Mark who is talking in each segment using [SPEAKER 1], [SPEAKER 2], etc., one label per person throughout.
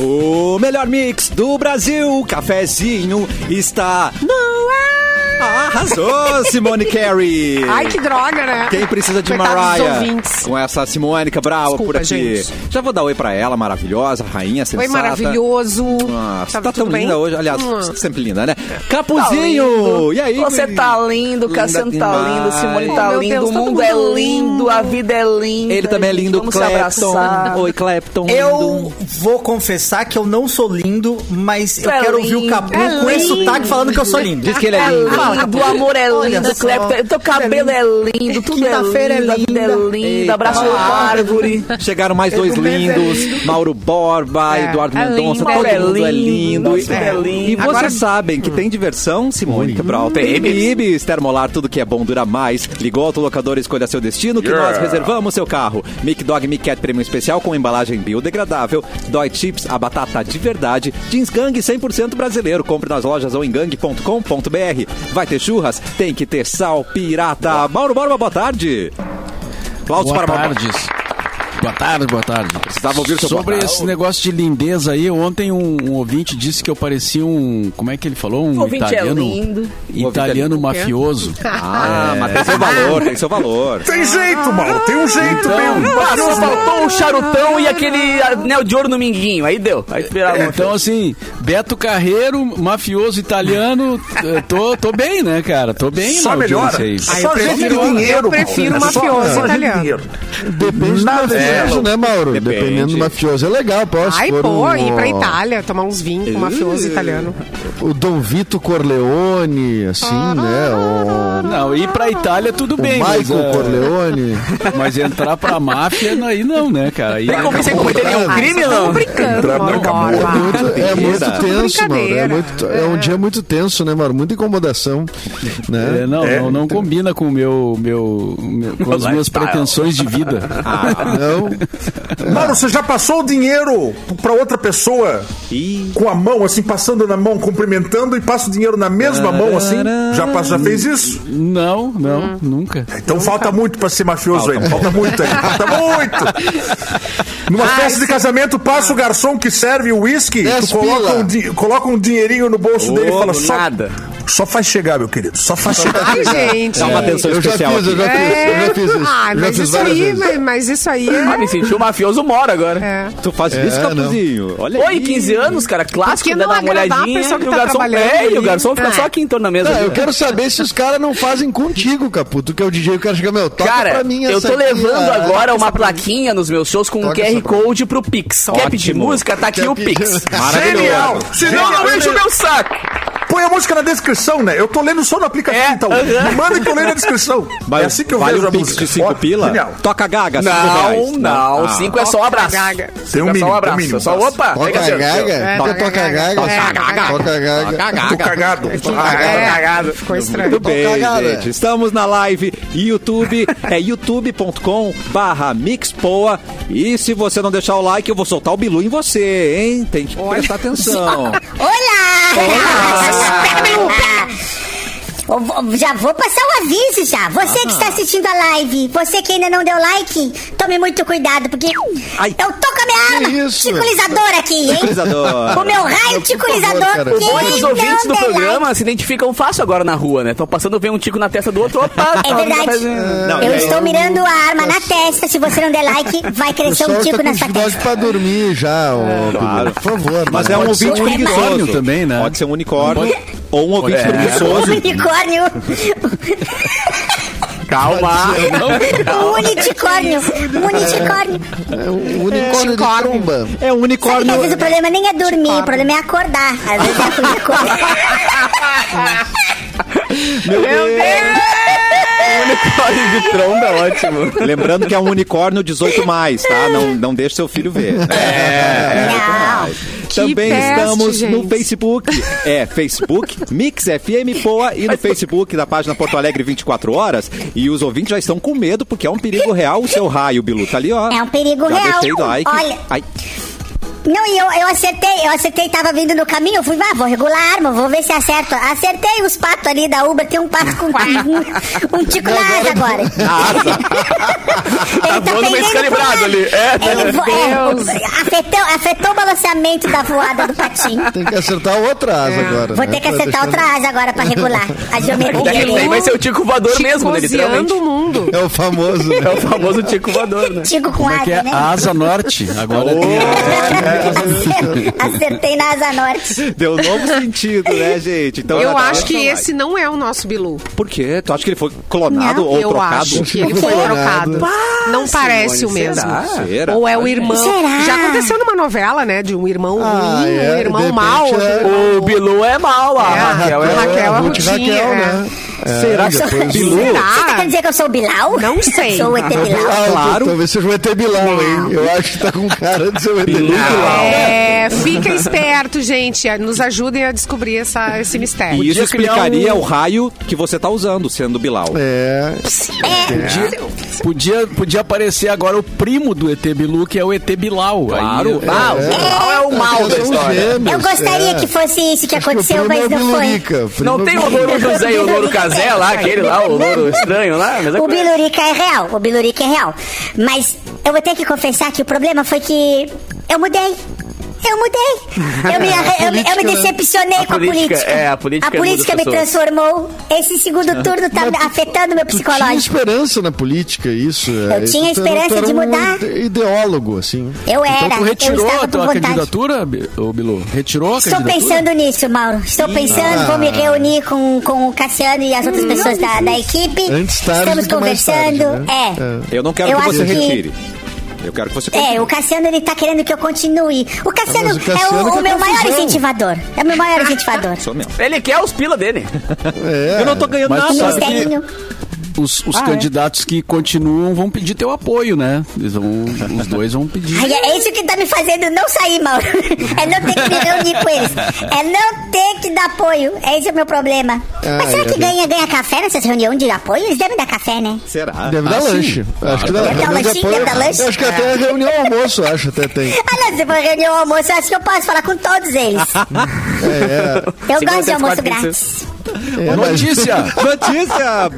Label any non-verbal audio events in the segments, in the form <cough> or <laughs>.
[SPEAKER 1] O melhor mix do Brasil, cafezinho, está no ar. Arrasou, Simone Carey.
[SPEAKER 2] Ai, que droga, né?
[SPEAKER 1] Quem precisa de
[SPEAKER 2] Coitados dos
[SPEAKER 1] Mariah
[SPEAKER 2] ouvintes.
[SPEAKER 1] com essa Simônica brava
[SPEAKER 2] Desculpa,
[SPEAKER 1] por aqui?
[SPEAKER 2] gente.
[SPEAKER 1] Já vou dar oi pra ela, maravilhosa, rainha sensata.
[SPEAKER 2] Foi maravilhoso.
[SPEAKER 1] Ah, você
[SPEAKER 2] Sabe,
[SPEAKER 1] tá
[SPEAKER 2] tudo
[SPEAKER 1] tão
[SPEAKER 2] bem?
[SPEAKER 1] linda hoje. Aliás,
[SPEAKER 2] Hum.
[SPEAKER 1] sempre linda, né? Capuzinho! e aí,
[SPEAKER 3] tá Você
[SPEAKER 1] guri?
[SPEAKER 3] tá lindo, Cassiano
[SPEAKER 1] Linda
[SPEAKER 3] tá
[SPEAKER 1] demais.
[SPEAKER 3] lindo, Simone tá
[SPEAKER 2] Oh, meu
[SPEAKER 3] lindo,
[SPEAKER 2] Deus,
[SPEAKER 3] o
[SPEAKER 2] todo
[SPEAKER 3] mundo é
[SPEAKER 2] mundo lindo.
[SPEAKER 3] lindo, a vida é linda.
[SPEAKER 1] Ele também é
[SPEAKER 3] gente,
[SPEAKER 1] lindo,
[SPEAKER 3] vamos se
[SPEAKER 1] Clapton.
[SPEAKER 3] abraçar.
[SPEAKER 1] Oi, Clapton.
[SPEAKER 4] Eu
[SPEAKER 1] lindo.
[SPEAKER 4] vou confessar que eu não sou lindo, mas eu
[SPEAKER 3] é
[SPEAKER 4] quero ouvir o
[SPEAKER 3] lindo.
[SPEAKER 4] Capu
[SPEAKER 2] É
[SPEAKER 4] com esse
[SPEAKER 2] Tá lindo.
[SPEAKER 4] sotaque falando que eu sou lindo.
[SPEAKER 1] Diz que ele é
[SPEAKER 3] É
[SPEAKER 1] lindo.
[SPEAKER 3] lindo, o amor é
[SPEAKER 4] Olha
[SPEAKER 3] lindo,
[SPEAKER 4] só.
[SPEAKER 3] Clapton. Teu cabelo é lindo, tudo é
[SPEAKER 4] Quinta-feira é
[SPEAKER 3] lindo, a vida é
[SPEAKER 4] linda.
[SPEAKER 3] linda. Abraço
[SPEAKER 1] Eita.
[SPEAKER 3] uma árvore.
[SPEAKER 1] Chegaram mais dois
[SPEAKER 4] Edu Mendes
[SPEAKER 1] lindos, Mauro Borba,
[SPEAKER 2] É,
[SPEAKER 1] Eduardo
[SPEAKER 5] é
[SPEAKER 1] Mendonça,
[SPEAKER 5] lindo.
[SPEAKER 1] todo
[SPEAKER 3] É
[SPEAKER 1] mundo é
[SPEAKER 3] lindo,
[SPEAKER 1] lindo.
[SPEAKER 3] nossa, é lindo.
[SPEAKER 1] E vocês
[SPEAKER 2] Agora-
[SPEAKER 1] sabem que tem diversão, Simone Cabral. Tem Ibis, termolar, tudo que é bom dura mais. Ligou ao locador escolha seu destino, que nós reservamos seu carro. Mic Dog Mic Cat Premium Especial com embalagem biodegradável, Dói Chips, a batata de verdade, Jeans Gang 100% brasileiro. Compre nas lojas ou em gang.com.br. Vai ter churras? Tem que ter sal pirata. Mauro Borba, boa tarde. Aplausos
[SPEAKER 6] Boa
[SPEAKER 1] para Mauro.
[SPEAKER 6] tarde. Boa tarde, boa tarde.
[SPEAKER 1] Precisava ouvir o seu
[SPEAKER 6] Sobre
[SPEAKER 1] boa tarde.
[SPEAKER 6] esse negócio de lindeza aí, ontem um, um ouvinte disse que eu parecia um. Como é que ele falou? Um
[SPEAKER 3] Ouvinte é
[SPEAKER 6] italiano.
[SPEAKER 3] lindo.
[SPEAKER 6] Italiano
[SPEAKER 1] O
[SPEAKER 6] mafioso.
[SPEAKER 1] Ah, mas tem seu valor, tem seu <laughs> valor.
[SPEAKER 7] Tem jeito, mal, tem um
[SPEAKER 2] Ah,
[SPEAKER 7] jeito mesmo.
[SPEAKER 3] Passou, faltou um charutão e aquele anel de ouro no minguinho. Aí deu. Aí tu virava um-
[SPEAKER 6] Então, assim, Beto Carreiro, mafioso italiano, eh, tô, tô bem, né, cara? Tô bem,
[SPEAKER 7] Só
[SPEAKER 6] na
[SPEAKER 7] melhora.
[SPEAKER 4] é
[SPEAKER 6] audiência aí.
[SPEAKER 7] Só
[SPEAKER 4] eu
[SPEAKER 7] gente de
[SPEAKER 4] prefiro-
[SPEAKER 7] dinheiro,
[SPEAKER 2] eu prefiro
[SPEAKER 7] Mauro. Só-
[SPEAKER 2] mafioso
[SPEAKER 7] só gente de
[SPEAKER 2] italiano.
[SPEAKER 7] dinheiro.
[SPEAKER 5] Depende
[SPEAKER 7] Nada
[SPEAKER 5] do mafioso,
[SPEAKER 7] dela.
[SPEAKER 5] né, Mauro?
[SPEAKER 1] Depende.
[SPEAKER 5] Dependendo do mafioso. É legal, posso.
[SPEAKER 2] Ai,
[SPEAKER 5] pôr
[SPEAKER 2] pô,
[SPEAKER 5] um-
[SPEAKER 2] ir pra Itália, tomar uns vinhos com mafioso italiano.
[SPEAKER 5] O Dom Vito Corleone, assim, né? O,
[SPEAKER 6] Não, ir pra Itália tudo
[SPEAKER 5] o
[SPEAKER 6] bem, mas,
[SPEAKER 5] Michael
[SPEAKER 6] eh,
[SPEAKER 2] <laughs>
[SPEAKER 5] Corleone.
[SPEAKER 6] mas entrar pra máfia, aí não, né, cara? Aí,
[SPEAKER 3] Tem como você cometer nenhum um crime, não?
[SPEAKER 2] Brincando,
[SPEAKER 7] Entrava
[SPEAKER 2] Mauro
[SPEAKER 7] na camorra.
[SPEAKER 5] É
[SPEAKER 2] Borba.
[SPEAKER 5] muito, é muito
[SPEAKER 1] Tá
[SPEAKER 5] tenso, Mauro. É,
[SPEAKER 2] brincadeira.
[SPEAKER 5] muito- é um dia muito tenso, né, Mauro? Muita incomodação. Né?
[SPEAKER 6] É, não, não, não combina com o meu, meu, meu- com as minhas
[SPEAKER 3] lifestyle.
[SPEAKER 6] pretensões de vida.
[SPEAKER 5] Não.
[SPEAKER 7] Mauro, você já passou o dinheiro pra outra pessoa
[SPEAKER 1] Ih.
[SPEAKER 7] com a mão, assim, passando na mão, cumprimentando e passa o dinheiro na mesma mão, assim? Já, passa, já fez isso?
[SPEAKER 6] Não, não,
[SPEAKER 8] Hum.
[SPEAKER 6] nunca.
[SPEAKER 7] Então falta muito pra ser mafioso ainda. Falta muito ainda. Falta muito! Numa festa de casamento, passa o garçom que serve o uísque,
[SPEAKER 5] Dez
[SPEAKER 7] tu coloca
[SPEAKER 5] pila.
[SPEAKER 7] um, di- coloca um dinheirinho no bolso dele e fala só.
[SPEAKER 3] nada.
[SPEAKER 7] Só faz chegar, meu querido. Só faz chegar.
[SPEAKER 2] Ai, gente.
[SPEAKER 1] Dá uma atenção
[SPEAKER 5] É. Eu já fiz,
[SPEAKER 1] especial
[SPEAKER 5] eu
[SPEAKER 1] aqui.
[SPEAKER 5] já fiz, eu já fiz isso.
[SPEAKER 2] Ai, É.
[SPEAKER 5] já
[SPEAKER 2] Ah, mas
[SPEAKER 5] fiz
[SPEAKER 2] isso
[SPEAKER 5] várias
[SPEAKER 2] aí,
[SPEAKER 5] vezes.
[SPEAKER 2] mas, mas isso aí
[SPEAKER 3] Ah, me senti um mafioso moro agora.
[SPEAKER 2] é.
[SPEAKER 1] Tu faz isso,
[SPEAKER 5] É,
[SPEAKER 1] Capuzinho? Olha
[SPEAKER 3] Oi,
[SPEAKER 1] aí.
[SPEAKER 3] 15 anos, cara, clássico,
[SPEAKER 2] Por que
[SPEAKER 3] dá
[SPEAKER 2] não
[SPEAKER 3] uma
[SPEAKER 2] agradar a
[SPEAKER 3] olhadinha
[SPEAKER 2] pessoa que
[SPEAKER 3] e o
[SPEAKER 2] tá
[SPEAKER 3] garçom
[SPEAKER 2] trabalhando
[SPEAKER 3] é, e o
[SPEAKER 2] ali?
[SPEAKER 3] garçom fica
[SPEAKER 2] Ah.
[SPEAKER 3] só aqui em torno da mesa.
[SPEAKER 5] Não, É, eu quero saber se os caras não fazem contigo, Caputo, que é o DJ, o cara chega, meu, toca
[SPEAKER 3] Cara,
[SPEAKER 5] pra mim
[SPEAKER 3] eu
[SPEAKER 5] essa
[SPEAKER 3] tô
[SPEAKER 5] aqui,
[SPEAKER 3] levando
[SPEAKER 5] ah,
[SPEAKER 3] agora uma plaquinha nos meus shows com um
[SPEAKER 5] Toca essa
[SPEAKER 3] QR
[SPEAKER 5] pra
[SPEAKER 3] Code pro Pix. Quer pedir
[SPEAKER 1] Ótimo.
[SPEAKER 3] música? Tá aqui
[SPEAKER 5] Quer
[SPEAKER 3] o
[SPEAKER 5] pedir-
[SPEAKER 3] Pix.
[SPEAKER 1] Maravilhoso.
[SPEAKER 7] Genial!
[SPEAKER 3] Não,
[SPEAKER 7] Senão
[SPEAKER 3] não enche o meu saco.
[SPEAKER 7] Põe a música na descrição, né? Eu tô lendo só no aplicativo,
[SPEAKER 3] É,
[SPEAKER 7] então.
[SPEAKER 3] aham.
[SPEAKER 7] Me Manda que eu leio na descrição.
[SPEAKER 1] Mas
[SPEAKER 7] é assim que eu
[SPEAKER 1] vale
[SPEAKER 7] vejo
[SPEAKER 1] um
[SPEAKER 7] a
[SPEAKER 1] pix
[SPEAKER 7] música.
[SPEAKER 1] de 5
[SPEAKER 7] Ó,
[SPEAKER 1] pila?
[SPEAKER 7] Genial.
[SPEAKER 1] Toca gaga, cinco reais.
[SPEAKER 3] Não, não. Cinco é só um abraço.
[SPEAKER 2] Gaga.
[SPEAKER 7] Tem um
[SPEAKER 3] Cinco é só
[SPEAKER 7] mínimo,
[SPEAKER 3] um
[SPEAKER 7] tem um
[SPEAKER 3] abraço.
[SPEAKER 7] mínimo.
[SPEAKER 3] É só, opa,
[SPEAKER 5] Toca
[SPEAKER 3] pega seu-
[SPEAKER 5] gaga?
[SPEAKER 2] É,
[SPEAKER 5] Então
[SPEAKER 2] toca
[SPEAKER 5] toca
[SPEAKER 2] gaga.
[SPEAKER 5] gaga.
[SPEAKER 2] É, gaga.
[SPEAKER 5] Toca gaga.
[SPEAKER 7] Tô
[SPEAKER 1] Então,
[SPEAKER 7] cagado.
[SPEAKER 1] tá
[SPEAKER 2] É,
[SPEAKER 7] Ah,
[SPEAKER 2] Ficou estranho.
[SPEAKER 1] Muito bem,
[SPEAKER 5] cagada.
[SPEAKER 1] gente. Estamos na live YouTube, é youtube.com barra mixpoa. E se você não deixar o like, eu vou soltar o bilu em você, hein? Tem que prestar atenção.
[SPEAKER 8] Eu vou- Já vou passar um aviso já. Você que está assistindo a live, você que ainda não deu like, tome muito cuidado, porque
[SPEAKER 1] Ai.
[SPEAKER 8] eu tô com a minha arma
[SPEAKER 5] isso?
[SPEAKER 8] ticulizador aqui, hein?
[SPEAKER 1] Pesado.
[SPEAKER 8] O meu raio ticulizador.
[SPEAKER 5] cara.
[SPEAKER 8] quem
[SPEAKER 3] Bom, é que os
[SPEAKER 8] não
[SPEAKER 3] ouvintes do
[SPEAKER 8] der
[SPEAKER 3] programa se identificam fácil agora na rua, né? Estão passando, vem um tico na testa do outro, opa, tá,
[SPEAKER 8] É verdade.
[SPEAKER 1] Não,
[SPEAKER 8] eu
[SPEAKER 1] é-
[SPEAKER 8] estou mirando a arma na testa. Se você não der like, vai
[SPEAKER 5] O
[SPEAKER 8] crescer um
[SPEAKER 5] pessoal
[SPEAKER 8] tico
[SPEAKER 5] tá com
[SPEAKER 8] na sua
[SPEAKER 5] dificuldade
[SPEAKER 8] testa.
[SPEAKER 5] pra dormir já, ô,
[SPEAKER 1] claro.
[SPEAKER 5] Pedro. por favor.
[SPEAKER 1] Mas
[SPEAKER 5] né?
[SPEAKER 1] é um
[SPEAKER 5] Pode ser
[SPEAKER 1] ouvinte
[SPEAKER 8] um unicórnio
[SPEAKER 1] preguiçoso.
[SPEAKER 6] também, né?
[SPEAKER 1] Pode ser um unicórnio ou um ouvinte
[SPEAKER 5] É.
[SPEAKER 8] O
[SPEAKER 1] preguiçoso.
[SPEAKER 8] Um unicórnio. <laughs>
[SPEAKER 3] Calma.
[SPEAKER 8] O Um unicórnio. O unicórnio.
[SPEAKER 5] um unicórnio de tromba.
[SPEAKER 1] É um
[SPEAKER 8] Sabe que às vezes
[SPEAKER 1] unicórnio.
[SPEAKER 8] o problema nem é dormir, o problema é acordar. Às vezes é comigo
[SPEAKER 6] <laughs>
[SPEAKER 8] acordar.
[SPEAKER 1] Meu Deus.
[SPEAKER 3] Um Unicórnio de tromba, ótimo.
[SPEAKER 1] Lembrando que é um unicórnio 18 mais, tá? Não, não deixe seu filho ver.
[SPEAKER 3] É.
[SPEAKER 1] né?
[SPEAKER 8] Não.
[SPEAKER 2] É. Que
[SPEAKER 1] Também
[SPEAKER 2] peste,
[SPEAKER 1] estamos no
[SPEAKER 2] gente.
[SPEAKER 1] Facebook. É, Facebook, Mix FM Poa e no Facebook da página Porto Alegre 24 horas. E os ouvintes já estão com medo porque é um perigo real o seu raio, Bilu. Tá ali, ó.
[SPEAKER 8] É um perigo
[SPEAKER 1] já
[SPEAKER 8] real.
[SPEAKER 1] Deixei like.
[SPEAKER 8] Olha.
[SPEAKER 1] Ai,
[SPEAKER 8] Não, e eu, eu acertei, eu acertei, tava vindo no caminho, eu fui, ah, vou regular a arma, vou ver se acerto. Acertei os patos ali da Uber, tem um pato com <laughs> um, um tico na asa agora. <laughs> Ele
[SPEAKER 3] Tá
[SPEAKER 8] tá
[SPEAKER 3] voando meio
[SPEAKER 8] pendendo
[SPEAKER 3] descalibrado
[SPEAKER 8] pro lado.
[SPEAKER 3] ali. É,
[SPEAKER 8] Ele vo-
[SPEAKER 2] Deus.
[SPEAKER 8] é, afetou, afetou o balanceamento da voada do patinho.
[SPEAKER 5] Tem que acertar outra asa agora.
[SPEAKER 8] Vou
[SPEAKER 5] né?
[SPEAKER 8] ter que
[SPEAKER 5] Pra
[SPEAKER 8] acertar
[SPEAKER 5] deixar-
[SPEAKER 8] outra asa agora pra regular a
[SPEAKER 6] é
[SPEAKER 8] geometria.
[SPEAKER 3] Daí daí vai ser o Tico Voador mesmo, né,
[SPEAKER 2] Chicoseando
[SPEAKER 3] literalmente.
[SPEAKER 2] o mundo.
[SPEAKER 5] É o famoso,
[SPEAKER 3] É
[SPEAKER 5] né?
[SPEAKER 3] o famoso Tico Voador, né?
[SPEAKER 8] Tico com
[SPEAKER 6] Como é
[SPEAKER 8] asa,
[SPEAKER 6] que é?
[SPEAKER 8] né?
[SPEAKER 6] A Asa Norte. Agora
[SPEAKER 8] Acertei- <laughs> Acertei na asa norte.
[SPEAKER 1] Deu um novo sentido, né, gente? Então,
[SPEAKER 2] Eu
[SPEAKER 1] Natália
[SPEAKER 2] acho que
[SPEAKER 1] não vai.
[SPEAKER 2] esse não é o nosso Bilu.
[SPEAKER 1] Por quê? Tu acha que ele foi clonado
[SPEAKER 8] Não,
[SPEAKER 1] ou
[SPEAKER 2] eu
[SPEAKER 1] trocado?
[SPEAKER 2] acho que ele foi
[SPEAKER 5] Trocado.
[SPEAKER 2] trocado. não parece o mesmo.
[SPEAKER 1] Será?
[SPEAKER 2] Ou é o irmão.
[SPEAKER 8] Será?
[SPEAKER 2] Já aconteceu numa novela, né? De um irmão
[SPEAKER 5] Ah,
[SPEAKER 2] ruim,
[SPEAKER 5] é,
[SPEAKER 2] um
[SPEAKER 5] de
[SPEAKER 2] irmão
[SPEAKER 5] repente
[SPEAKER 2] mal.
[SPEAKER 5] é.
[SPEAKER 3] O Bilu é mal, a
[SPEAKER 2] É,
[SPEAKER 3] Raquel é
[SPEAKER 2] a Raquel é
[SPEAKER 5] a
[SPEAKER 2] a
[SPEAKER 5] Ruth
[SPEAKER 2] Rutinha,
[SPEAKER 5] Raquel,
[SPEAKER 2] é.
[SPEAKER 5] né? É, depois-
[SPEAKER 8] Você tá querendo dizer que <laughs> eu sou o Bilau?
[SPEAKER 2] Não sei.
[SPEAKER 8] Sou o ET Bilau.
[SPEAKER 5] Ah,
[SPEAKER 1] Claro.
[SPEAKER 5] Talvez seja o ET Bilal, hein? Eu acho que tá com cara de ser o ET Bilal.
[SPEAKER 2] É, fica esperto, gente. Nos ajudem a descobrir essa, esse mistério.
[SPEAKER 1] E isso
[SPEAKER 3] Podia criar
[SPEAKER 1] explicaria
[SPEAKER 3] um-
[SPEAKER 1] o raio que você tá usando, sendo Bilal.
[SPEAKER 5] É.
[SPEAKER 6] podia, podia aparecer agora o primo do ET Bilu, que é o ET Bilau.
[SPEAKER 1] Claro.
[SPEAKER 6] Aí, então
[SPEAKER 3] mal. O Bilau é o mal da
[SPEAKER 5] São
[SPEAKER 3] história.
[SPEAKER 5] gêmeos,
[SPEAKER 8] Eu gostaria
[SPEAKER 5] um é.
[SPEAKER 8] que fosse isso que
[SPEAKER 5] Acho que o
[SPEAKER 8] aconteceu,
[SPEAKER 5] primo é
[SPEAKER 8] mas
[SPEAKER 5] o
[SPEAKER 8] não foi.
[SPEAKER 5] Bilurica, o primo
[SPEAKER 3] Não tem
[SPEAKER 5] é
[SPEAKER 3] o
[SPEAKER 5] o
[SPEAKER 3] louro José e o <laughs> louro Casé lá, aquele lá, o louro estranho lá. Mas é
[SPEAKER 8] O
[SPEAKER 3] coisa.
[SPEAKER 8] Bilurica é real, o Bilurica é real. Mas eu vou ter que confessar que o problema foi que eu mudei. Eu mudei. Eu me, eu, me- eu me
[SPEAKER 5] política, né?
[SPEAKER 8] decepcionei
[SPEAKER 3] A
[SPEAKER 8] com
[SPEAKER 3] política,
[SPEAKER 8] a política.
[SPEAKER 3] é, a política
[SPEAKER 8] A política me
[SPEAKER 3] muda as
[SPEAKER 8] transformou. Esse segundo turno tá
[SPEAKER 5] Mas
[SPEAKER 8] afetando meu
[SPEAKER 5] Tu tinha
[SPEAKER 8] psicológico.
[SPEAKER 5] esperança na política, isso.
[SPEAKER 8] Eu tinha esperança de mudar.
[SPEAKER 5] Um ideólogo, assim.
[SPEAKER 8] Eu era,
[SPEAKER 6] Então tu
[SPEAKER 8] eu
[SPEAKER 6] retirou
[SPEAKER 8] estava
[SPEAKER 6] a
[SPEAKER 8] com
[SPEAKER 6] tua
[SPEAKER 8] vontade.
[SPEAKER 6] candidatura, Bi- ô, Bilu? Retirou a
[SPEAKER 8] Estou
[SPEAKER 6] candidatura?
[SPEAKER 8] pensando nisso, Mauro. Estou pensando, vou
[SPEAKER 5] Ah.
[SPEAKER 8] me reunir com, com o Cassiano e as outras pessoas da, da equipe.
[SPEAKER 5] Antes tarde
[SPEAKER 8] Estamos
[SPEAKER 5] do que mais tarde,
[SPEAKER 8] conversando.
[SPEAKER 5] né?
[SPEAKER 8] É.
[SPEAKER 1] Eu não quero
[SPEAKER 8] Eu
[SPEAKER 1] que você
[SPEAKER 8] acho que-
[SPEAKER 1] retire. Eu quero que você
[SPEAKER 8] É,
[SPEAKER 1] continue.
[SPEAKER 8] o Cassiano ele tá querendo que eu continue. O Cassiano,
[SPEAKER 5] Mas o Cassiano
[SPEAKER 8] é o,
[SPEAKER 5] que
[SPEAKER 8] o
[SPEAKER 5] é
[SPEAKER 8] meu maior
[SPEAKER 5] confusão.
[SPEAKER 8] incentivador. É o meu maior incentivador.
[SPEAKER 5] <laughs>
[SPEAKER 1] Sou mesmo.
[SPEAKER 3] Ele quer os pila dele.
[SPEAKER 5] É.
[SPEAKER 1] Eu não tô ganhando
[SPEAKER 6] Mas tu
[SPEAKER 1] nada.
[SPEAKER 6] sabe que
[SPEAKER 8] Misterinho.
[SPEAKER 6] os,
[SPEAKER 8] Ah, é.
[SPEAKER 6] os candidatos que continuam vão pedir teu apoio, né? Eles vão, os dois vão pedir.
[SPEAKER 8] Ai, é isso que tá me fazendo não sair, Mauro. <laughs> É não ter que me reunir com eles. É não ter que dar apoio. É esse o meu problema. Mas
[SPEAKER 5] Ai,
[SPEAKER 8] será que
[SPEAKER 5] meu Deus.
[SPEAKER 8] ganha, ganha café nessas reuniões de apoio? Eles devem dar café, né?
[SPEAKER 1] Será?
[SPEAKER 5] Deve dar
[SPEAKER 6] Ah, sim.
[SPEAKER 5] lanche. Acho que dá,
[SPEAKER 8] Deve dar
[SPEAKER 5] deve
[SPEAKER 8] lanchinho,
[SPEAKER 5] apoio.
[SPEAKER 8] deve dar lanche.
[SPEAKER 5] Acho que até reunião almoço, acho, até tem.
[SPEAKER 8] Ah, não, se for reunião ao almoço, eu acho que eu posso falar com todos eles. Eu
[SPEAKER 3] Segunda,
[SPEAKER 8] gosto de
[SPEAKER 3] terça, quarta,
[SPEAKER 8] almoço
[SPEAKER 3] quinta,
[SPEAKER 8] grátis.
[SPEAKER 5] É, mas-
[SPEAKER 6] Notícia!
[SPEAKER 1] Notícia!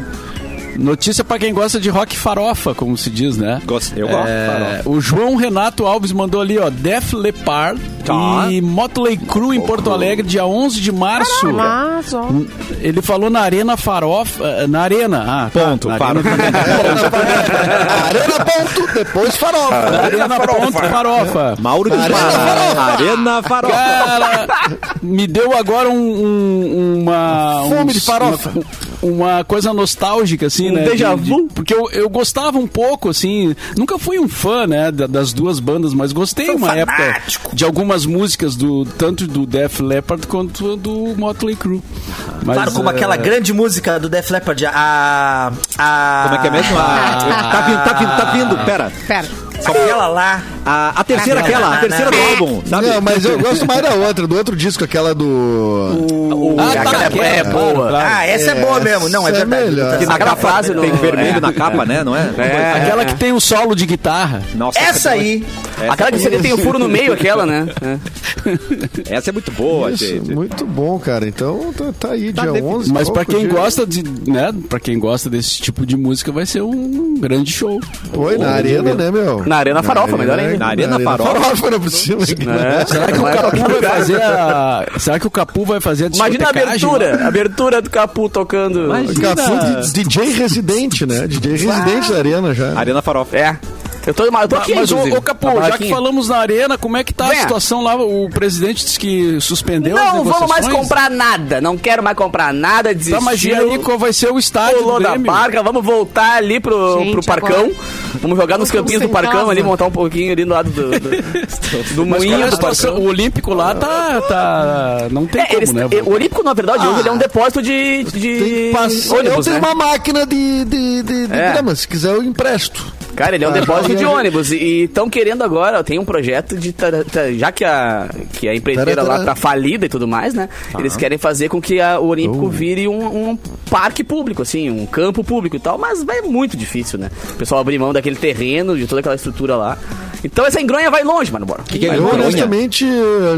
[SPEAKER 6] Notícia pra quem gosta de rock farofa, como se diz, né?
[SPEAKER 1] Gosto- eu gosto de
[SPEAKER 3] É,
[SPEAKER 1] farofa.
[SPEAKER 6] É, O João Renato Alves mandou ali, ó, Def Leppard
[SPEAKER 1] Tá.
[SPEAKER 6] e Motley Crue em Porto Alegre, dia 11 de março.
[SPEAKER 2] Mas, ó,
[SPEAKER 6] Ele falou na Arena Farofa, na Arena, ah, tá,
[SPEAKER 1] Ponto,
[SPEAKER 6] na
[SPEAKER 1] para.
[SPEAKER 6] Arena,
[SPEAKER 5] Arena ponto, depois farofa.
[SPEAKER 6] na Arena Ponto Farofa.
[SPEAKER 1] Mauro de
[SPEAKER 5] Arena
[SPEAKER 1] Farofa. Arena Farofa.
[SPEAKER 6] Cara, me deu agora um, um- uma.
[SPEAKER 5] Fome de
[SPEAKER 6] uns-
[SPEAKER 5] farofa.
[SPEAKER 6] Uma, uma coisa nostálgica, assim,
[SPEAKER 3] Um
[SPEAKER 6] né?
[SPEAKER 3] déjà
[SPEAKER 6] de- de-
[SPEAKER 3] vu.
[SPEAKER 6] porque eu, eu gostava um pouco, assim. Nunca fui um fã, né, da- das duas bandas, mas gostei
[SPEAKER 7] Foi um
[SPEAKER 6] uma
[SPEAKER 7] fanático.
[SPEAKER 6] época de algumas músicas, do tanto do Def Leppard quanto do Motley Crue. Mas,
[SPEAKER 4] Claro, como
[SPEAKER 6] eh,
[SPEAKER 4] aquela grande música do Def Leppard, a... a
[SPEAKER 1] Como é que é mesmo? Ah, tá vindo, tá vindo, tá vindo. Pera.
[SPEAKER 2] pera.
[SPEAKER 4] Aquela lá.
[SPEAKER 1] A, a terceira, aquela, a terceira do
[SPEAKER 8] né?
[SPEAKER 1] álbum, sabe?
[SPEAKER 5] Não, mas eu gosto mais da outra, do outro disco, aquela do.
[SPEAKER 3] Ah, aquela
[SPEAKER 6] tá, aquela
[SPEAKER 3] é, é boa.
[SPEAKER 4] Ah, essa é, boa mesmo. Não, é
[SPEAKER 5] Essa é
[SPEAKER 4] verdade.
[SPEAKER 5] melhor.
[SPEAKER 1] Que na
[SPEAKER 3] Aquela
[SPEAKER 1] capa
[SPEAKER 3] frase
[SPEAKER 1] tem
[SPEAKER 3] do-
[SPEAKER 1] vermelho
[SPEAKER 3] é.
[SPEAKER 1] na capa, né? Não é?
[SPEAKER 6] Aquela que tem um solo de guitarra.
[SPEAKER 1] Nossa,
[SPEAKER 4] Essa
[SPEAKER 1] é
[SPEAKER 4] aí.
[SPEAKER 1] Essa,
[SPEAKER 3] Aquela que você tem o furo no meio, aquela, né? É.
[SPEAKER 1] essa é muito boa,
[SPEAKER 5] Isso,
[SPEAKER 1] gente.
[SPEAKER 5] muito bom, cara. Então tá, tá aí, dia 11.
[SPEAKER 6] Mas pra
[SPEAKER 5] qual
[SPEAKER 6] quem
[SPEAKER 5] dia?
[SPEAKER 6] gosta de, né, para quem gosta desse tipo de música vai ser um grande show.
[SPEAKER 5] Oi, na arena, né, meu?
[SPEAKER 3] Na Arena Farofa, melhor ainda.
[SPEAKER 1] Na Arena Farofa.
[SPEAKER 5] Farofa, né, não precisa.
[SPEAKER 3] É.
[SPEAKER 6] Será que o
[SPEAKER 3] Vai
[SPEAKER 6] Capu
[SPEAKER 3] qualquer
[SPEAKER 6] vai
[SPEAKER 3] lugar.
[SPEAKER 6] fazer a Será que o Capu vai fazer a
[SPEAKER 3] Imagina a
[SPEAKER 6] discotecagem
[SPEAKER 3] abertura.
[SPEAKER 6] lá?
[SPEAKER 3] a Abertura do Capu tocando.
[SPEAKER 5] é Cafu, DJ residente, né? DJ residente da arena já.
[SPEAKER 1] Arena Farofa.
[SPEAKER 3] É. Eu tô, eu tô aqui,
[SPEAKER 6] Mas, ô,
[SPEAKER 3] inclusive,
[SPEAKER 6] ô, Capu,
[SPEAKER 3] na
[SPEAKER 6] já que
[SPEAKER 3] barraquinha.
[SPEAKER 6] falamos na arena, como é que tá a
[SPEAKER 3] Vem.
[SPEAKER 6] situação lá? O presidente disse que suspendeu as
[SPEAKER 3] Não vamos
[SPEAKER 6] negociações.
[SPEAKER 3] mais comprar nada. Não quero mais comprar nada. Desistiu.
[SPEAKER 6] Tá, mas e aí qual vai ser o estádio
[SPEAKER 3] Pulou
[SPEAKER 6] do
[SPEAKER 3] da
[SPEAKER 6] Grêmio?
[SPEAKER 3] Tá barca, vamos voltar ali pro,
[SPEAKER 2] Gente,
[SPEAKER 3] pro parcão.
[SPEAKER 2] agora-
[SPEAKER 3] Vamos jogar nos
[SPEAKER 2] Nós
[SPEAKER 3] campinhos do
[SPEAKER 2] estamos sem
[SPEAKER 3] parcão
[SPEAKER 2] casa.
[SPEAKER 3] ali, montar um pouquinho ali do lado do, do,
[SPEAKER 6] <laughs>
[SPEAKER 3] do
[SPEAKER 6] Mas qual é
[SPEAKER 3] moinho
[SPEAKER 6] a
[SPEAKER 3] do
[SPEAKER 6] situação?
[SPEAKER 3] parcão.
[SPEAKER 6] O Olímpico lá tá, tá não tem
[SPEAKER 3] É,
[SPEAKER 6] como,
[SPEAKER 3] eles-
[SPEAKER 6] né? Ah.
[SPEAKER 3] é, o Olímpico, na verdade, hoje ele é um depósito de, de
[SPEAKER 5] Tem que passar. eu
[SPEAKER 3] ônibus,
[SPEAKER 5] tenho
[SPEAKER 3] né?
[SPEAKER 5] uma máquina de, de, de, de
[SPEAKER 3] É.
[SPEAKER 5] grama, se quiser eu empresto.
[SPEAKER 3] Cara, ele é um
[SPEAKER 5] Ah,
[SPEAKER 3] depósito
[SPEAKER 5] já-
[SPEAKER 3] de ônibus. E estão querendo agora, ó, tem um projeto de. tar- tar- já que a, que a empreiteira
[SPEAKER 5] Tará, tará.
[SPEAKER 3] lá tá falida e tudo mais, né? Eles querem fazer com que a- o Olímpico vire um, um parque público, assim, um campo público e tal, mas é muito difícil, né? O pessoal abrir mão daquele terreno, de toda aquela estrutura lá. Então essa engronha vai longe, mano, bora.
[SPEAKER 1] que é
[SPEAKER 5] Eu,
[SPEAKER 1] Noronha?
[SPEAKER 5] honestamente,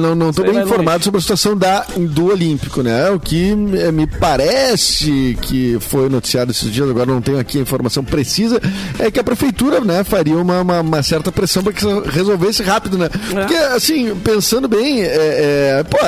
[SPEAKER 5] não, não
[SPEAKER 3] Isso
[SPEAKER 5] tô
[SPEAKER 3] aí
[SPEAKER 5] bem
[SPEAKER 3] vai
[SPEAKER 5] informado
[SPEAKER 3] longe.
[SPEAKER 5] sobre a situação da, do Olímpico, né? O que eh, me parece que foi noticiado esses dias, agora não tenho aqui a informação precisa, é que a prefeitura, né, faria uma, uma- uma certa pressão para que isso resolvesse rápido, né?
[SPEAKER 3] É.
[SPEAKER 5] Porque, assim, pensando bem, é, é, pô,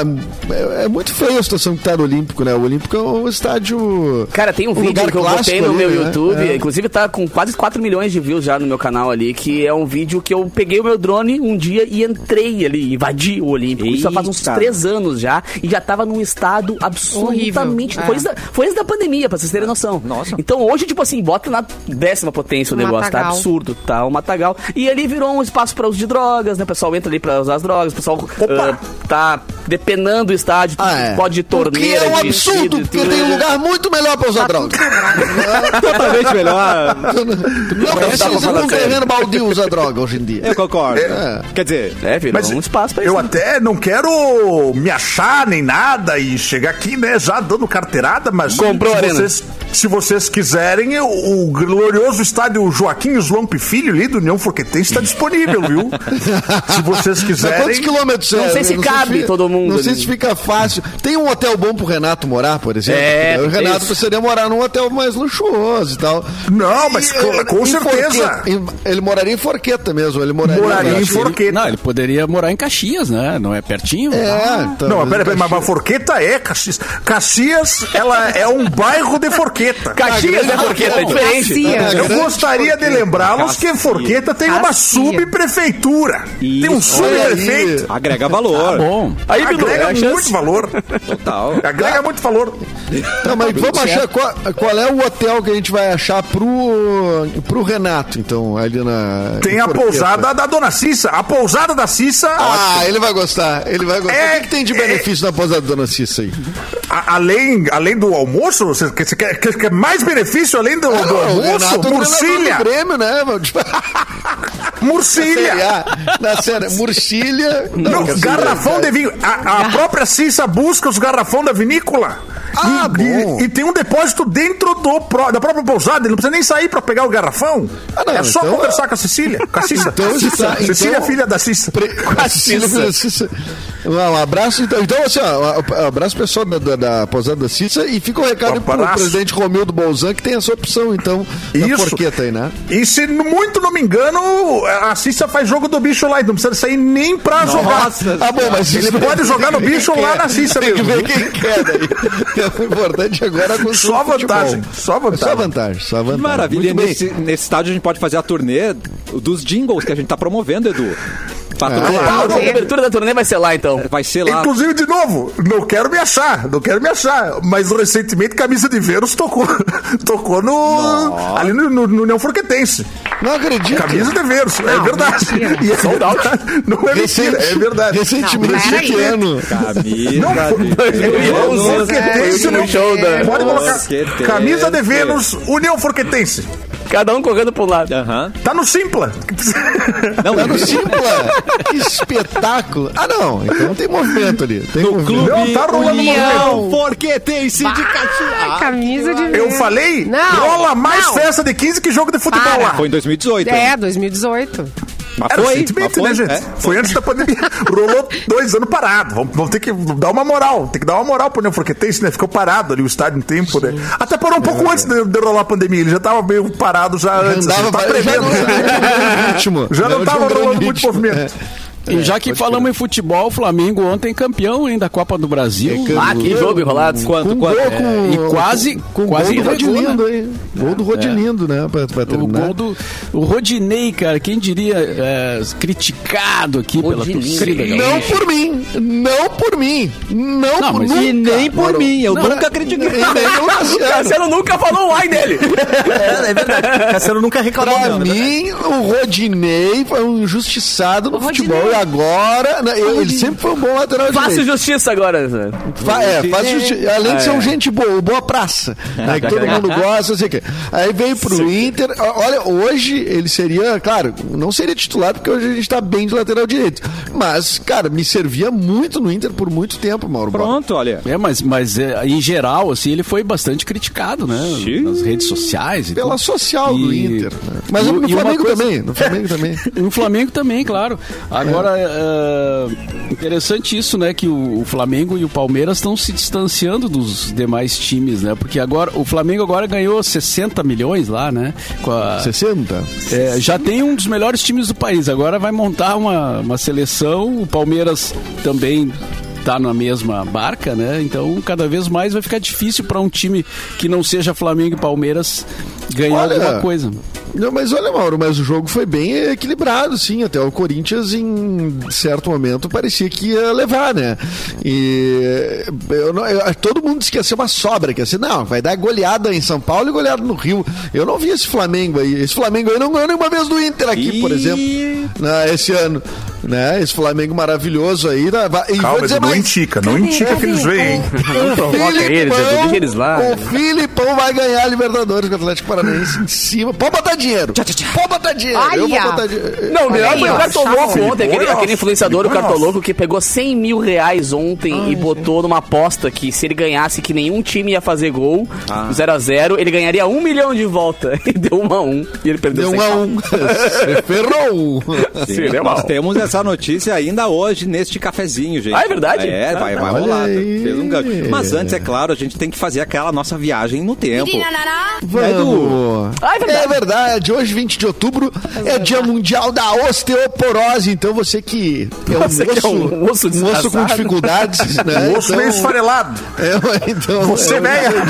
[SPEAKER 5] é, é muito feia a situação que tá no Olímpico, né? O Olímpico é um estádio...
[SPEAKER 3] Cara, tem um, vídeo
[SPEAKER 5] lugar
[SPEAKER 3] que eu botei
[SPEAKER 5] clássico
[SPEAKER 3] no
[SPEAKER 5] ali,
[SPEAKER 3] meu
[SPEAKER 5] né?
[SPEAKER 3] YouTube,
[SPEAKER 5] É.
[SPEAKER 3] inclusive tá com quase 4 milhões de views já no meu canal ali, que é um vídeo que eu peguei o meu drone um dia e entrei ali, invadi o Olímpico. Isso já faz uns
[SPEAKER 1] Eita.
[SPEAKER 3] 3 anos já, e já tava num estado absolutamente...
[SPEAKER 2] Horrível, é.
[SPEAKER 3] Foi, antes da, foi antes da pandemia, pra vocês terem noção.
[SPEAKER 1] Nossa.
[SPEAKER 3] Então hoje, tipo assim, bota na décima potência o
[SPEAKER 2] Um
[SPEAKER 3] negócio, tá
[SPEAKER 2] matagal.
[SPEAKER 3] absurdo, tá? O matagal. E ali virou um espaço pra uso de drogas, né? O pessoal entra ali pra usar as drogas, o pessoal ah, tá depenando o estádio,
[SPEAKER 5] Ah, é.
[SPEAKER 3] pode de
[SPEAKER 5] Que
[SPEAKER 3] torneira,
[SPEAKER 5] é um
[SPEAKER 3] de
[SPEAKER 5] absurdo,
[SPEAKER 3] vidro e
[SPEAKER 5] porque
[SPEAKER 3] tudo. Tá
[SPEAKER 5] tem um lugar muito melhor para usar drogas.
[SPEAKER 1] Totalmente melhor.
[SPEAKER 5] <laughs> Não
[SPEAKER 3] é assim,
[SPEAKER 5] precisa de um terreno baldio usar droga hoje em dia.
[SPEAKER 1] Eu concordo.
[SPEAKER 7] É.
[SPEAKER 1] Quer dizer,
[SPEAKER 3] É, virou
[SPEAKER 7] Mas
[SPEAKER 3] um espaço pra isso.
[SPEAKER 7] Eu
[SPEAKER 3] né?
[SPEAKER 7] até não quero me achar nem nada e chegar aqui, né, já dando carteirada, mas
[SPEAKER 3] Comprou a
[SPEAKER 7] se,
[SPEAKER 3] arena.
[SPEAKER 7] vocês, se vocês quiserem, o, o glorioso estádio Joaquim Slump Filho ali do União Forquetense está disponível,
[SPEAKER 3] <laughs>
[SPEAKER 7] viu? se vocês
[SPEAKER 5] Mas
[SPEAKER 7] quiserem.
[SPEAKER 5] quantos quilômetros
[SPEAKER 3] Não
[SPEAKER 5] é?
[SPEAKER 3] sei se cabe
[SPEAKER 5] fica-
[SPEAKER 3] todo mundo
[SPEAKER 5] Não sei
[SPEAKER 3] ali.
[SPEAKER 5] se fica fácil. Tem um hotel bom pro Renato morar, por exemplo?
[SPEAKER 3] É,
[SPEAKER 5] o
[SPEAKER 3] tem
[SPEAKER 5] Renato
[SPEAKER 3] isso.
[SPEAKER 5] precisaria morar num hotel mais luxuoso e tal.
[SPEAKER 7] Não, mas com- com certeza.
[SPEAKER 5] Forqueta. Em- ele moraria em Forqueta mesmo. Ele moraria,
[SPEAKER 7] Moraria
[SPEAKER 5] eu
[SPEAKER 7] em
[SPEAKER 5] acho que ele-
[SPEAKER 7] Forqueta.
[SPEAKER 6] Não, ele poderia morar em Caxias, né? Não é pertinho?
[SPEAKER 3] Ah.
[SPEAKER 5] É, então,
[SPEAKER 7] Não, mas peraí, peraí, mas mas Forqueta é Caxias. Caxias, ela é um bairro de Forqueta.
[SPEAKER 3] Caxias é porque é diferente.
[SPEAKER 2] Caxias.
[SPEAKER 7] Eu
[SPEAKER 5] grande
[SPEAKER 7] gostaria de lembrá-los que Forqueta tem uma
[SPEAKER 2] Caxias.
[SPEAKER 7] subprefeitura. Tem um
[SPEAKER 1] Isso,
[SPEAKER 5] olha aí.
[SPEAKER 7] subprefeito.
[SPEAKER 1] agrega valor.
[SPEAKER 6] Tá Bom.
[SPEAKER 3] Aí, Bidu,
[SPEAKER 7] Agrega
[SPEAKER 3] é
[SPEAKER 7] muito valor.
[SPEAKER 1] Total.
[SPEAKER 7] Agrega muito valor.
[SPEAKER 5] Não, mas vamos achar qual, qual é o hotel que a gente vai achar pro, pro Renato, então, ali na. em
[SPEAKER 7] Tem a
[SPEAKER 5] Forqueta.
[SPEAKER 7] pousada da dona Cissa. A pousada da Cissa,
[SPEAKER 5] Ah, ele vai gostar. Ele vai gostar.
[SPEAKER 7] É,
[SPEAKER 5] o que, que tem de benefício na pousada da Dona Cissa aí?
[SPEAKER 7] a- além, além do almoço, você, quer- você quer, quer- quer mais benefício além do, do
[SPEAKER 5] Ah, O
[SPEAKER 7] almoço?
[SPEAKER 5] Renato é o treinador
[SPEAKER 7] Murcilha.
[SPEAKER 5] do Grêmio, né? mano? Tipo,
[SPEAKER 7] Murcilha.
[SPEAKER 5] A, na série, Murcilha.
[SPEAKER 7] Não,
[SPEAKER 5] quer dizer,
[SPEAKER 7] garrafão de
[SPEAKER 5] cara.
[SPEAKER 7] vinho. A, a própria Cissa busca os garrafão da vinícola.
[SPEAKER 5] Ah,
[SPEAKER 7] e, e-
[SPEAKER 5] bom.
[SPEAKER 7] e tem um depósito dentro do, pró- da própria pousada. Ele não precisa nem sair pra pegar o garrafão.
[SPEAKER 5] Ah, não,
[SPEAKER 7] é só
[SPEAKER 5] então-
[SPEAKER 7] conversar com a Cecília. Com a Cissa.
[SPEAKER 5] Então,
[SPEAKER 7] A Cissa.
[SPEAKER 5] está-
[SPEAKER 7] Cecília, é
[SPEAKER 5] então-
[SPEAKER 7] filha da Cissa. <laughs>
[SPEAKER 5] Pre- Cissa. Cissa. Um abraço, então, então assim, ó, um abraço pessoal da, da, da Pousada da Cissa e fica o recado
[SPEAKER 7] Um
[SPEAKER 5] pro
[SPEAKER 7] abraço.
[SPEAKER 5] presidente Romildo Bolzan que tem essa opção, então, na
[SPEAKER 7] Isso.
[SPEAKER 5] porqueta aí, né?
[SPEAKER 7] E se n- muito não me engano, a Cissa faz jogo do bicho lá. e Não precisa sair nem pra jogar.
[SPEAKER 5] Ah, bom, mas
[SPEAKER 7] Ele
[SPEAKER 5] isso-
[SPEAKER 7] pode jogar no bicho lá na Cissa
[SPEAKER 5] Tem que
[SPEAKER 7] mesmo.
[SPEAKER 5] ver quem quer daí. O importante agora é construir
[SPEAKER 7] Só
[SPEAKER 5] o futebol.
[SPEAKER 7] vantagem, só vantagem.
[SPEAKER 5] Só vantagem, só vantagem.
[SPEAKER 1] Maravilha.
[SPEAKER 5] Muito bem.
[SPEAKER 1] Nesse, nesse estádio a gente pode fazer a turnê dos jingles que a gente tá promovendo, Edu. Pra turnê.
[SPEAKER 3] Ah, A cobertura da turnê vai ser lá, então.
[SPEAKER 1] Vai ser lá.
[SPEAKER 7] Inclusive, de novo, não quero me achar, não quero me achar. Mas recentemente, Camisa de Vênus tocou, <laughs> tocou no. ali no, no, no União Forquetense.
[SPEAKER 5] Não acredito.
[SPEAKER 7] Camisa de Vênus, é verdade. <laughs> E é verdade. Não é mentira, é verdade. é
[SPEAKER 5] Recentemente,
[SPEAKER 2] Não, peraí.
[SPEAKER 5] esse ano.
[SPEAKER 1] Camisa
[SPEAKER 7] Não,
[SPEAKER 1] de
[SPEAKER 7] União
[SPEAKER 1] Vênus.
[SPEAKER 7] Forquetense,
[SPEAKER 2] é,
[SPEAKER 7] não-
[SPEAKER 2] show da-
[SPEAKER 7] Pode colocar.
[SPEAKER 1] Forquetense.
[SPEAKER 7] Camisa de Vênus, União Forquetense.
[SPEAKER 3] <laughs> Cada um correndo pro lado.
[SPEAKER 1] Aham.
[SPEAKER 7] Tá no Simpla.
[SPEAKER 1] Não,
[SPEAKER 5] Tá no Simpla. que espetáculo. Ah, não. Então tem movimento ali. Tem
[SPEAKER 1] no
[SPEAKER 5] movimento.
[SPEAKER 1] clube
[SPEAKER 7] Não, tá rolando
[SPEAKER 1] União
[SPEAKER 7] movimento.
[SPEAKER 1] Forquetense de
[SPEAKER 2] Ah,
[SPEAKER 1] Caxias.
[SPEAKER 2] camisa de
[SPEAKER 7] Eu
[SPEAKER 2] verde.
[SPEAKER 7] falei,
[SPEAKER 2] Não,
[SPEAKER 7] rola mais
[SPEAKER 2] não.
[SPEAKER 7] festa de 15 que jogo de futebol
[SPEAKER 2] Para.
[SPEAKER 7] lá.
[SPEAKER 1] Foi em 2018.
[SPEAKER 2] É, 2018.
[SPEAKER 1] Mas
[SPEAKER 7] Era
[SPEAKER 1] foi, mas
[SPEAKER 5] Ah,
[SPEAKER 7] recentemente,
[SPEAKER 1] foi.
[SPEAKER 7] né, gente?
[SPEAKER 1] É.
[SPEAKER 7] Foi antes da pandemia. <laughs> Rolou dois anos parado. Vamos, vamos ter que dar uma moral. Tem que dar uma moral pro Neoforquetense, né? Ficou parado ali o estádio um tempo, né? Até parou um pouco antes de, de rolar a pandemia. Ele já tava meio parado já antes.
[SPEAKER 5] Andava
[SPEAKER 7] já tá
[SPEAKER 5] pra- É. já
[SPEAKER 7] tremendo.
[SPEAKER 5] não tava no ritmo.
[SPEAKER 7] Já não
[SPEAKER 5] tinha
[SPEAKER 7] tava
[SPEAKER 5] um grande
[SPEAKER 7] rolando
[SPEAKER 5] <laughs>
[SPEAKER 7] muito
[SPEAKER 5] ritmo.
[SPEAKER 7] movimento.
[SPEAKER 3] É,
[SPEAKER 6] E já que falamos em futebol, o Flamengo ontem campeão ainda da Copa do Brasil.
[SPEAKER 5] É,
[SPEAKER 3] Ah, que jogo enrolado.
[SPEAKER 1] Quanto, quanto?
[SPEAKER 5] gol,
[SPEAKER 1] É.
[SPEAKER 6] e quase-
[SPEAKER 5] com
[SPEAKER 6] quase
[SPEAKER 5] gol do
[SPEAKER 6] entregou,
[SPEAKER 5] Rodilindo, hein? Gol do Rodilindo, né? Pra, pra
[SPEAKER 6] O
[SPEAKER 5] terminar.
[SPEAKER 6] gol do o Rodinei, cara, quem diria é, criticado aqui
[SPEAKER 3] Rodinei.
[SPEAKER 6] pela torcida. cara.
[SPEAKER 5] Não por mim, não por mim, não,
[SPEAKER 6] Não,
[SPEAKER 5] por
[SPEAKER 6] mas-
[SPEAKER 5] nunca.
[SPEAKER 1] E nem por
[SPEAKER 5] Não,
[SPEAKER 1] mim, eu
[SPEAKER 6] não,
[SPEAKER 1] nunca
[SPEAKER 5] E
[SPEAKER 1] critiquei.
[SPEAKER 5] nem <laughs> o
[SPEAKER 3] O
[SPEAKER 5] Luciano.
[SPEAKER 3] Cassiano nunca falou o ai dele.
[SPEAKER 4] É, é verdade. Cassiano nunca reclamou.
[SPEAKER 5] Pra
[SPEAKER 4] não, né?
[SPEAKER 5] mim, o Rodinei foi um injustiçado no
[SPEAKER 2] O Rodinei
[SPEAKER 5] futebol agora. né, eu- ele sempre foi um bom lateral
[SPEAKER 3] Faço
[SPEAKER 5] direito.
[SPEAKER 3] justiça agora. Zé.
[SPEAKER 5] Fa- é, faz justi- Além de
[SPEAKER 6] É.
[SPEAKER 5] ser um gente boa, o boa praça, né,
[SPEAKER 6] <laughs>
[SPEAKER 5] assim que todo mundo gosta, não sei o quê. Aí veio pro Inter, o- olha, hoje ele seria, claro, não seria titular, porque hoje a gente tá bem de lateral direito. Mas, cara, me servia muito no Inter por muito tempo, Mauro. Borba.
[SPEAKER 1] Pronto, olha.
[SPEAKER 6] É, mas, mas é, em geral, assim, ele foi bastante criticado, né?
[SPEAKER 1] Xiii.
[SPEAKER 6] Nas redes sociais e
[SPEAKER 5] Pela
[SPEAKER 6] tudo.
[SPEAKER 5] social do
[SPEAKER 6] E-
[SPEAKER 5] Inter. né. Mas
[SPEAKER 6] e-
[SPEAKER 5] no
[SPEAKER 6] e uma
[SPEAKER 5] Flamengo
[SPEAKER 6] coisa-
[SPEAKER 5] também, no Flamengo
[SPEAKER 6] <laughs>
[SPEAKER 5] também.
[SPEAKER 6] No Flamengo também, claro. Agora, é, interessante isso, né? Que o, o Flamengo e o Palmeiras estão se distanciando dos demais times, né? Porque agora o Flamengo agora ganhou 60 milhões lá, né? com a-
[SPEAKER 5] 60?
[SPEAKER 6] é, já tem um dos melhores times do país. Agora vai montar uma, uma seleção. O Palmeiras também tá na mesma barca, né? Então cada vez mais vai ficar difícil para um time que não seja Flamengo e Palmeiras ganhar
[SPEAKER 5] Olha,
[SPEAKER 6] alguma coisa.
[SPEAKER 5] Não, mas olha, Mauro, mas o jogo foi bem equilibrado, sim. Até o Corinthians, em certo momento, parecia que ia levar, né? E eu não- eu- todo mundo disse que ia ser uma sobra, que ia ser, não, vai dar goleada em São Paulo e goleada no Rio. Eu não vi esse Flamengo aí. Esse Flamengo aí não ganhou nenhuma vez do Inter aqui, por
[SPEAKER 1] Ih.
[SPEAKER 5] exemplo, né, esse ano. Né? Esse Flamengo maravilhoso aí. né? E vou
[SPEAKER 7] Calma,
[SPEAKER 5] dizer
[SPEAKER 7] Edu, não
[SPEAKER 5] mais.
[SPEAKER 7] intica, não intica que eles veem, hein?
[SPEAKER 5] O
[SPEAKER 3] Coloca eles, Edu, deixa eles lá.
[SPEAKER 5] é, o Filipão vai ganhar a Libertadores com o Atlético Paranaense em cima. Pode botar dinheiro. Pode botar dinheiro. Eu vou
[SPEAKER 2] Olha.
[SPEAKER 5] botar dinheiro.
[SPEAKER 3] Não, o melhor foi
[SPEAKER 2] Aí,
[SPEAKER 3] o
[SPEAKER 2] ó,
[SPEAKER 3] Cartoloco
[SPEAKER 7] chato.
[SPEAKER 3] ontem, aquele,
[SPEAKER 7] Nossa,
[SPEAKER 3] aquele influenciador, o
[SPEAKER 7] nossa.
[SPEAKER 3] Cartoloco, que pegou 100 mil reais ontem e botou numa aposta que se ele ganhasse que nenhum time ia fazer gol, 0x0, ele ganharia um milhão de volta. <laughs> E deu 1 a 1 e ele perdeu
[SPEAKER 5] Deu um
[SPEAKER 3] 100
[SPEAKER 5] a um. Você ferrou.
[SPEAKER 3] Seria
[SPEAKER 1] Nós
[SPEAKER 3] mal.
[SPEAKER 1] temos essa notícia ainda hoje neste cafezinho, gente.
[SPEAKER 3] Ah, é verdade?
[SPEAKER 1] É, vai, vai
[SPEAKER 5] Olha
[SPEAKER 1] rolar.
[SPEAKER 5] aí.
[SPEAKER 1] Fez um gancho. Mas antes, é claro, a gente tem que fazer aquela nossa viagem no tempo.
[SPEAKER 5] <laughs> Vamos.
[SPEAKER 3] Ah, é verdade.
[SPEAKER 5] É verdade. Hoje, 20 de outubro, é dia mundial da osteoporose. Então você que é um
[SPEAKER 3] Você que é
[SPEAKER 5] osso,
[SPEAKER 3] um osso Um desgraçado.
[SPEAKER 5] com
[SPEAKER 3] <laughs>
[SPEAKER 5] dificuldades,
[SPEAKER 1] É,
[SPEAKER 5] né?
[SPEAKER 7] O osso
[SPEAKER 5] Então-
[SPEAKER 7] meio esfarelado.
[SPEAKER 5] É, então,
[SPEAKER 7] Você
[SPEAKER 1] um
[SPEAKER 5] é,
[SPEAKER 7] velha.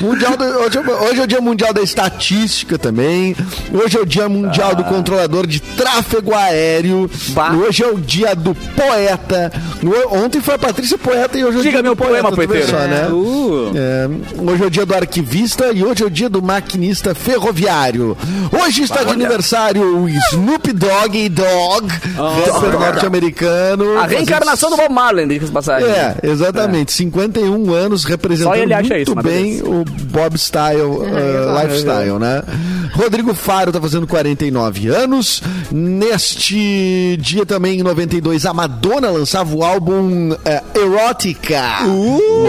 [SPEAKER 5] Mundial do- hoje, é- hoje é o dia mundial da estatística também. Hoje é o dia mundial do controlador de tráfego aéreo.
[SPEAKER 3] Ah. Bah.
[SPEAKER 5] Hoje é o dia do poeta. No- Ontem foi a Patrícia Poeta e hoje é o
[SPEAKER 3] Diga
[SPEAKER 5] dia
[SPEAKER 3] meu
[SPEAKER 5] do poeta.
[SPEAKER 3] poema,
[SPEAKER 5] tu vê
[SPEAKER 3] poeteiro.
[SPEAKER 5] só, né?
[SPEAKER 1] Uh.
[SPEAKER 5] É, hoje é o dia do arquivista e hoje é o dia do maquinista ferroviário. Hoje está de aniversário o Snoop Doggy Dogg, rapper norte-americano.
[SPEAKER 3] Ah, A reencarnação do Bob Marley, diga as passagens.
[SPEAKER 5] É, exatamente. 51 anos representando
[SPEAKER 3] Só ele acha
[SPEAKER 5] muito
[SPEAKER 3] isso, mas
[SPEAKER 5] bem o Bob Style eh, Lifestyle, né? Rodrigo Faro tá fazendo 49 anos. Neste dia também, em 92, a Madonna lançava o álbum eh, Erotica.
[SPEAKER 3] Uh!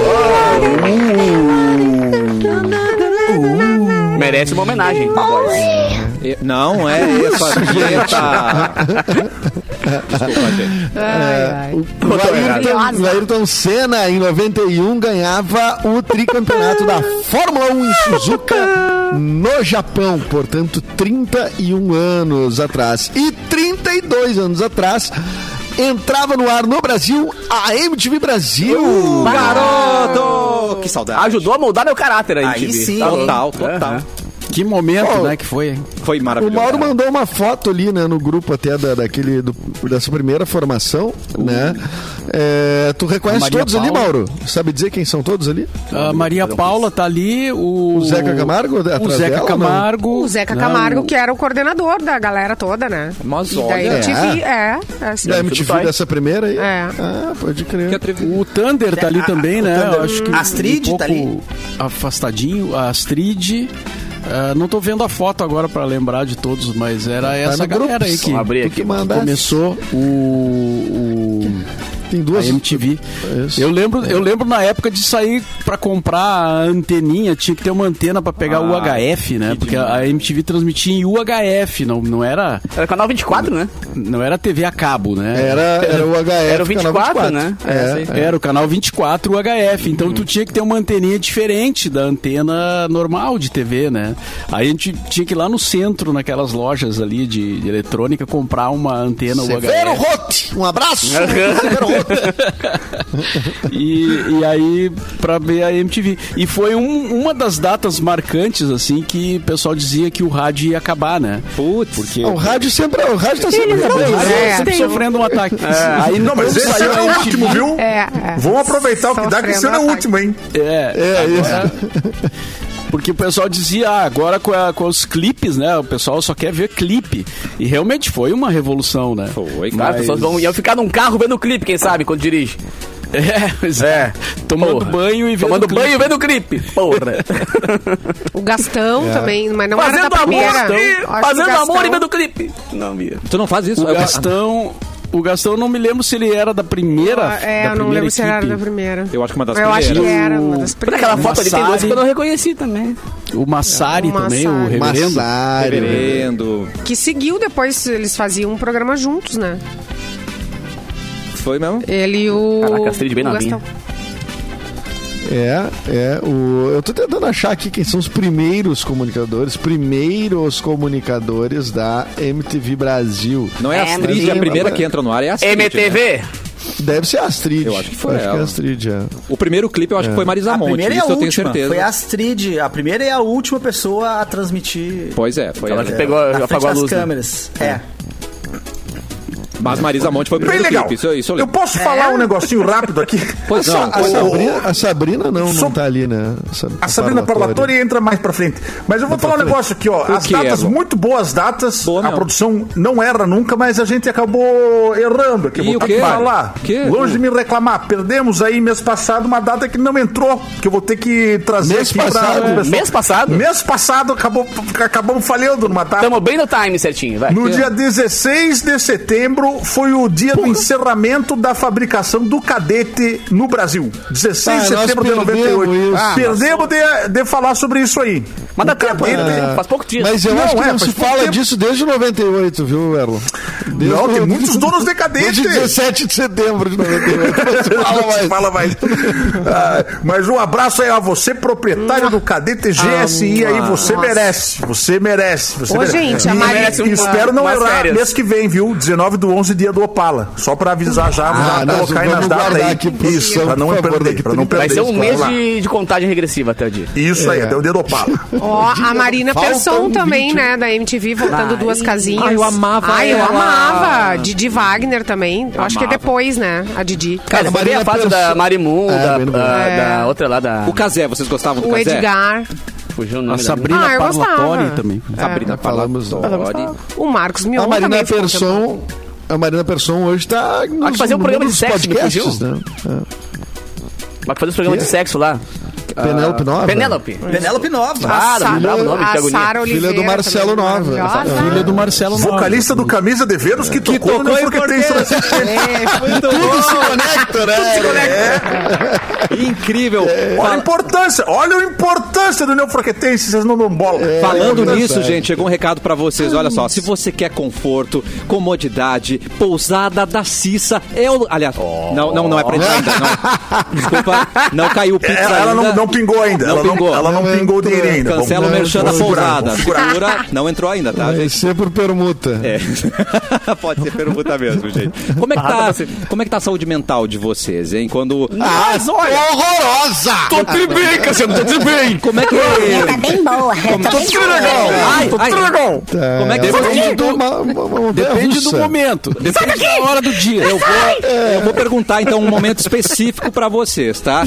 [SPEAKER 3] Merece uma homenagem. boys.
[SPEAKER 1] E- Não, é essa dieta. Desculpa, gente.
[SPEAKER 2] Ai, ai.
[SPEAKER 5] O Ayrton,
[SPEAKER 2] errado.
[SPEAKER 5] o Ayrton Senna, em 91, ganhava o tricampeonato da Fórmula 1 em Suzuka, no Japão. Portanto, 31 anos atrás. E 32 anos atrás, entrava no ar no Brasil a MTV Brasil.
[SPEAKER 6] Uh,
[SPEAKER 1] Garoto! Que saudade.
[SPEAKER 3] Ajudou a moldar meu caráter aí,
[SPEAKER 1] Aí
[SPEAKER 3] MTV.
[SPEAKER 1] sim,
[SPEAKER 3] Tá bom.
[SPEAKER 1] total, total.
[SPEAKER 3] Aham.
[SPEAKER 6] Que momento,
[SPEAKER 5] Ô,
[SPEAKER 6] né, que foi, hein?
[SPEAKER 1] Foi
[SPEAKER 5] O
[SPEAKER 1] maravilhoso.
[SPEAKER 5] Mauro mandou uma foto ali, né, no grupo até da, daquele, do- dessa primeira formação, né? É, tu reconhece
[SPEAKER 6] Uh. Maria
[SPEAKER 5] todos ali,
[SPEAKER 6] Paula.
[SPEAKER 5] Mauro? Sabe dizer quem são todos ali?
[SPEAKER 6] A Maria Paula tá ali, o...
[SPEAKER 5] O Zeca Camargo
[SPEAKER 6] O
[SPEAKER 5] atrás
[SPEAKER 6] Zeca
[SPEAKER 5] dela, né? não?
[SPEAKER 6] Camargo.
[SPEAKER 2] O Zeca
[SPEAKER 6] né,
[SPEAKER 2] Camargo,
[SPEAKER 6] o-
[SPEAKER 2] que era o coordenador da galera toda, né?
[SPEAKER 1] Mas
[SPEAKER 2] E daí
[SPEAKER 1] olha.
[SPEAKER 2] eu te vi, é. é assim.
[SPEAKER 5] Da MTV
[SPEAKER 3] Vai.
[SPEAKER 5] dessa primeira aí?
[SPEAKER 2] É.
[SPEAKER 5] Ah, pode
[SPEAKER 1] Que
[SPEAKER 5] crer.
[SPEAKER 1] atrevi-
[SPEAKER 6] O Thunder tá ali
[SPEAKER 4] A-
[SPEAKER 6] também,
[SPEAKER 4] o
[SPEAKER 6] né?
[SPEAKER 4] Thunder.
[SPEAKER 6] Eu acho que
[SPEAKER 4] A Astrid
[SPEAKER 6] um pouco
[SPEAKER 4] tá ali.
[SPEAKER 6] Afastadinho, a Astrid. Ah, não tô vendo a foto agora pra lembrar de todos, mas era essa
[SPEAKER 5] Tá no grupo,
[SPEAKER 6] galera aí que,
[SPEAKER 5] só
[SPEAKER 3] abrir
[SPEAKER 6] que
[SPEAKER 3] aqui.
[SPEAKER 5] Mandasse.
[SPEAKER 6] começou o, o
[SPEAKER 5] Tem
[SPEAKER 6] a
[SPEAKER 5] duas.
[SPEAKER 6] MTV.
[SPEAKER 5] Isso.
[SPEAKER 6] Eu lembro, eu lembro na época de sair pra comprar a anteninha, tinha que ter uma antena pra
[SPEAKER 5] Ah,
[SPEAKER 6] pegar o UHF, né? Porque a MTV transmitia em UHF, não, não era
[SPEAKER 3] Era canal 24, né?
[SPEAKER 6] não era TV a cabo, né?
[SPEAKER 5] Era, era o HF.
[SPEAKER 3] Era o
[SPEAKER 5] canal
[SPEAKER 3] 24, né?
[SPEAKER 5] É.
[SPEAKER 6] Era o canal 24 UHF, então tu tinha que ter uma anteninha diferente da antena normal de TV, né? Aí a gente tinha que ir lá no centro, naquelas lojas ali de, de eletrônica, comprar uma antena
[SPEAKER 5] Severo
[SPEAKER 6] UHF.
[SPEAKER 5] Rote, um abraço. Severo Rote.
[SPEAKER 6] E, e aí, pra ver a MTV. E foi um- uma das datas marcantes, assim, que o pessoal dizia que o rádio ia acabar, né?
[SPEAKER 1] Putz.
[SPEAKER 6] Porque
[SPEAKER 5] O rádio sempre, o rádio tá sempre
[SPEAKER 6] o rádio
[SPEAKER 2] É.
[SPEAKER 6] sempre sofrendo um ataque. Aí
[SPEAKER 7] É. Não, mas
[SPEAKER 6] quando
[SPEAKER 7] esse
[SPEAKER 6] saiu
[SPEAKER 7] era
[SPEAKER 6] a
[SPEAKER 7] o
[SPEAKER 6] MTV,
[SPEAKER 7] último, viu?
[SPEAKER 2] É, é.
[SPEAKER 7] Vamos aproveitar o que dá, que esse
[SPEAKER 2] Sofrendo
[SPEAKER 7] era o
[SPEAKER 2] ataque.
[SPEAKER 7] último, hein?
[SPEAKER 6] É,
[SPEAKER 5] É, isso.
[SPEAKER 6] <laughs> Porque o pessoal dizia, ah, agora com, a- com os clipes, né? O pessoal só quer ver clipe. E realmente foi uma revolução, né?
[SPEAKER 1] Foi,
[SPEAKER 3] Cara,
[SPEAKER 1] cara.
[SPEAKER 3] as pessoas vão iam ficar num carro vendo o clipe, quem sabe, quando dirige.
[SPEAKER 6] <laughs> É, pois é. Tomando
[SPEAKER 3] Porra.
[SPEAKER 6] banho e vendo
[SPEAKER 3] Tomando
[SPEAKER 6] clipe.
[SPEAKER 3] banho e vendo o clipe. Porra.
[SPEAKER 2] O Gastão também, mas não era
[SPEAKER 3] fazendo amor,
[SPEAKER 2] da tá primeira.
[SPEAKER 3] e-
[SPEAKER 2] Acho que o
[SPEAKER 3] fazendo
[SPEAKER 2] Gastão-
[SPEAKER 3] amor e vendo o clipe. Não, Mia.
[SPEAKER 1] Tu não faz isso?
[SPEAKER 6] O
[SPEAKER 1] Eu-
[SPEAKER 6] Gastão... O Gastão, não me lembro se ele era da primeira.
[SPEAKER 2] É,
[SPEAKER 6] da
[SPEAKER 2] eu não
[SPEAKER 6] primeira
[SPEAKER 2] lembro se era
[SPEAKER 6] equipe.
[SPEAKER 2] da primeira.
[SPEAKER 1] Eu acho que uma das
[SPEAKER 2] Eu acho que
[SPEAKER 1] primeiras.
[SPEAKER 2] era uma das
[SPEAKER 3] Por
[SPEAKER 2] primeiras.
[SPEAKER 3] aquela foto ali tem dois
[SPEAKER 6] Massari.
[SPEAKER 3] que eu não reconheci também.
[SPEAKER 6] O Massari
[SPEAKER 2] O
[SPEAKER 6] também, o
[SPEAKER 2] Massari.
[SPEAKER 6] reverendo.
[SPEAKER 1] Tá
[SPEAKER 5] Massário.
[SPEAKER 1] Reverendo.
[SPEAKER 2] Que seguiu depois, eles faziam um programa juntos, né?
[SPEAKER 1] Foi mesmo?
[SPEAKER 2] Ele e o.
[SPEAKER 3] Caraca, Astrid bem
[SPEAKER 2] o
[SPEAKER 3] na minha.
[SPEAKER 2] Gastão.
[SPEAKER 5] É, é. O, eu tô tentando achar aqui quem são os primeiros comunicadores, primeiros comunicadores da MTV Brasil.
[SPEAKER 1] Não é a
[SPEAKER 3] É,
[SPEAKER 1] Astrid,
[SPEAKER 5] mas-
[SPEAKER 1] a primeira que entra no ar é a Astrid. né?
[SPEAKER 3] MTV?
[SPEAKER 5] Deve ser a Astrid.
[SPEAKER 1] Eu acho que foi
[SPEAKER 5] Acho que é
[SPEAKER 1] ela.
[SPEAKER 5] a Astrid, é.
[SPEAKER 1] O primeiro clipe eu acho que foi Marisa
[SPEAKER 4] A
[SPEAKER 1] Monte,
[SPEAKER 4] primeira e
[SPEAKER 1] isso
[SPEAKER 4] a
[SPEAKER 1] eu tenho
[SPEAKER 4] última.
[SPEAKER 1] certeza.
[SPEAKER 4] Foi a Astrid. A primeira e a última pessoa a transmitir.
[SPEAKER 1] Pois é, foi
[SPEAKER 3] Ela
[SPEAKER 1] ela.
[SPEAKER 3] que pegou,
[SPEAKER 4] na frente
[SPEAKER 3] apagou a
[SPEAKER 4] das
[SPEAKER 3] luz. né?
[SPEAKER 4] câmeras. É.
[SPEAKER 1] Mas Marisa Monte foi o
[SPEAKER 7] Bem
[SPEAKER 1] primeiro
[SPEAKER 7] legal.
[SPEAKER 1] clipe, isso, é isso eu
[SPEAKER 7] eu
[SPEAKER 1] lembro.
[SPEAKER 2] É.
[SPEAKER 7] posso falar um negocinho rápido aqui?
[SPEAKER 1] Pois
[SPEAKER 7] Só- um-
[SPEAKER 1] não,
[SPEAKER 5] A,
[SPEAKER 7] o-
[SPEAKER 5] Sabrina, a Sabrina não,
[SPEAKER 7] Só-
[SPEAKER 5] não tá ali, né?
[SPEAKER 7] A Sabrina Parlatori entra mais pra frente. Mas eu vou falar um negócio aqui, ó.
[SPEAKER 1] O
[SPEAKER 7] As
[SPEAKER 1] que é,
[SPEAKER 7] datas,
[SPEAKER 1] Lô?
[SPEAKER 7] muito boas datas.
[SPEAKER 1] Boa
[SPEAKER 7] a
[SPEAKER 1] mesmo.
[SPEAKER 7] produção não erra nunca, mas a gente acabou errando aqui.
[SPEAKER 1] Ih,
[SPEAKER 7] Vou
[SPEAKER 1] o
[SPEAKER 7] ter
[SPEAKER 1] quê?
[SPEAKER 7] que falar.
[SPEAKER 1] O quê?
[SPEAKER 7] Longe de me reclamar. Perdemos aí mês passado uma data que não entrou, que eu vou ter que trazer
[SPEAKER 5] Mês
[SPEAKER 7] aqui pra-
[SPEAKER 5] passado,
[SPEAKER 7] pro
[SPEAKER 5] é.
[SPEAKER 7] pessoal.
[SPEAKER 3] Mês passado?
[SPEAKER 7] Mês passado acabou, acabamos falhando numa data.
[SPEAKER 3] Tamo bem no time certinho, vai.
[SPEAKER 7] No dia 16 de setembro foi o dia do encerramento da fabricação do cadete no Brasil. 16 de
[SPEAKER 5] Ah, nós
[SPEAKER 7] setembro de
[SPEAKER 5] perdemos
[SPEAKER 7] 98.
[SPEAKER 5] isso.
[SPEAKER 7] Ah, perdemos de, de falar sobre isso aí.
[SPEAKER 3] Mas dá
[SPEAKER 7] O
[SPEAKER 3] tempo,
[SPEAKER 7] cadete-
[SPEAKER 3] né? Faz pouco dias.
[SPEAKER 5] Mas eu
[SPEAKER 7] Não,
[SPEAKER 5] acho que
[SPEAKER 7] é,
[SPEAKER 5] não
[SPEAKER 7] faz
[SPEAKER 5] se
[SPEAKER 7] pouco
[SPEAKER 5] fala
[SPEAKER 7] tempo.
[SPEAKER 5] disso desde 98, viu, Erlon? Desde
[SPEAKER 7] Não, tem
[SPEAKER 5] o-
[SPEAKER 7] muitos donos decadentes.
[SPEAKER 5] Desde 17 de setembro de 98. Não se fala
[SPEAKER 7] Não se
[SPEAKER 5] mais.
[SPEAKER 7] Fala <laughs> mais. Ah, mas um abraço aí a você, proprietário do Cadete GSI. Aí
[SPEAKER 5] Ah,
[SPEAKER 7] você
[SPEAKER 2] Nossa.
[SPEAKER 7] merece. Você merece. Você
[SPEAKER 2] Ô,
[SPEAKER 7] merece.
[SPEAKER 2] gente, a
[SPEAKER 7] E
[SPEAKER 2] Maria-
[SPEAKER 7] merece um- Espero não
[SPEAKER 3] umas
[SPEAKER 7] errar
[SPEAKER 3] férias.
[SPEAKER 7] mês que vem, viu? 19 do 11, dia do Opala. Só pra avisar já,
[SPEAKER 5] Ah,
[SPEAKER 7] já
[SPEAKER 5] nós
[SPEAKER 7] colocar aí
[SPEAKER 5] vamos
[SPEAKER 7] nas datas
[SPEAKER 5] guardar
[SPEAKER 7] aí.
[SPEAKER 5] aqui,
[SPEAKER 7] Isso,
[SPEAKER 5] produção,
[SPEAKER 7] pra não
[SPEAKER 5] por favor,
[SPEAKER 7] perder.
[SPEAKER 5] daqui
[SPEAKER 7] Pra não
[SPEAKER 5] 30
[SPEAKER 3] Vai
[SPEAKER 7] perder.
[SPEAKER 3] ser um
[SPEAKER 7] isso,
[SPEAKER 3] mês
[SPEAKER 7] vamos lá.
[SPEAKER 3] de, de contagem regressiva até o dia.
[SPEAKER 7] Isso aí,
[SPEAKER 5] É.
[SPEAKER 7] deu o dedo Opala.
[SPEAKER 5] <laughs>
[SPEAKER 2] Ó, a Marina
[SPEAKER 5] Faltam
[SPEAKER 2] Persson
[SPEAKER 5] 20.
[SPEAKER 2] também, né? Da MTV, voltando
[SPEAKER 3] Ai.
[SPEAKER 2] duas casinhas.
[SPEAKER 1] Ai, eu amava
[SPEAKER 2] Ai, eu
[SPEAKER 1] ela.
[SPEAKER 2] amava. Didi Wagner também. Eu acho que é
[SPEAKER 1] amava.
[SPEAKER 2] depois, né? A Didi.
[SPEAKER 3] Cara, foi bem a
[SPEAKER 5] Marina
[SPEAKER 3] fase
[SPEAKER 5] Persson-
[SPEAKER 3] da Marimun,
[SPEAKER 5] É,
[SPEAKER 3] da,
[SPEAKER 5] bem no-
[SPEAKER 3] da-
[SPEAKER 2] É.
[SPEAKER 3] da outra lá, da...
[SPEAKER 1] O Casé, vocês gostavam do
[SPEAKER 2] O
[SPEAKER 1] Casé?
[SPEAKER 2] Edgar,
[SPEAKER 3] Fugiu o
[SPEAKER 6] A
[SPEAKER 3] nome da menina.
[SPEAKER 6] Sabrina
[SPEAKER 2] Ah, eu
[SPEAKER 6] Parlatori
[SPEAKER 2] gostava. É.
[SPEAKER 6] também.
[SPEAKER 1] Sabrina
[SPEAKER 5] Falamos
[SPEAKER 1] Parlatori.
[SPEAKER 2] o Marcos Mion
[SPEAKER 5] A Marina
[SPEAKER 2] também ficou um tempo.
[SPEAKER 5] Persson. A Marina Persson hoje tá.
[SPEAKER 3] que fazer um programa de sexo, me
[SPEAKER 5] podcasts,
[SPEAKER 3] fugiu.
[SPEAKER 5] né?
[SPEAKER 3] Vai fazer os programas
[SPEAKER 5] Quê?
[SPEAKER 3] um de sexo lá.
[SPEAKER 5] É. Penélope Nova.
[SPEAKER 3] Penélope.
[SPEAKER 4] Penélope Nova.
[SPEAKER 2] A
[SPEAKER 3] Claro,
[SPEAKER 2] Sa-
[SPEAKER 3] me dá o nome, que
[SPEAKER 2] a
[SPEAKER 3] agonia.
[SPEAKER 2] Sara
[SPEAKER 5] Filha do
[SPEAKER 2] Oliveira.
[SPEAKER 5] Marcelo
[SPEAKER 2] também,
[SPEAKER 5] Nova.
[SPEAKER 2] maravilhosa.
[SPEAKER 6] Filha é do Marcelo Nova.
[SPEAKER 7] Vocalista do Camisa de Vênus que, tocou,
[SPEAKER 1] tocou
[SPEAKER 7] no
[SPEAKER 1] em
[SPEAKER 7] Porque tem
[SPEAKER 1] Portela.
[SPEAKER 2] É,
[SPEAKER 7] São-
[SPEAKER 5] Tudo se conecta, né?
[SPEAKER 1] <laughs> Incrível.
[SPEAKER 7] Olha a importância, olha a importância do Neofraquetense, vocês não dão bola.
[SPEAKER 1] Falando
[SPEAKER 5] é
[SPEAKER 1] nisso,
[SPEAKER 5] verdade.
[SPEAKER 1] gente, chegou um recado pra vocês. Olha só, se você quer conforto, comodidade, pousada da Cissa, é o. Aliás, não, não, não é pra entrar ainda. <laughs> Não. Desculpa, não um- caiu o pix
[SPEAKER 7] Ela, ela
[SPEAKER 1] ainda.
[SPEAKER 7] não, não pingou ainda.
[SPEAKER 1] Não
[SPEAKER 7] ela,
[SPEAKER 1] pingou.
[SPEAKER 7] Não, ela não
[SPEAKER 5] Não
[SPEAKER 7] pingou o
[SPEAKER 5] entrou.
[SPEAKER 7] dinheiro ainda.
[SPEAKER 1] Cancela o
[SPEAKER 7] Vamos-
[SPEAKER 1] merchan da
[SPEAKER 7] vamos segurar,
[SPEAKER 1] pousada.
[SPEAKER 7] vamos segurar.
[SPEAKER 1] Segura, não entrou ainda, tá,
[SPEAKER 5] Vai
[SPEAKER 1] gente?
[SPEAKER 5] ser É, por permuta.
[SPEAKER 1] É. <laughs> Pode ser pergunta mesmo, gente. Como é, que tá, como é que tá a saúde mental de vocês, hein? Quando.
[SPEAKER 5] Ah,
[SPEAKER 6] é
[SPEAKER 5] horrorosa!
[SPEAKER 3] Tô tudo bem, Cassiano, tô tudo bem.
[SPEAKER 1] Como é que.
[SPEAKER 8] Ela tá bem boa. Eu tô bem boa.
[SPEAKER 1] Ai, ai. Como é que
[SPEAKER 5] Depende do, uma, uma, uma
[SPEAKER 6] Depende do
[SPEAKER 5] russa.
[SPEAKER 6] momento. Depende da hora do dia. Eu vou...
[SPEAKER 1] Eu vou perguntar então um momento específico pra vocês, tá?